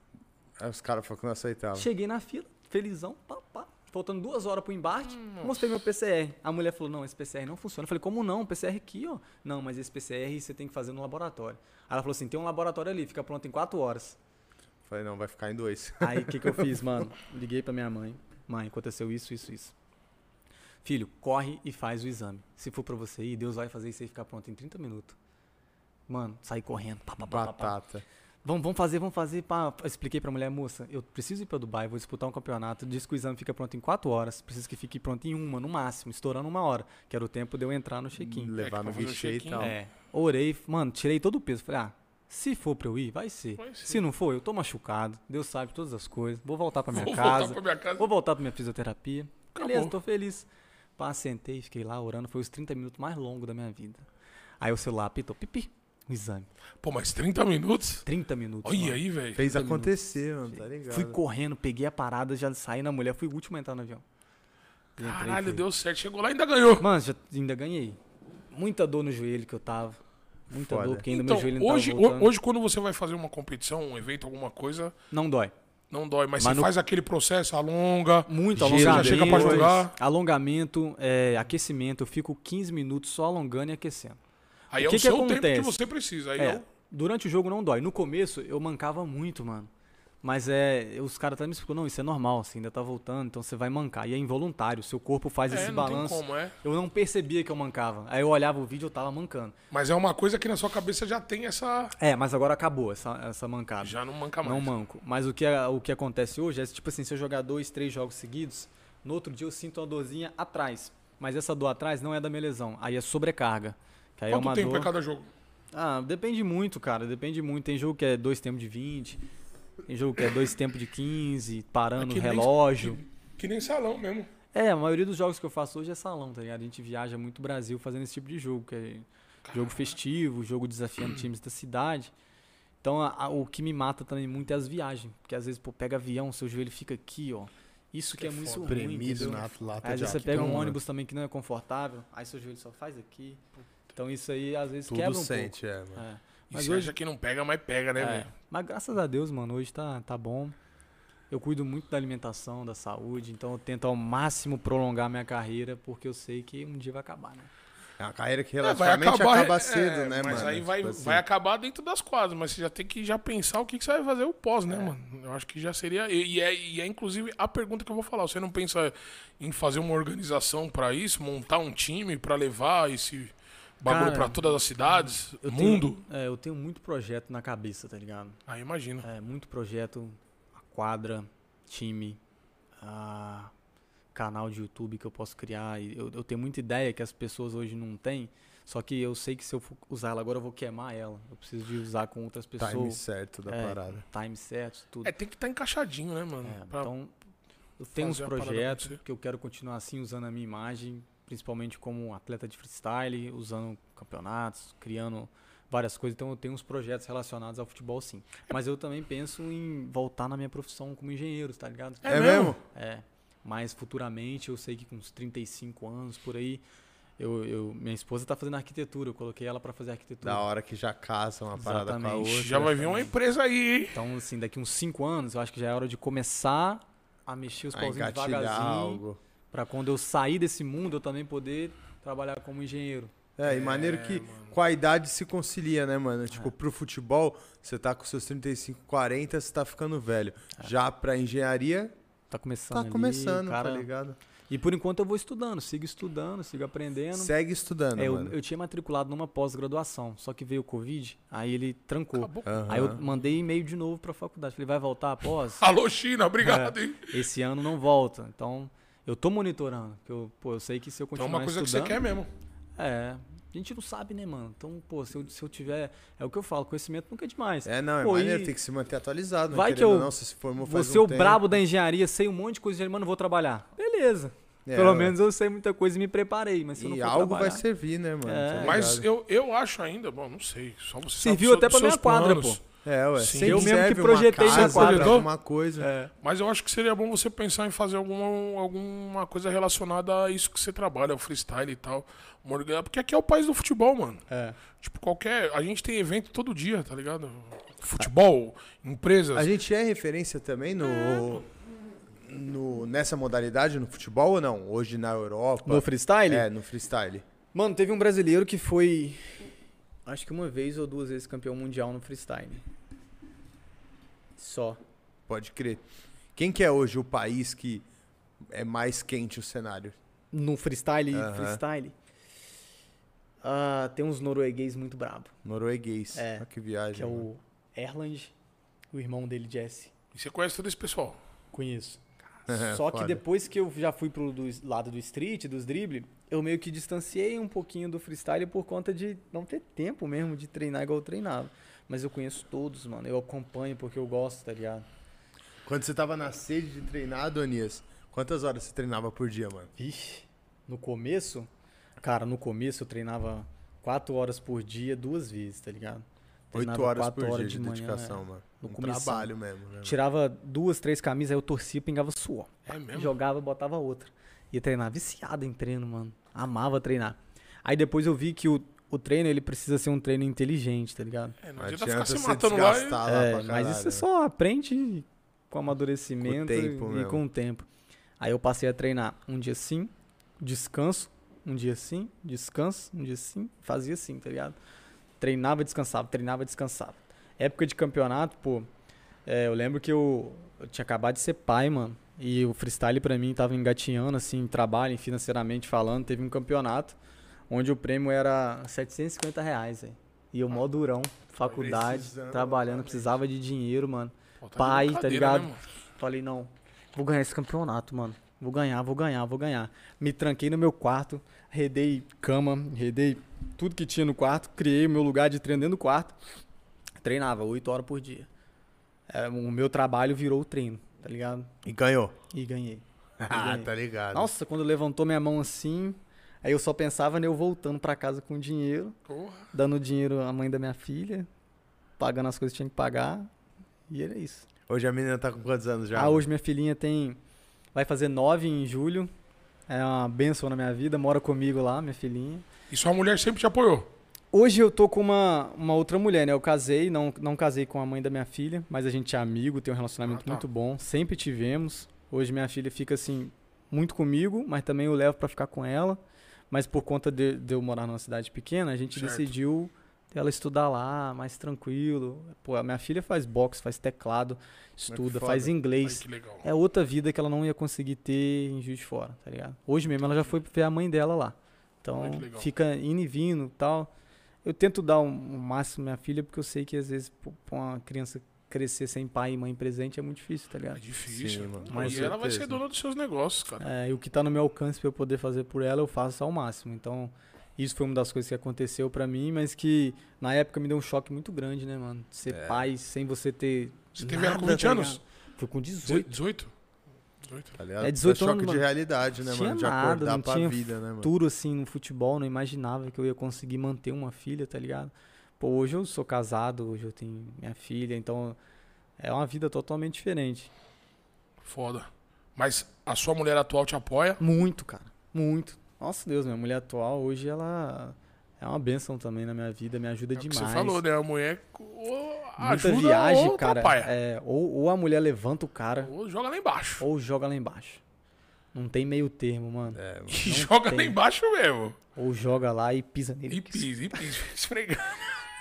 Aí os caras falaram que não aceitavam. Cheguei na fila, felizão, pá, pá. Faltando duas horas pro embarque, mostrei meu PCR. A mulher falou: não, esse PCR não funciona. Eu falei, como não? PCR aqui, ó. Não, mas esse PCR você tem que fazer no laboratório. Aí ela falou assim: tem um laboratório ali, fica pronto em quatro horas. Falei, não, vai ficar em dois. Aí o que, que eu fiz, mano? Liguei pra minha mãe. Mãe, aconteceu isso, isso, isso. Filho, corre e faz o exame. Se for pra você ir, Deus vai fazer isso aí ficar pronto em 30 minutos. Mano, saí correndo. Pá, pá, pá, pá, pá. Batata. Vamos, vamos fazer, vamos fazer. Pá. Expliquei pra mulher, moça, eu preciso ir pra Dubai, vou disputar um campeonato. Diz que o exame fica pronto em 4 horas. Preciso que fique pronto em uma, no máximo, estourando uma hora. Que era o tempo de eu entrar no check-in. Levar É no que tá fazendo guichê e check-in. tal. É. Orei, mano, tirei todo o peso. Falei, ah, se for pra eu ir, vai ser. Vai ser. Se não for, eu tô machucado. Deus sabe todas as coisas. Vou voltar pra minha Vou voltar casa. pra minha casa. Vou voltar pra minha fisioterapia. Acabou. Beleza, tô feliz. Pá, sentei, fiquei lá orando. Foi os 30 minutos mais longos da minha vida. Aí o celular apitou, pipi, o exame. Pô, mas 30 minutos? 30 minutos. Olha mano. aí, velho. Fez acontecer, mano, tá ligado? Fui correndo, peguei a parada, já saí na mulher, fui o último a entrar no avião. E entrei, Caralho, fui. deu certo. Chegou lá e ainda ganhou. Mano, já, ainda ganhei. Muita dor no joelho que eu tava. Muita Foda. dor, porque ainda Então, meu joelho não hoje, tava ho- voltando. hoje, quando você vai fazer uma competição, um evento, alguma coisa, Não dói. não dói. Mas, Mas você no- faz aquele processo, alonga. Muito Você já alongamento. chega pra depois. jogar. Alongamento, é, aquecimento. Eu fico 15 minutos só alongando e aquecendo. Aí O é que o que seu tempo que acontece? você precisa. Aí É, eu- durante o jogo não dói. No começo eu mancava muito, mano. Mas é, os caras até me explicam, não, isso é normal, você ainda tá voltando, então você vai mancar. E é involuntário, seu corpo faz É, esse não tem balanço. como, é. Eu não percebia que eu mancava. Aí eu olhava o vídeo, eu tava mancando. Mas é uma coisa que na sua cabeça já tem essa. É, mas agora acabou essa, essa mancada. Já não manca mais. Ah, Não manco. Mas o que, a- o que acontece hoje é, tipo assim, se eu jogar dois, três jogos seguidos, no outro dia eu sinto uma dorzinha atrás. Mas essa dor atrás não é da minha lesão. Aí é sobrecarga. Que aí é Quanto uma tempo dor... é cada jogo? Ah, depende muito, cara. Depende muito. Tem jogo que é dois tempos de 20. Tem jogo que é dois tempos de 15, parando É que o nem- relógio. Que nem salão mesmo. É, a maioria dos jogos que eu faço hoje é salão, tá ligado? A gente viaja muito o Brasil fazendo esse tipo de jogo, que é jogo festivo, jogo desafiando times da cidade. Então, a- a- o que me mata também muito é as viagens, porque às vezes, pô, pega avião, seu joelho fica aqui, ó. Isso que é, muito ruim, Premido entendeu? na lata Aí, às de vezes você aqui, pega um então, ônibus também que não é confortável, aí seu joelho só faz aqui. Então isso aí às vezes Tudo quebra um sente, é, mano. pouco. É. E Mas você hoje acha que não pega, mas pega, né, é. velho? Mas graças a Deus, mano, hoje tá, tá bom. Eu cuido muito da alimentação, da saúde, então eu tento ao máximo prolongar minha carreira, porque eu sei que um dia vai acabar, né? É uma carreira que É, vai relativamente acabar acaba cedo, é, né, mano? Mas aí vai, Tipo assim. vai acabar dentro das quadras, mas você já tem que já pensar o que, que você vai fazer o pós, né, mano? Eu acho que já seria. E, e é, e é, inclusive a pergunta que eu vou falar. Você não pensa em fazer uma organização pra isso, montar um time pra levar esse bagulho Cara, pra todas as cidades, Eu tenho- mundo? é, eu tenho muito projeto na cabeça, tá ligado? Aí imagina. É, muito projeto, a quadra, time, a canal de YouTube que eu posso criar. E Eu, eu tenho muita ideia que as pessoas hoje não têm, só que eu sei que se eu for usar ela agora, eu vou queimar ela. Eu preciso de usar com outras pessoas. Time certo da É, parada. Time certo, tudo. É, tem que estar encaixadinho, né, mano? É, Pra- então, eu tenho uns fazer a parada projetos acontecer. que eu quero continuar assim, usando a minha imagem, principalmente como um atleta de freestyle, usando campeonatos, criando várias coisas. Então, eu tenho uns projetos relacionados ao futebol, sim. É. Mas eu também penso em voltar na minha profissão como engenheiro, tá ligado? É, mesmo? É. Mas futuramente, eu sei que com uns 35 anos por aí, eu, eu- minha esposa tá fazendo arquitetura, eu coloquei ela para fazer arquitetura. Da hora que já casa uma parada com a Hum. Exatamente. outra. já vai vir uma empresa aí, hein? Então, assim, daqui uns 5 anos, eu acho que já é hora de começar a mexer os a pauzinhos engatilhar devagarzinho. algo. Pra quando eu sair desse mundo eu também poder trabalhar como engenheiro. É, e maneiro que com a idade se concilia, né, É. mano? Tipo, pro futebol, você tá com seus 35, 40, você tá ficando velho. É. Já pra engenharia, Tá começando. tá ali, começando, o cara... tá ligado? E por enquanto eu vou estudando, sigo estudando, sigo aprendendo. Segue estudando, É, eu, mano. eu tinha matriculado numa pós-graduação, só que veio o Covid, aí ele trancou. Acabou. Aham. Aí eu mandei e-mail de novo pra faculdade. Falei, vai voltar após? Alô, China, obrigado, hein? Esse ano não volta. Então, eu tô monitorando. Que eu, pô, eu sei que se eu Então é continuar uma coisa que você estudando, quer mesmo. É. A gente não sabe, né, mano? Então, pô, se eu, se eu tiver. É o que eu falo, conhecimento nunca é demais. É, não, é Pô, maneiro, e- tem que se manter atualizado. né? Vai que Querendo eu- ou Não, você se formou faz Você um o tempo. brabo da engenharia, sei um monte de coisa de engenharia, mas não vou trabalhar. Beleza. É, Pelo ué. menos eu sei muita coisa e me preparei, mas se eu não E for algo trabalhar... vai servir, né, mano? É. Tá Mas ligado? eu, eu acho ainda, bom, não sei. Só você sabe Serviu dos até pra seus minha quadra, planos. pô. É, ué. Sim. É. sempre Eu mesmo que serve uma projetei meu casa, quadro. Alguma coisa. Mas eu acho que seria bom você pensar em fazer alguma, alguma coisa relacionada a isso que você trabalha, o freestyle e tal. Uma orga- Porque aqui é o país do futebol, mano. É. Tipo, qualquer. A gente tem evento todo dia, tá ligado? Futebol, empresas. A gente é referência também no, no- nessa modalidade no futebol ou não? Hoje na Europa. No freestyle? É, no freestyle. Mano, teve um brasileiro que foi... Acho que uma vez ou duas vezes campeão mundial no freestyle. Só. Pode crer. Quem que é hoje o país que é mais quente o cenário? No freestyle, Aham. freestyle. Ah, tem uns norueguês muito brabo. Norueguês. É, Olha que viagem. Que é mano. o Erland, o irmão dele, Jesse. E você conhece todo esse pessoal. Conheço. É, Só que foda. depois que eu já fui pro do lado do street, dos drible, eu meio que distanciei um pouquinho do freestyle por conta de não ter tempo mesmo de treinar igual eu treinava. Mas eu conheço todos, mano. Eu acompanho porque eu gosto, tá ligado? Quando você tava na sede de treinar, Adonias, quantas horas você treinava por dia, mano? Vixe, no começo, cara, no começo eu treinava quatro horas por dia, duas vezes, tá ligado? Oito Treinava horas quatro por dia horas de, manhã, dedicação, é. mano. No um começão. trabalho mesmo, né? Tirava duas, três camisas, aí eu torcia, pingava suor. É mesmo? Jogava, botava outra. Ia treinar, viciado em treino, mano. Amava treinar. Aí depois eu vi que o, o treino, ele precisa ser um treino inteligente, tá ligado? É, não Não adianta adianta ficar se você matando lá. e- desgastar lá É, pra mas isso caralho, você só aprende com amadurecimento Com o tempo e, e mesmo. com o tempo. Aí eu passei a treinar um dia sim, descanso, um dia sim, descanso, um dia sim, fazia assim, tá ligado? Treinava, descansava, treinava, descansava. Época de campeonato, pô, É, eu lembro que eu, eu tinha acabado de ser pai, mano. E o freestyle pra mim tava engatinhando, assim, em trabalho, financeiramente falando. Teve um campeonato onde o prêmio era 750 reais, velho. E eu mó durão, faculdade, precisando, trabalhando, precisava de dinheiro, mano. Pô, tá de Pai, tá brincadeira, ligado? né, mano? Falei, não, vou ganhar esse campeonato, mano. Vou ganhar, vou ganhar, vou ganhar. Me tranquei no meu quarto, redei cama, redei tudo que tinha no quarto, criei o meu lugar de treino dentro do quarto. Treinava 8 horas por dia. É, o meu trabalho virou o treino, tá ligado? né? E ganhou. E ganhei. Ah, tá ligado. Nossa, quando levantou minha mão assim, aí eu só pensava eu voltando pra casa com dinheiro, Porra. dando dinheiro à mãe da minha filha, pagando as coisas que tinha que pagar. E era isso. Hoje a menina tá com quantos anos já? Ah, hoje minha filhinha tem. Vai fazer nove em julho. É uma benção na minha vida, mora comigo lá, minha filhinha. E sua mulher sempre te apoiou. Hoje eu tô com uma, uma outra mulher, né? Eu casei, não, não casei com a mãe da minha filha, mas a gente é amigo, tem um relacionamento Ah, tá. muito bom, sempre tivemos. Hoje minha filha fica assim, muito comigo, mas também eu levo pra ficar com ela. Mas por conta de, de eu morar numa cidade pequena, a gente Certo. decidiu ela estudar lá, mais tranquilo. Pô, a minha filha faz boxe, faz teclado, estuda, faz foda. Ai, inglês. que legal. É outra vida que ela não ia conseguir ter em Juiz de Fora, tá ligado? Hoje mesmo ela já foi ver a mãe dela lá. Então Olha que legal. fica indo e vindo e tal. Eu tento dar o um, um máximo à minha filha, porque eu sei que às vezes pô, pra uma criança crescer sem pai e mãe presente é muito difícil, tá É ligado? difícil. Sim, mano. mano. E Com ela vai certeza. ser dona dos seus negócios, cara. É, e o que tá no meu alcance pra eu poder fazer por ela, eu faço ao máximo. Então, isso foi uma das coisas que aconteceu pra mim, mas que na época me deu um choque muito grande, né, mano? Ser É. pai sem você ter. Você teve ela com nada, 20 tá anos? ligado? Foi com Dezo- 18. 18? 18? Tá ligado? É Dá 18 choque anos, de mano. realidade, né, Tinha mano? De nada, acordar não pra tinha vida, né, mano? futuro assim no futebol, não imaginava que eu ia conseguir manter uma filha, tá ligado? Pô, hoje eu sou casado, hoje eu tenho minha filha, então é uma vida totalmente diferente. Foda. Mas a sua mulher atual te apoia? Muito, cara, muito. Nossa Deus, minha mulher atual hoje ela é uma benção também na minha vida, me ajuda É o que demais. você falou, né? A mulher ou Muita ajuda viagem, ou cara. atrapalha. é, ou, ou a mulher levanta o cara, Ou joga lá embaixo. ou joga lá embaixo. Não tem meio termo, mano. É, mano. E joga lá tem. embaixo mesmo. Ou joga lá e pisa nele. E pisa, e pisa. Esfregando.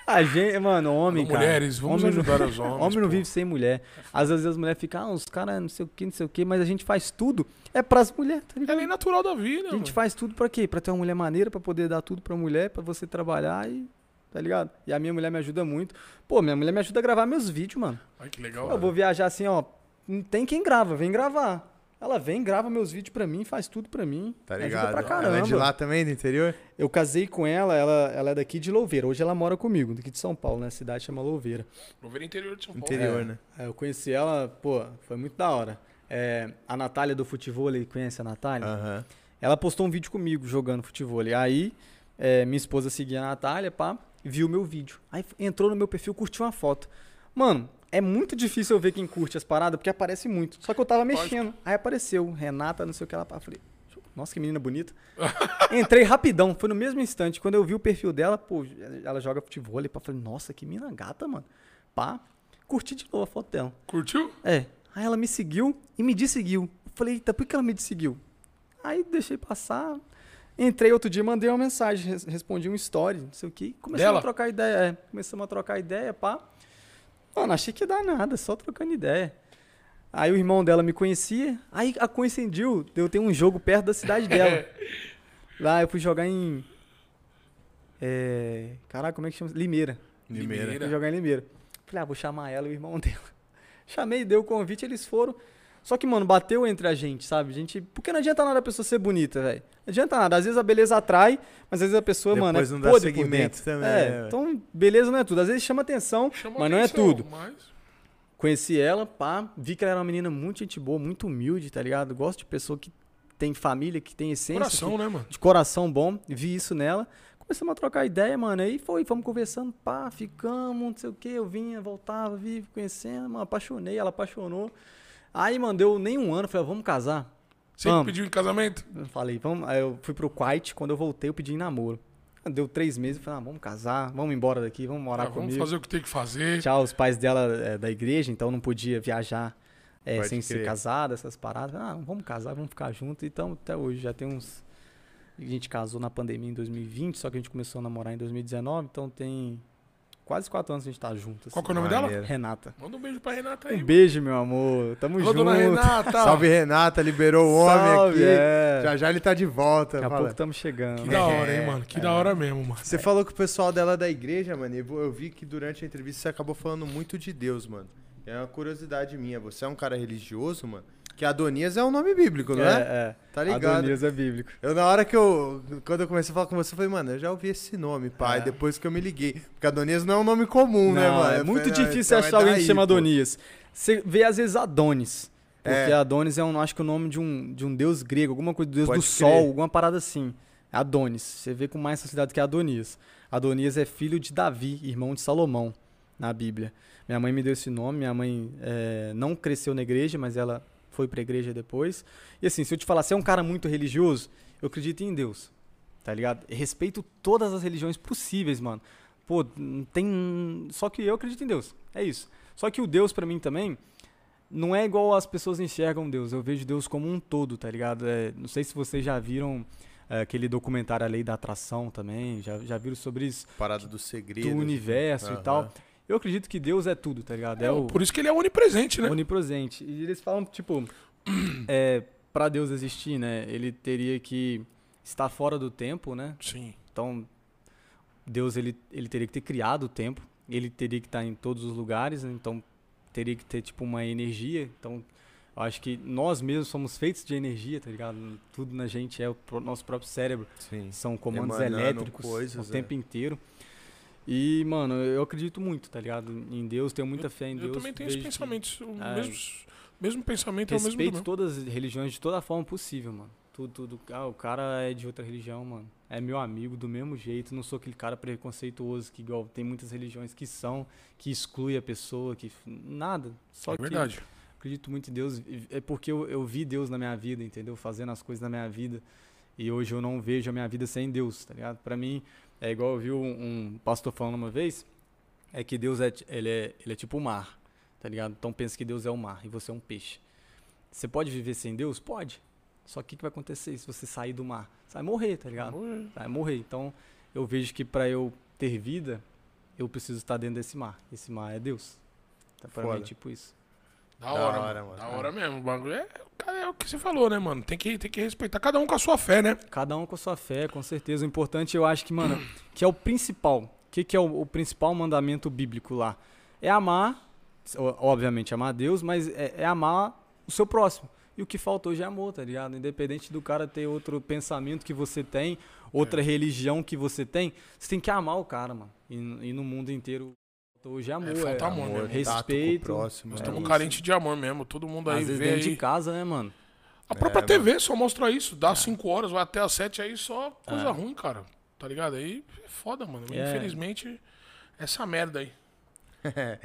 A gente, mano, homem, cara. Mulheres, vamos homem não- ajudar os homens. Homem não pô. vive sem mulher. Às vezes as mulheres ficam, ah, os caras não sei o que, não sei o que, mas a gente faz tudo é pras mulheres, tá É ligado? lei natural da vida, A gente mano. faz tudo pra quê? Pra ter uma mulher maneira, pra poder dar tudo pra mulher, pra você trabalhar e. Tá ligado? E a minha mulher me ajuda muito. Pô, minha mulher me ajuda a gravar meus vídeos, mano. Ai, que legal. Eu vou viajar assim, ó. Não tem quem grava, vem gravar. Ela vem, grava meus vídeos pra mim, faz tudo pra mim. Tá me ligado? Ajuda pra caramba. É. Ela é de lá também, do interior? Eu casei com ela, ela, ela é daqui de Louveira. Hoje ela mora comigo, daqui de São Paulo, né? A cidade chama Louveira. Prover interior de São Paulo. Interior, É. né? É, eu conheci ela, pô, foi muito da hora. É, a Natália do futebol, conhece a Natália? Aham. Ela postou um vídeo comigo jogando futebol. Aí, é, minha esposa seguia a Natália, pá, viu meu vídeo. Aí f- entrou no meu perfil, curtiu uma foto. Mano, é muito difícil eu ver quem curte as paradas, porque aparece muito. Só que eu tava mexendo. Aí apareceu, Renata, não sei o que lá, pá. Falei, nossa, que menina bonita. Entrei rapidão, foi no mesmo instante. Quando eu vi o perfil dela, pô, ela joga futebol. Pá, falei, nossa, que menina gata, mano. Pá, curti de novo a foto dela. Curtiu? É. Aí ela me seguiu e me desseguiu. Eu falei, eita, por que ela me desseguiu? Aí deixei passar. Entrei outro dia, mandei uma mensagem, res- respondi um story, não sei o quê. Começamos Dela? a trocar ideia. É, começamos a trocar ideia, pá. Mano, achei que ia dar nada, só trocando ideia. Aí o irmão dela me conhecia, aí a coincidiu de eu ter um jogo perto da cidade dela. Lá eu fui jogar em. É, caraca, como é que chama? Limeira. Limeira. Limeira. Fui jogar em Limeira. Falei, ah, vou chamar ela e o irmão dela. Chamei, dei o convite, eles foram. Só que, mano, bateu entre a gente, sabe? Gente, porque não adianta nada a pessoa ser bonita, velho. Não adianta nada. Às vezes a beleza atrai, mas às vezes a pessoa, mano, é Depois não dá podre por seguimento dentro. também, É, né, velho? então, beleza não é tudo. Às vezes chama atenção, Chama mas não é atenção, tudo. Mas... Conheci ela, pá, vi que ela era uma menina muito gente boa, muito humilde, tá ligado? Gosto de pessoa que tem família, que tem essência, que Coração, né, mano? de coração bom, vi isso nela. Começamos a trocar ideia, mano. Aí foi, fomos conversando, pá, ficamos, não sei o que. Eu vinha, voltava, vi, conhecendo, mano, apaixonei, ela apaixonou. Aí, mano, deu nem um ano, falei, ó, vamos casar. Você Vamos. pediu em casamento? Eu falei, vamos. Aí eu fui pro Kuwait, quando eu voltei, eu pedi em namoro. Deu três meses, eu falei, ah, vamos casar, vamos embora daqui, vamos morar Ah, vamos comigo. fazer o que tem que fazer. Tchau, os pais dela é da igreja, então não podia viajar é, Pode sem ser crer. casada, essas paradas. Ah, vamos casar, vamos ficar junto. Então, até hoje, já tem uns. A gente casou na pandemia em 2020, só que a gente começou a namorar em 2019, então tem quase quatro anos que a gente tá junto. Qual assim. que é o nome dela? Maneiro. Renata. Manda um beijo pra Renata aí. é. Um beijo, meu amor. Tamo Alô, junto. dona Renata. Salve, Renata. Liberou o homem Salve, aqui. é. Já já ele tá de volta. Daqui a fala. pouco estamos chegando. Que né? da hora, É, hein, mano? Que da hora mesmo, mano. Você falou que o pessoal dela é da igreja, mano. e Eu vi que durante a entrevista você acabou falando muito de Deus, mano. É uma curiosidade minha. Você é um cara religioso, mano? Que Adonias é um nome bíblico, não é? né? É, é. Tá ligado. Adonias é bíblico. Eu, na hora que eu. Quando eu comecei a falar com você, eu falei, mano, eu já ouvi esse nome, pai. É. Depois que eu me liguei. Porque Adonias não é um nome comum, né, Não, mano? É Eu muito falei, não, então difícil é achar alguém que daí, chama pô. Adonias. Você vê, às vezes, Adonis. Porque É. Adonis é, um, acho que o nome de um, de um deus grego, alguma coisa, deus Pode do crer. sol, alguma parada assim. Adonis. Você vê com mais facilidade que Adonias. Adonias é filho de Davi, irmão de Salomão, na Bíblia. Minha mãe me deu esse nome, minha mãe é, não cresceu na igreja, mas ela foi pra igreja depois. E assim, se eu te falar, você é um cara muito religioso, eu acredito em Deus, tá ligado? Respeito todas as religiões possíveis, mano. Pô, não tem. Só que eu acredito em Deus. É isso. Só que o Deus, pra mim também, não é igual as pessoas enxergam Deus. Eu vejo Deus como um todo, tá ligado? É, não sei se vocês já viram é, aquele documentário A Lei da Atração também. Já, já viram sobre isso? Parada do segredo. tipo, Do universo e tal. Eu acredito que Deus é tudo, tá ligado? É o Por isso que ele é onipresente, né? onipresente. E eles falam, tipo, é, pra Deus existir, né? Ele teria que estar fora do tempo, né? Sim. Então, Deus ele, ele teria que ter criado o tempo, ele teria que estar em todos os lugares, né? então teria que ter tipo uma energia. Então, eu acho que nós mesmos somos feitos de energia, tá ligado? Tudo na gente é o pro- nosso próprio cérebro, Sim. são comandos Emanando elétricos coisas, o é. tempo inteiro. E, mano, eu acredito muito, tá ligado? Em Deus, tenho muita fé em Eu Deus. também tenho esse vejo que pensamento. O Ah, mesmo, mesmo pensamento é o mesmo do Respeito meu. todas as religiões de toda forma possível, mano. Tudo, tudo. Ah, o cara é de outra religião, mano. É meu amigo do mesmo jeito. Não sou aquele cara preconceituoso que, igual, tem muitas religiões que são, que exclui a pessoa, que. f- Nada. Só É que verdade. acredito muito em Deus. e- É porque eu, eu vi Deus na minha vida, entendeu? Fazendo as coisas na minha vida. E hoje eu não vejo a minha vida sem Deus, tá ligado? Pra mim, é igual eu vi um, um pastor falando uma vez, é que Deus é, ti- ele é, ele é tipo o mar, tá ligado? Então pensa que Deus é o mar e você é um peixe. Você pode viver sem Deus? Pode. Só que o que vai acontecer se você sair do mar? Você vai morrer, tá ligado? é Vai morrer. Então, eu vejo que pra eu ter vida, eu preciso estar dentro desse mar. Esse mar é Deus. Então, pra mim é Foda. tipo isso. Da hora, Da hora, mano. Da mano. hora mesmo. O bagulho é, cara, é o que você falou, né, mano? Tem que, tem que respeitar cada um com a sua fé, né? Cada um com a sua fé, com certeza. O importante, eu acho que, mano, que é o principal. O que, que é o, o principal mandamento bíblico lá? É amar, o- obviamente, amar a Deus, mas é, é amar o seu próximo. E o que faltou já é amor, tá ligado? Independente do cara ter outro pensamento que você tem, outra religião que você tem, você tem que amar o cara, mano. E, no- e no mundo inteiro, faltou já amor. É, falta amor, Amor, mesmo. tato com o Respeito. próximo, Nós é. tamo Estamos isso. carentes de amor mesmo. Todo mundo aí Às vezes vê dentro aí. de casa, É. né, mano? A própria É, TV só mostra isso. Dá 5 horas, vai até as 7 aí, só coisa ruim, cara. Tá ligado? Aí é foda, mano. É. Infelizmente, essa merda aí.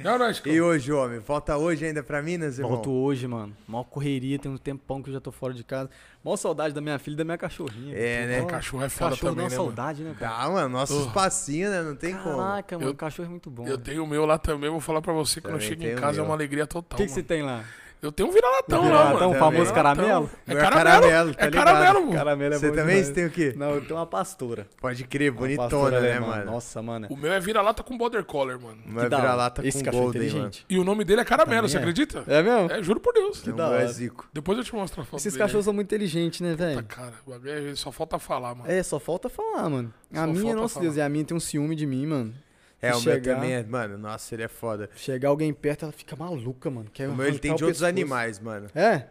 Não, é não, E hoje, homem? Volta hoje ainda pra Minas, irmão? Volto hoje, mano. Mó correria, tem um tempão que eu já tô fora de casa. Mó saudade da minha filha e da minha cachorrinha. É, Pô, né? mó- Cachorro é foda cachorro também, dá uma né, mano? saudade, né, cara? Dá, mano. Nosso espacinho, né? Não tem como. Caraca, mano, Eu- cachorro é muito bom. Eu velho. tenho o meu lá também, vou falar pra você quando eu Também chego em tenho o casa é meu. uma alegria total. O que, que você mano. tem lá? Eu tenho um vira-latão lá, mano. Vira-latão, o famoso caramelo? É Não é caramelo, caramelo, tá é ligado? caramelo, mano. Caramelo é Você bom também? demais. Você tem o quê? Não, eu tenho uma pastora. Pode crer, Uma pastora bonitona, né, alemã. mano? Nossa, mano. O meu é vira-lata com border collar, mano. Uma Que da hora. vira-lata Esse com cachorro é golden, mano. inteligente. E o nome dele é caramelo, Também você é. acredita? É mesmo? É, juro por Deus. Não, da é hora. zico. Depois eu te mostro a foto Esses dele aí. cachorros são muito inteligentes, né, Tá, velho? cara, o bagulho é- só falta falar, mano. É, só falta falar, mano. A Só minha, falta nossa Deus, falar. e a minha tem um ciúme de mim, mano. É, Se o meu chegar- também é, mano. Nossa, ele é foda. Chegar alguém perto, ela fica maluca, mano. Quer O meu ele arrancar tem o de outros pescoço. animais, mano. É?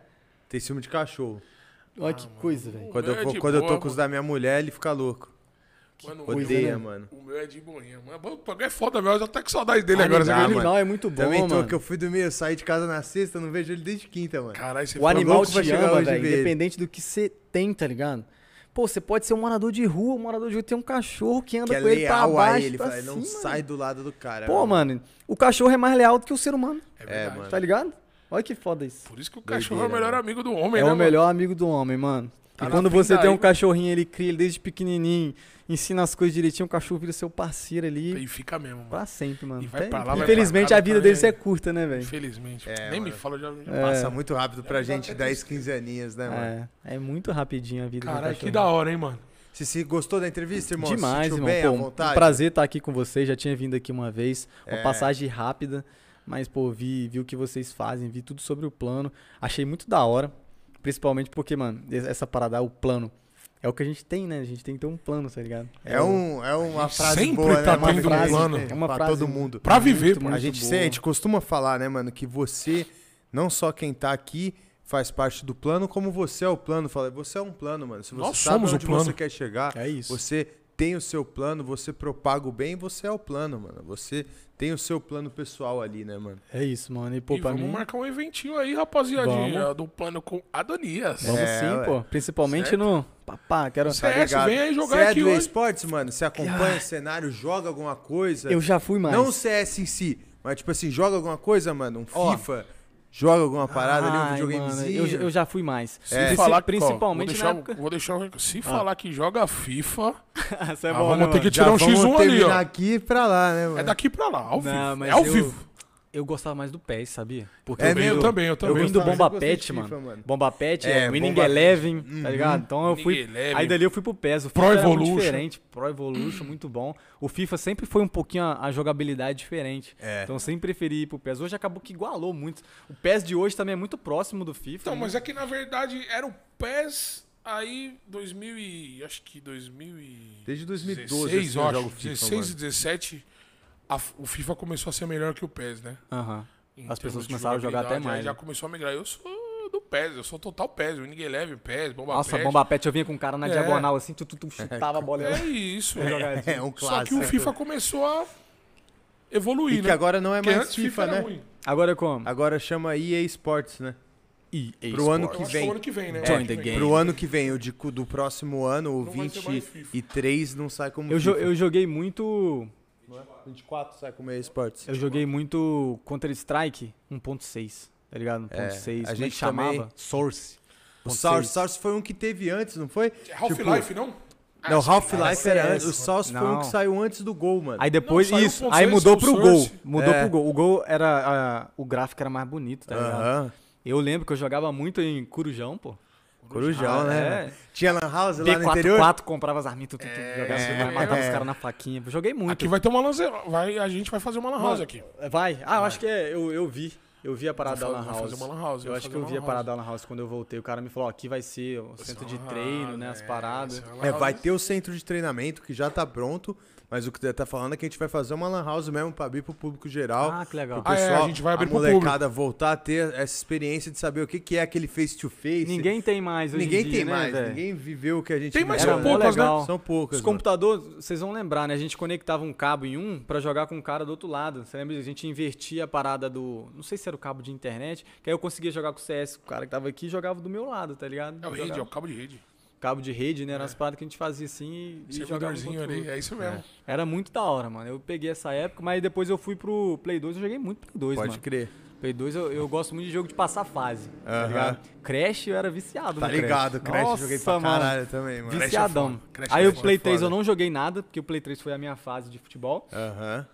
Tem ciúme de cachorro. Olha Ah, que coisa, velho. Quando, meu eu, é vou- de quando eu boa, tô com os da minha mulher, ele fica louco. Mano, o meu- Odeia, né? mano. O meu é de boinha, mano. O bagulho é foda, meu. Eu já tô com saudade dele agora. dá, você O acredita? animal é muito bom, também tô, mano. que eu fui dormir, eu saí de casa na sexta, não vejo ele desde quinta, mano. Caralho, você O animal louco pra te chegar ama, hoje e velho. ver ele. Independente do que você tem, tá ligado? Pô, você pode ser um morador de rua, um morador de rua tem um cachorro que anda que é com ele pra leal a baixo, ele, pra fala, ele cima. não sai do lado do cara. Pô, mano, o cachorro é mais leal do que o ser humano, É, verdade. mano. tá ligado? Olha que foda isso. Por isso que o cachorro é o Doideira, melhor amigo do homem, né, É o mano? melhor amigo do homem, mano. Tá e na quando fim você daí, tem um mano. cachorrinho, ele cria ele desde pequenininho, ensina as coisas direitinho, o cachorro vira seu parceiro ali E fica mesmo, mano. pra sempre, mano. E vai Até- pra lá, vai pra Infelizmente cá, a vida também. deles é curta, né, velho? Infelizmente. É, Nem me mano. fala, já. já- Passa muito rápido pra gente, 10, 15 aninhas, né, mano? É, é muito rapidinho a vida do Caralho, que cachorro. da hora, hein, mano. Se, se gostou da entrevista, irmão? Se Demais, sentiu irmão. bem, Pô, à um vontade? prazer estar aqui com vocês. Já tinha vindo aqui uma vez, uma É. passagem rápida, mas pô, vi, vi o que vocês fazem, vi tudo sobre o plano. Achei muito da hora, principalmente porque, mano, es- essa parada, o plano, é o que a gente tem, né? A gente tem que ter um plano, tá ligado? É, um, é uma frase sempre boa, tá né? Uma tendo um frase, plano. né, É uma pra frase todo mundo. Pra viver, Muito pô. mais- a gente boa. sente, costuma falar, né, mano, que você, não só quem tá aqui faz parte do plano, como você é o plano. Fala, você é um plano, mano. Se você Nós sabe somos o onde plano. você quer chegar, É isso. você tem o seu plano, você propaga o bem, você é o plano, mano. Você tem o seu plano pessoal ali, né, mano? É isso, mano. E, pô, E pra vamos mim. marcar um eventinho aí, rapaziadinha, Vamos. do plano com Adonias. Vamos É, sim, ué. pô. Principalmente no. Papá, quero. Cê- CS, ligado? vem aí jogar Você aqui é do hoje. esportes, mano? Você acompanha o cenário, joga alguma coisa? Ah. Eu já fui mais. Não o CS em si, mas tipo assim, joga alguma coisa, mano? Um Ó. FIFA? Joga alguma parada ali, um Ai, mano, videogamezinho? É. eu, eu já fui mais. Se Princi- falar que- ó, É, principalmente vou na deixar, época. Ah. Vou deixar, o- se falar que joga FIFA, Essa é ah, boa, né, vamos ter mano? que tirar um vamos X1 ali, terminar ó. aqui pra lá, né, mano? É daqui pra lá, ao Ah. Não, vivo. mas é ao eu- vivo. Eu gostava mais do PES, sabia? Porque É eu vim mesmo? Eu do- também, eu Eu também. vim do gostava, eu Bomba gostei de Pet, FIFA, mano. mano. Bomba Pet, É, é, Winning Bomba Pet. Uhum. Eleven, tá ligado? Então eu Winning fui. Eleven. Aí dali eu fui pro PES. O Pro FIFA era muito Evolution. diferente. Pro Evolution, muito bom. O FIFA sempre foi um pouquinho a, a jogabilidade diferente. É. Então eu sempre preferi ir pro PES. Hoje acabou que igualou muito. O PES de hoje também é muito próximo do FIFA. Então, né? mas é que na verdade era o PES aí 2000 e acho que 2000 e Desde 2012 16, assim, eu eu acho. jogo FIFA, 16 e mano. 17 a f- o FIFA começou a ser melhor que o PES, né? Aham. Em As termos de pessoas começaram a jogar até jogabilidade, aí mais. Já né? começou a migrar. Eu sou do PES, eu sou total PES, o ninguém leve PES, bomba Nossa, PES. Bomba Pet, eu vinha com um cara na É. diagonal assim, tu, tu, tu chutava a bola. e eu- É isso. jogar isso. É um Só clássico. que o FIFA começou a evoluir, E que né? agora não é Porque mais antes FIFA, FIFA, era né? ruim. Agora é como? Agora chama EA Sports, né? EA Pro ano Eu que acho que é o ano vem. que vem, né? Join Ano que the vem. game. Pro ano que vem, o de, do próximo ano, o Não vai ser mais 23 não sai como Eu, jo- FIFA. eu joguei muito. 24 sai como EA Sports. Eu joguei muito Counter-Strike 1.6, tá ligado? 1.6, É, a como é que gente chamava? também- Source. O 1.6. Source, Source foi um que teve antes, não foi? Tipo, É Half-Life, não? Ah, Não, Half-Life CS, era antes. O Source foi um não. que saiu antes do gol, mano. Aí depois, Não, saiu isso, 1.6 aí mudou pro com gol. Source. Mudou É. pro gol. O gol era. ah, o gráfico era mais bonito, tá ligado? Aham. Eu lembro que eu jogava muito em Corujão, pô. Corujão, Ah, né? é. mano? Tinha Lan House lá no interior? É. P44, comprava as arminhas, tu, tu, tu, jogava, matava os caras na faquinha. Joguei muito. Aqui vai ter uma lanze... vai A gente vai fazer uma lan house Mano, aqui. É Vai? Ah, eu acho que é. Eu, eu vi. Eu vi a parada Vai fa- da Lan vai House. fazer uma lan house, Eu vai acho que fazer eu uma vi a lan parada da Lan House quando eu voltei. O cara me falou: ó, aqui vai ser o centro de treino, né? As paradas. É, vai ter o centro de treinamento que já tá pronto, mas o que tá falando é que a gente vai fazer uma lan house mesmo pra abrir pro público geral. Ah, que legal. Pro Ah, é, a pessoal, gente vai abrir pro molecada voltar a ter essa experiência de saber o que, que é aquele face to face. Ninguém tem mais hoje em Ninguém dia, tem né, mais, velho? ninguém viveu o que a gente Tem, mas viveu, são né? poucas, né? São poucas. Os mano. computadores, vocês vão lembrar, né? A gente conectava um cabo em um pra jogar com um cara do outro lado. Você lembra? A gente invertia a parada do. Não sei se era o cabo de internet, que aí eu conseguia jogar com o CS. O cara que tava aqui jogava do meu lado, tá ligado? É o rede, é o Jogava- cabo de rede. Cabo de rede, né? É. Era as paradas que a gente fazia assim e, e jogava. um Servidorzinho contra o ali, é isso mesmo. Era muito da hora, mano. Eu peguei essa época, mas depois eu fui pro Play 2 eu joguei muito Play 2, Pode mano. crer. Play 2 eu, eu gosto muito de jogo de passar fase, tá Aham. ligado? Crash eu era viciado, Tá no ligado, Crash eu Nossa, joguei pra mano. caralho também, mano. Crash é Viciadão. foda, Crash Aí é o foda. Play 3 eu Foda. não joguei nada, porque o Play 3 foi a minha fase de futebol. Aham.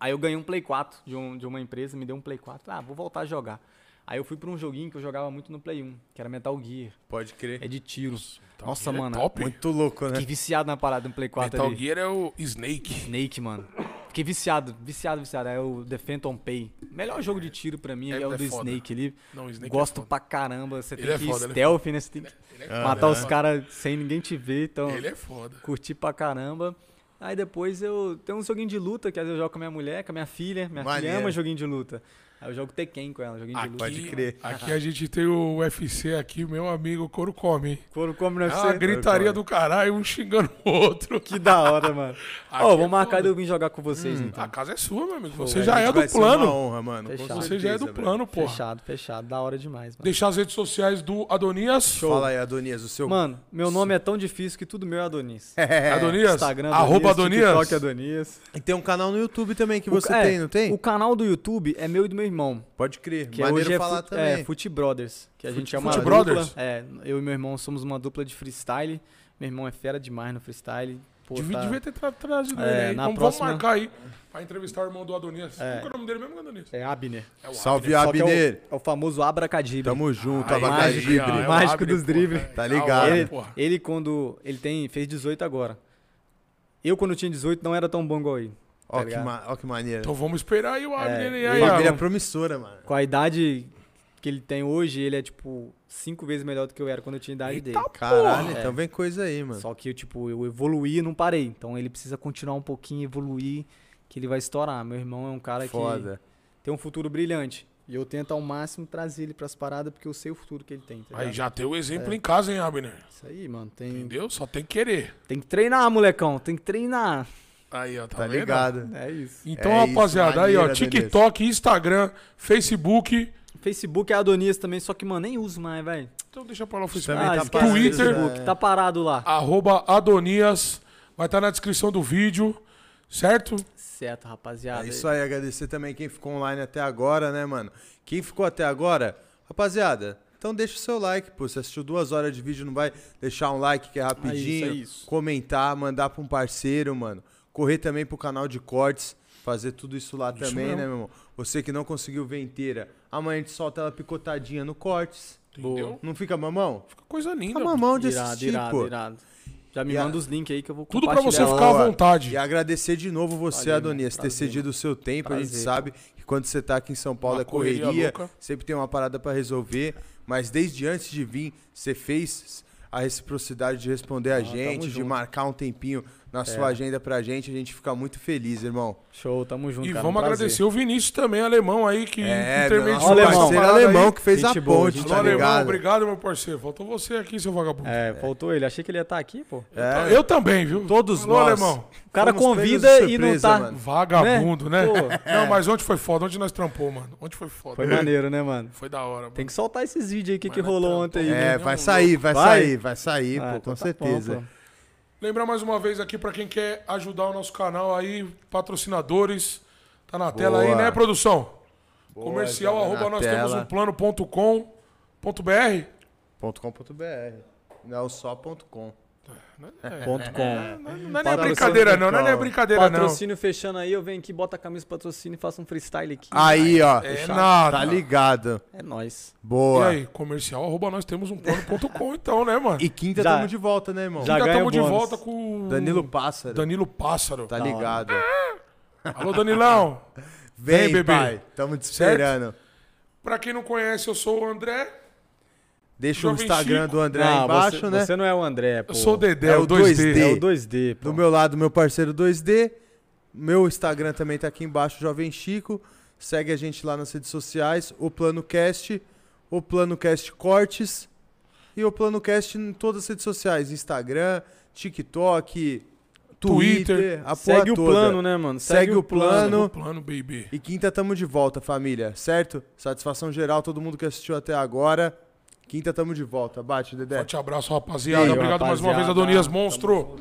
Aí eu ganhei um Play 4 de, um- de uma empresa, me deu um Play 4. Ah, vou voltar a jogar. Aí eu fui pra um joguinho que eu jogava muito no Play 1, que era Metal Gear. Pode crer. É de tiro. Metal Nossa, Gear é mano. top. Muito louco, né? Fiquei viciado na parada do Play 4 Metal ali. Gear é o Snake. Snake, mano. Fiquei viciado, viciado, viciado. É o The Phantom Pain. Melhor jogo de tiro pra mim é, Ele o é do foda. Snake ali. Não, o Snake Gosto é foda. pra caramba. Você tem Ele é que ir foda, ele é stealth, né? Você tem que Ele é matar os caras sem ninguém te ver. Então, Ele é foda. curti pra caramba. Aí depois eu tenho um joguinho de luta, que às vezes eu jogo com a minha mulher, com a minha filha. Minha Maneiro. filha ama joguinho de luta. Aí eu jogo Tekken com ela, joguinho de luta. pode crer. Aqui é a gente tem o UFC aqui, meu amigo, o couro come, hein? Quando come no É uma UFC. gritaria do caralho, um xingando o outro. Que da hora, mano. Aqui Ô, é vou marcar foda. de eu vir jogar com vocês, então. A casa é sua, meu amigo. Você A já gente é vai do ser Uma plano. honra, mano. com Fechado. Você já é certeza, do velho. plano, pô. Fechado, fechado. Da hora demais, mano. Deixar as redes sociais do Adonias. Fala aí, Adonias, o seu. Mano, meu nome é tão difícil que tudo meu é Adonis. Adonias. arroba Adonias. TikTok Adonias. E tem um canal no YouTube também que O você ca- é, tem, não tem? O canal do YouTube é meu e do meu irmão. Pode crer. Que Maneiro hoje é, falar fut- também. é Fute Brothers. Que a Fute- gente é uma Fute dupla- Brothers? É, eu e meu irmão somos uma dupla de freestyle. Meu irmão é fera demais no freestyle. pô, devia, tá- devia ter tra- trazido É, ele aí. na Então próxima- vamos marcar aí pra entrevistar o irmão do Adonias. Qual que é o nome dele mesmo, Adonias? É Abner. É o Salve, Só que é o- Abner. É o famoso abracadibre. Tamo junto, Aí, abacaxi. mágico, Bri. ó, Mágico Abner, dos porra, dribles. é. Tá Da ligado. hora, Ele- porra. Ele quando. Ele tem, fez 18 agora. Eu, quando tinha 18, não era tão bom igual ele. Ó, tá que ligado? ma- ó que maneira. Então vamos esperar aí o Abner e aí. ele- ó. Família promissora, mano. Com a idade que ele tem hoje, ele é tipo cinco vezes melhor do que eu era quando eu tinha a idade dele. Caralho, Porra. então vem coisa aí, mano. Só que eu, tipo, eu evoluí e não parei. Então ele precisa continuar um pouquinho, evoluir, que ele vai estourar. Meu irmão é um cara Foda. que tem um futuro brilhante. E eu tento ao máximo trazer ele pras paradas, porque eu sei o futuro que ele tem. Tá Aí ligado? já tem o exemplo em casa, hein, Abner? Isso aí, mano. Tem, Entendeu? Só tem que querer. tem que treinar, molecão. Tem que treinar. Aí, ó, tá, Tá vendo? ligado. É isso. Então, É isso, rapaziada, aí, ó, maneira, TikTok, Instagram, Facebook. Facebook é Adonias também, só que, mano, nem uso mais, velho. Ah, Então deixa pra lá o Também Facebook. tá esquece parado, o Twitter. Facebook, tá parado lá. Arroba Adonias. Vai estar na descrição do vídeo, certo? Certo, É rapaziada. isso aí, agradecer também quem ficou online até agora, né, mano? Quem ficou até agora, rapaziada, então deixa o seu like, pô. Você assistiu duas horas de vídeo, não vai deixar um like que é rapidinho. É isso, é isso. Comentar, mandar pra um parceiro, mano. Correr também pro canal de cortes, fazer tudo isso lá também, mesmo. né, meu irmão? Você que não conseguiu ver inteira, amanhã a gente solta ela picotadinha no cortes. Entendeu? Não fica mamão? Fica coisa linda. Fica mamão de Irado, assistir, irado, pô. irado. Já me E a- manda os links aí que eu vou Tudo pra compartilhar você lá. ficar à Boa. vontade. E agradecer de novo você, Valeu, Adonias, mano. ter Prazer, cedido o seu tempo. A gente Prazer, sabe que quando você tá aqui em São Paulo Uma é correria, correria louca. sempre tem uma parada pra resolver. Mas desde antes de vir, você fez a reciprocidade de responder a gente, de junto. marcar um tempinho na sua agenda pra gente. A gente fica muito feliz, irmão. Show, tamo junto, E cara. um vamos agradecer o Vinícius também, alemão aí, que É, meu intermediou nosso alemão. essa parceiro parada alemão aí. que fez Gente a boa, ponte, gente Alô, tá alemão, ligado? obrigado, meu parceiro. Faltou você aqui, seu vagabundo. É, faltou ele. Achei que ele ia estar aqui, pô. É. Eu também, viu? Todos Alô, nós. alemão. O cara Fomos convida pegos de e não surpresa, tá. mano. Vagabundo, né? Né? Pô, Não, mas onde foi foda? Onde nós trampou, mano? Onde foi foda? Foi maneiro, né, mano? Foi da hora, mano. Tem que soltar esses vídeos aí que, que Mas não rolou tanto. ontem aí. É, né? vai sair, vai, Vai? sair, vai sair, Ah, pô, então com tá bom, certeza. pô. Lembrar mais uma vez aqui pra quem quer ajudar o nosso canal aí, patrocinadores. Tá na tela aí, né, produção? Comercial já, arroba na nós tela. temos um plano.com.br. .com.br. Não, só ponto .com. Ponto com. Não, não é nem Patrocínio brincadeira, não. Não é nem total. brincadeira, É, não. Patrocínio fechando aí, eu venho aqui, bota a camisa do patrocínio e faço um freestyle aqui. Aí, ó. É Tá nada. ligado. É nóis. E Boa. E, aí, comercial arroba nós temos um plano.com, então, né, mano? quinta Já- tamo de volta, né, irmão? já- Ainda ganha estamos de bônus. volta com o Danilo Pássaro. Danilo Pássaro. Tá ligado. Alô, Danilão. Vem, Vem, bebê. pai. Tamo te Certo? esperando. Pra quem não conhece, eu sou o André. Deixa o Jovem Instagram Chico. do André aí Não, embaixo, você, né? Você não é o André, pô. Eu sou o Dedé, É o o 2D. 2D. É o 2D, pô. Do meu lado, meu parceiro 2D. Meu Instagram também tá aqui embaixo, Jovem Chico. Segue a gente lá nas redes sociais, o Plano Cast, o Plano Cast Cortes e o Plano Cast em todas as redes sociais, Instagram, TikTok, Twitter, Twitter. a porra Segue o toda. plano, né, mano? Segue o plano. Meu plano, baby. E quinta tamo de volta, família, certo? Satisfação geral, todo mundo que assistiu até agora. Quinta tamo de volta. Bate, Dedé. Forte abraço, rapaziada. Valeu, Obrigado mais uma vez, rapaziada. Adonias Monstro.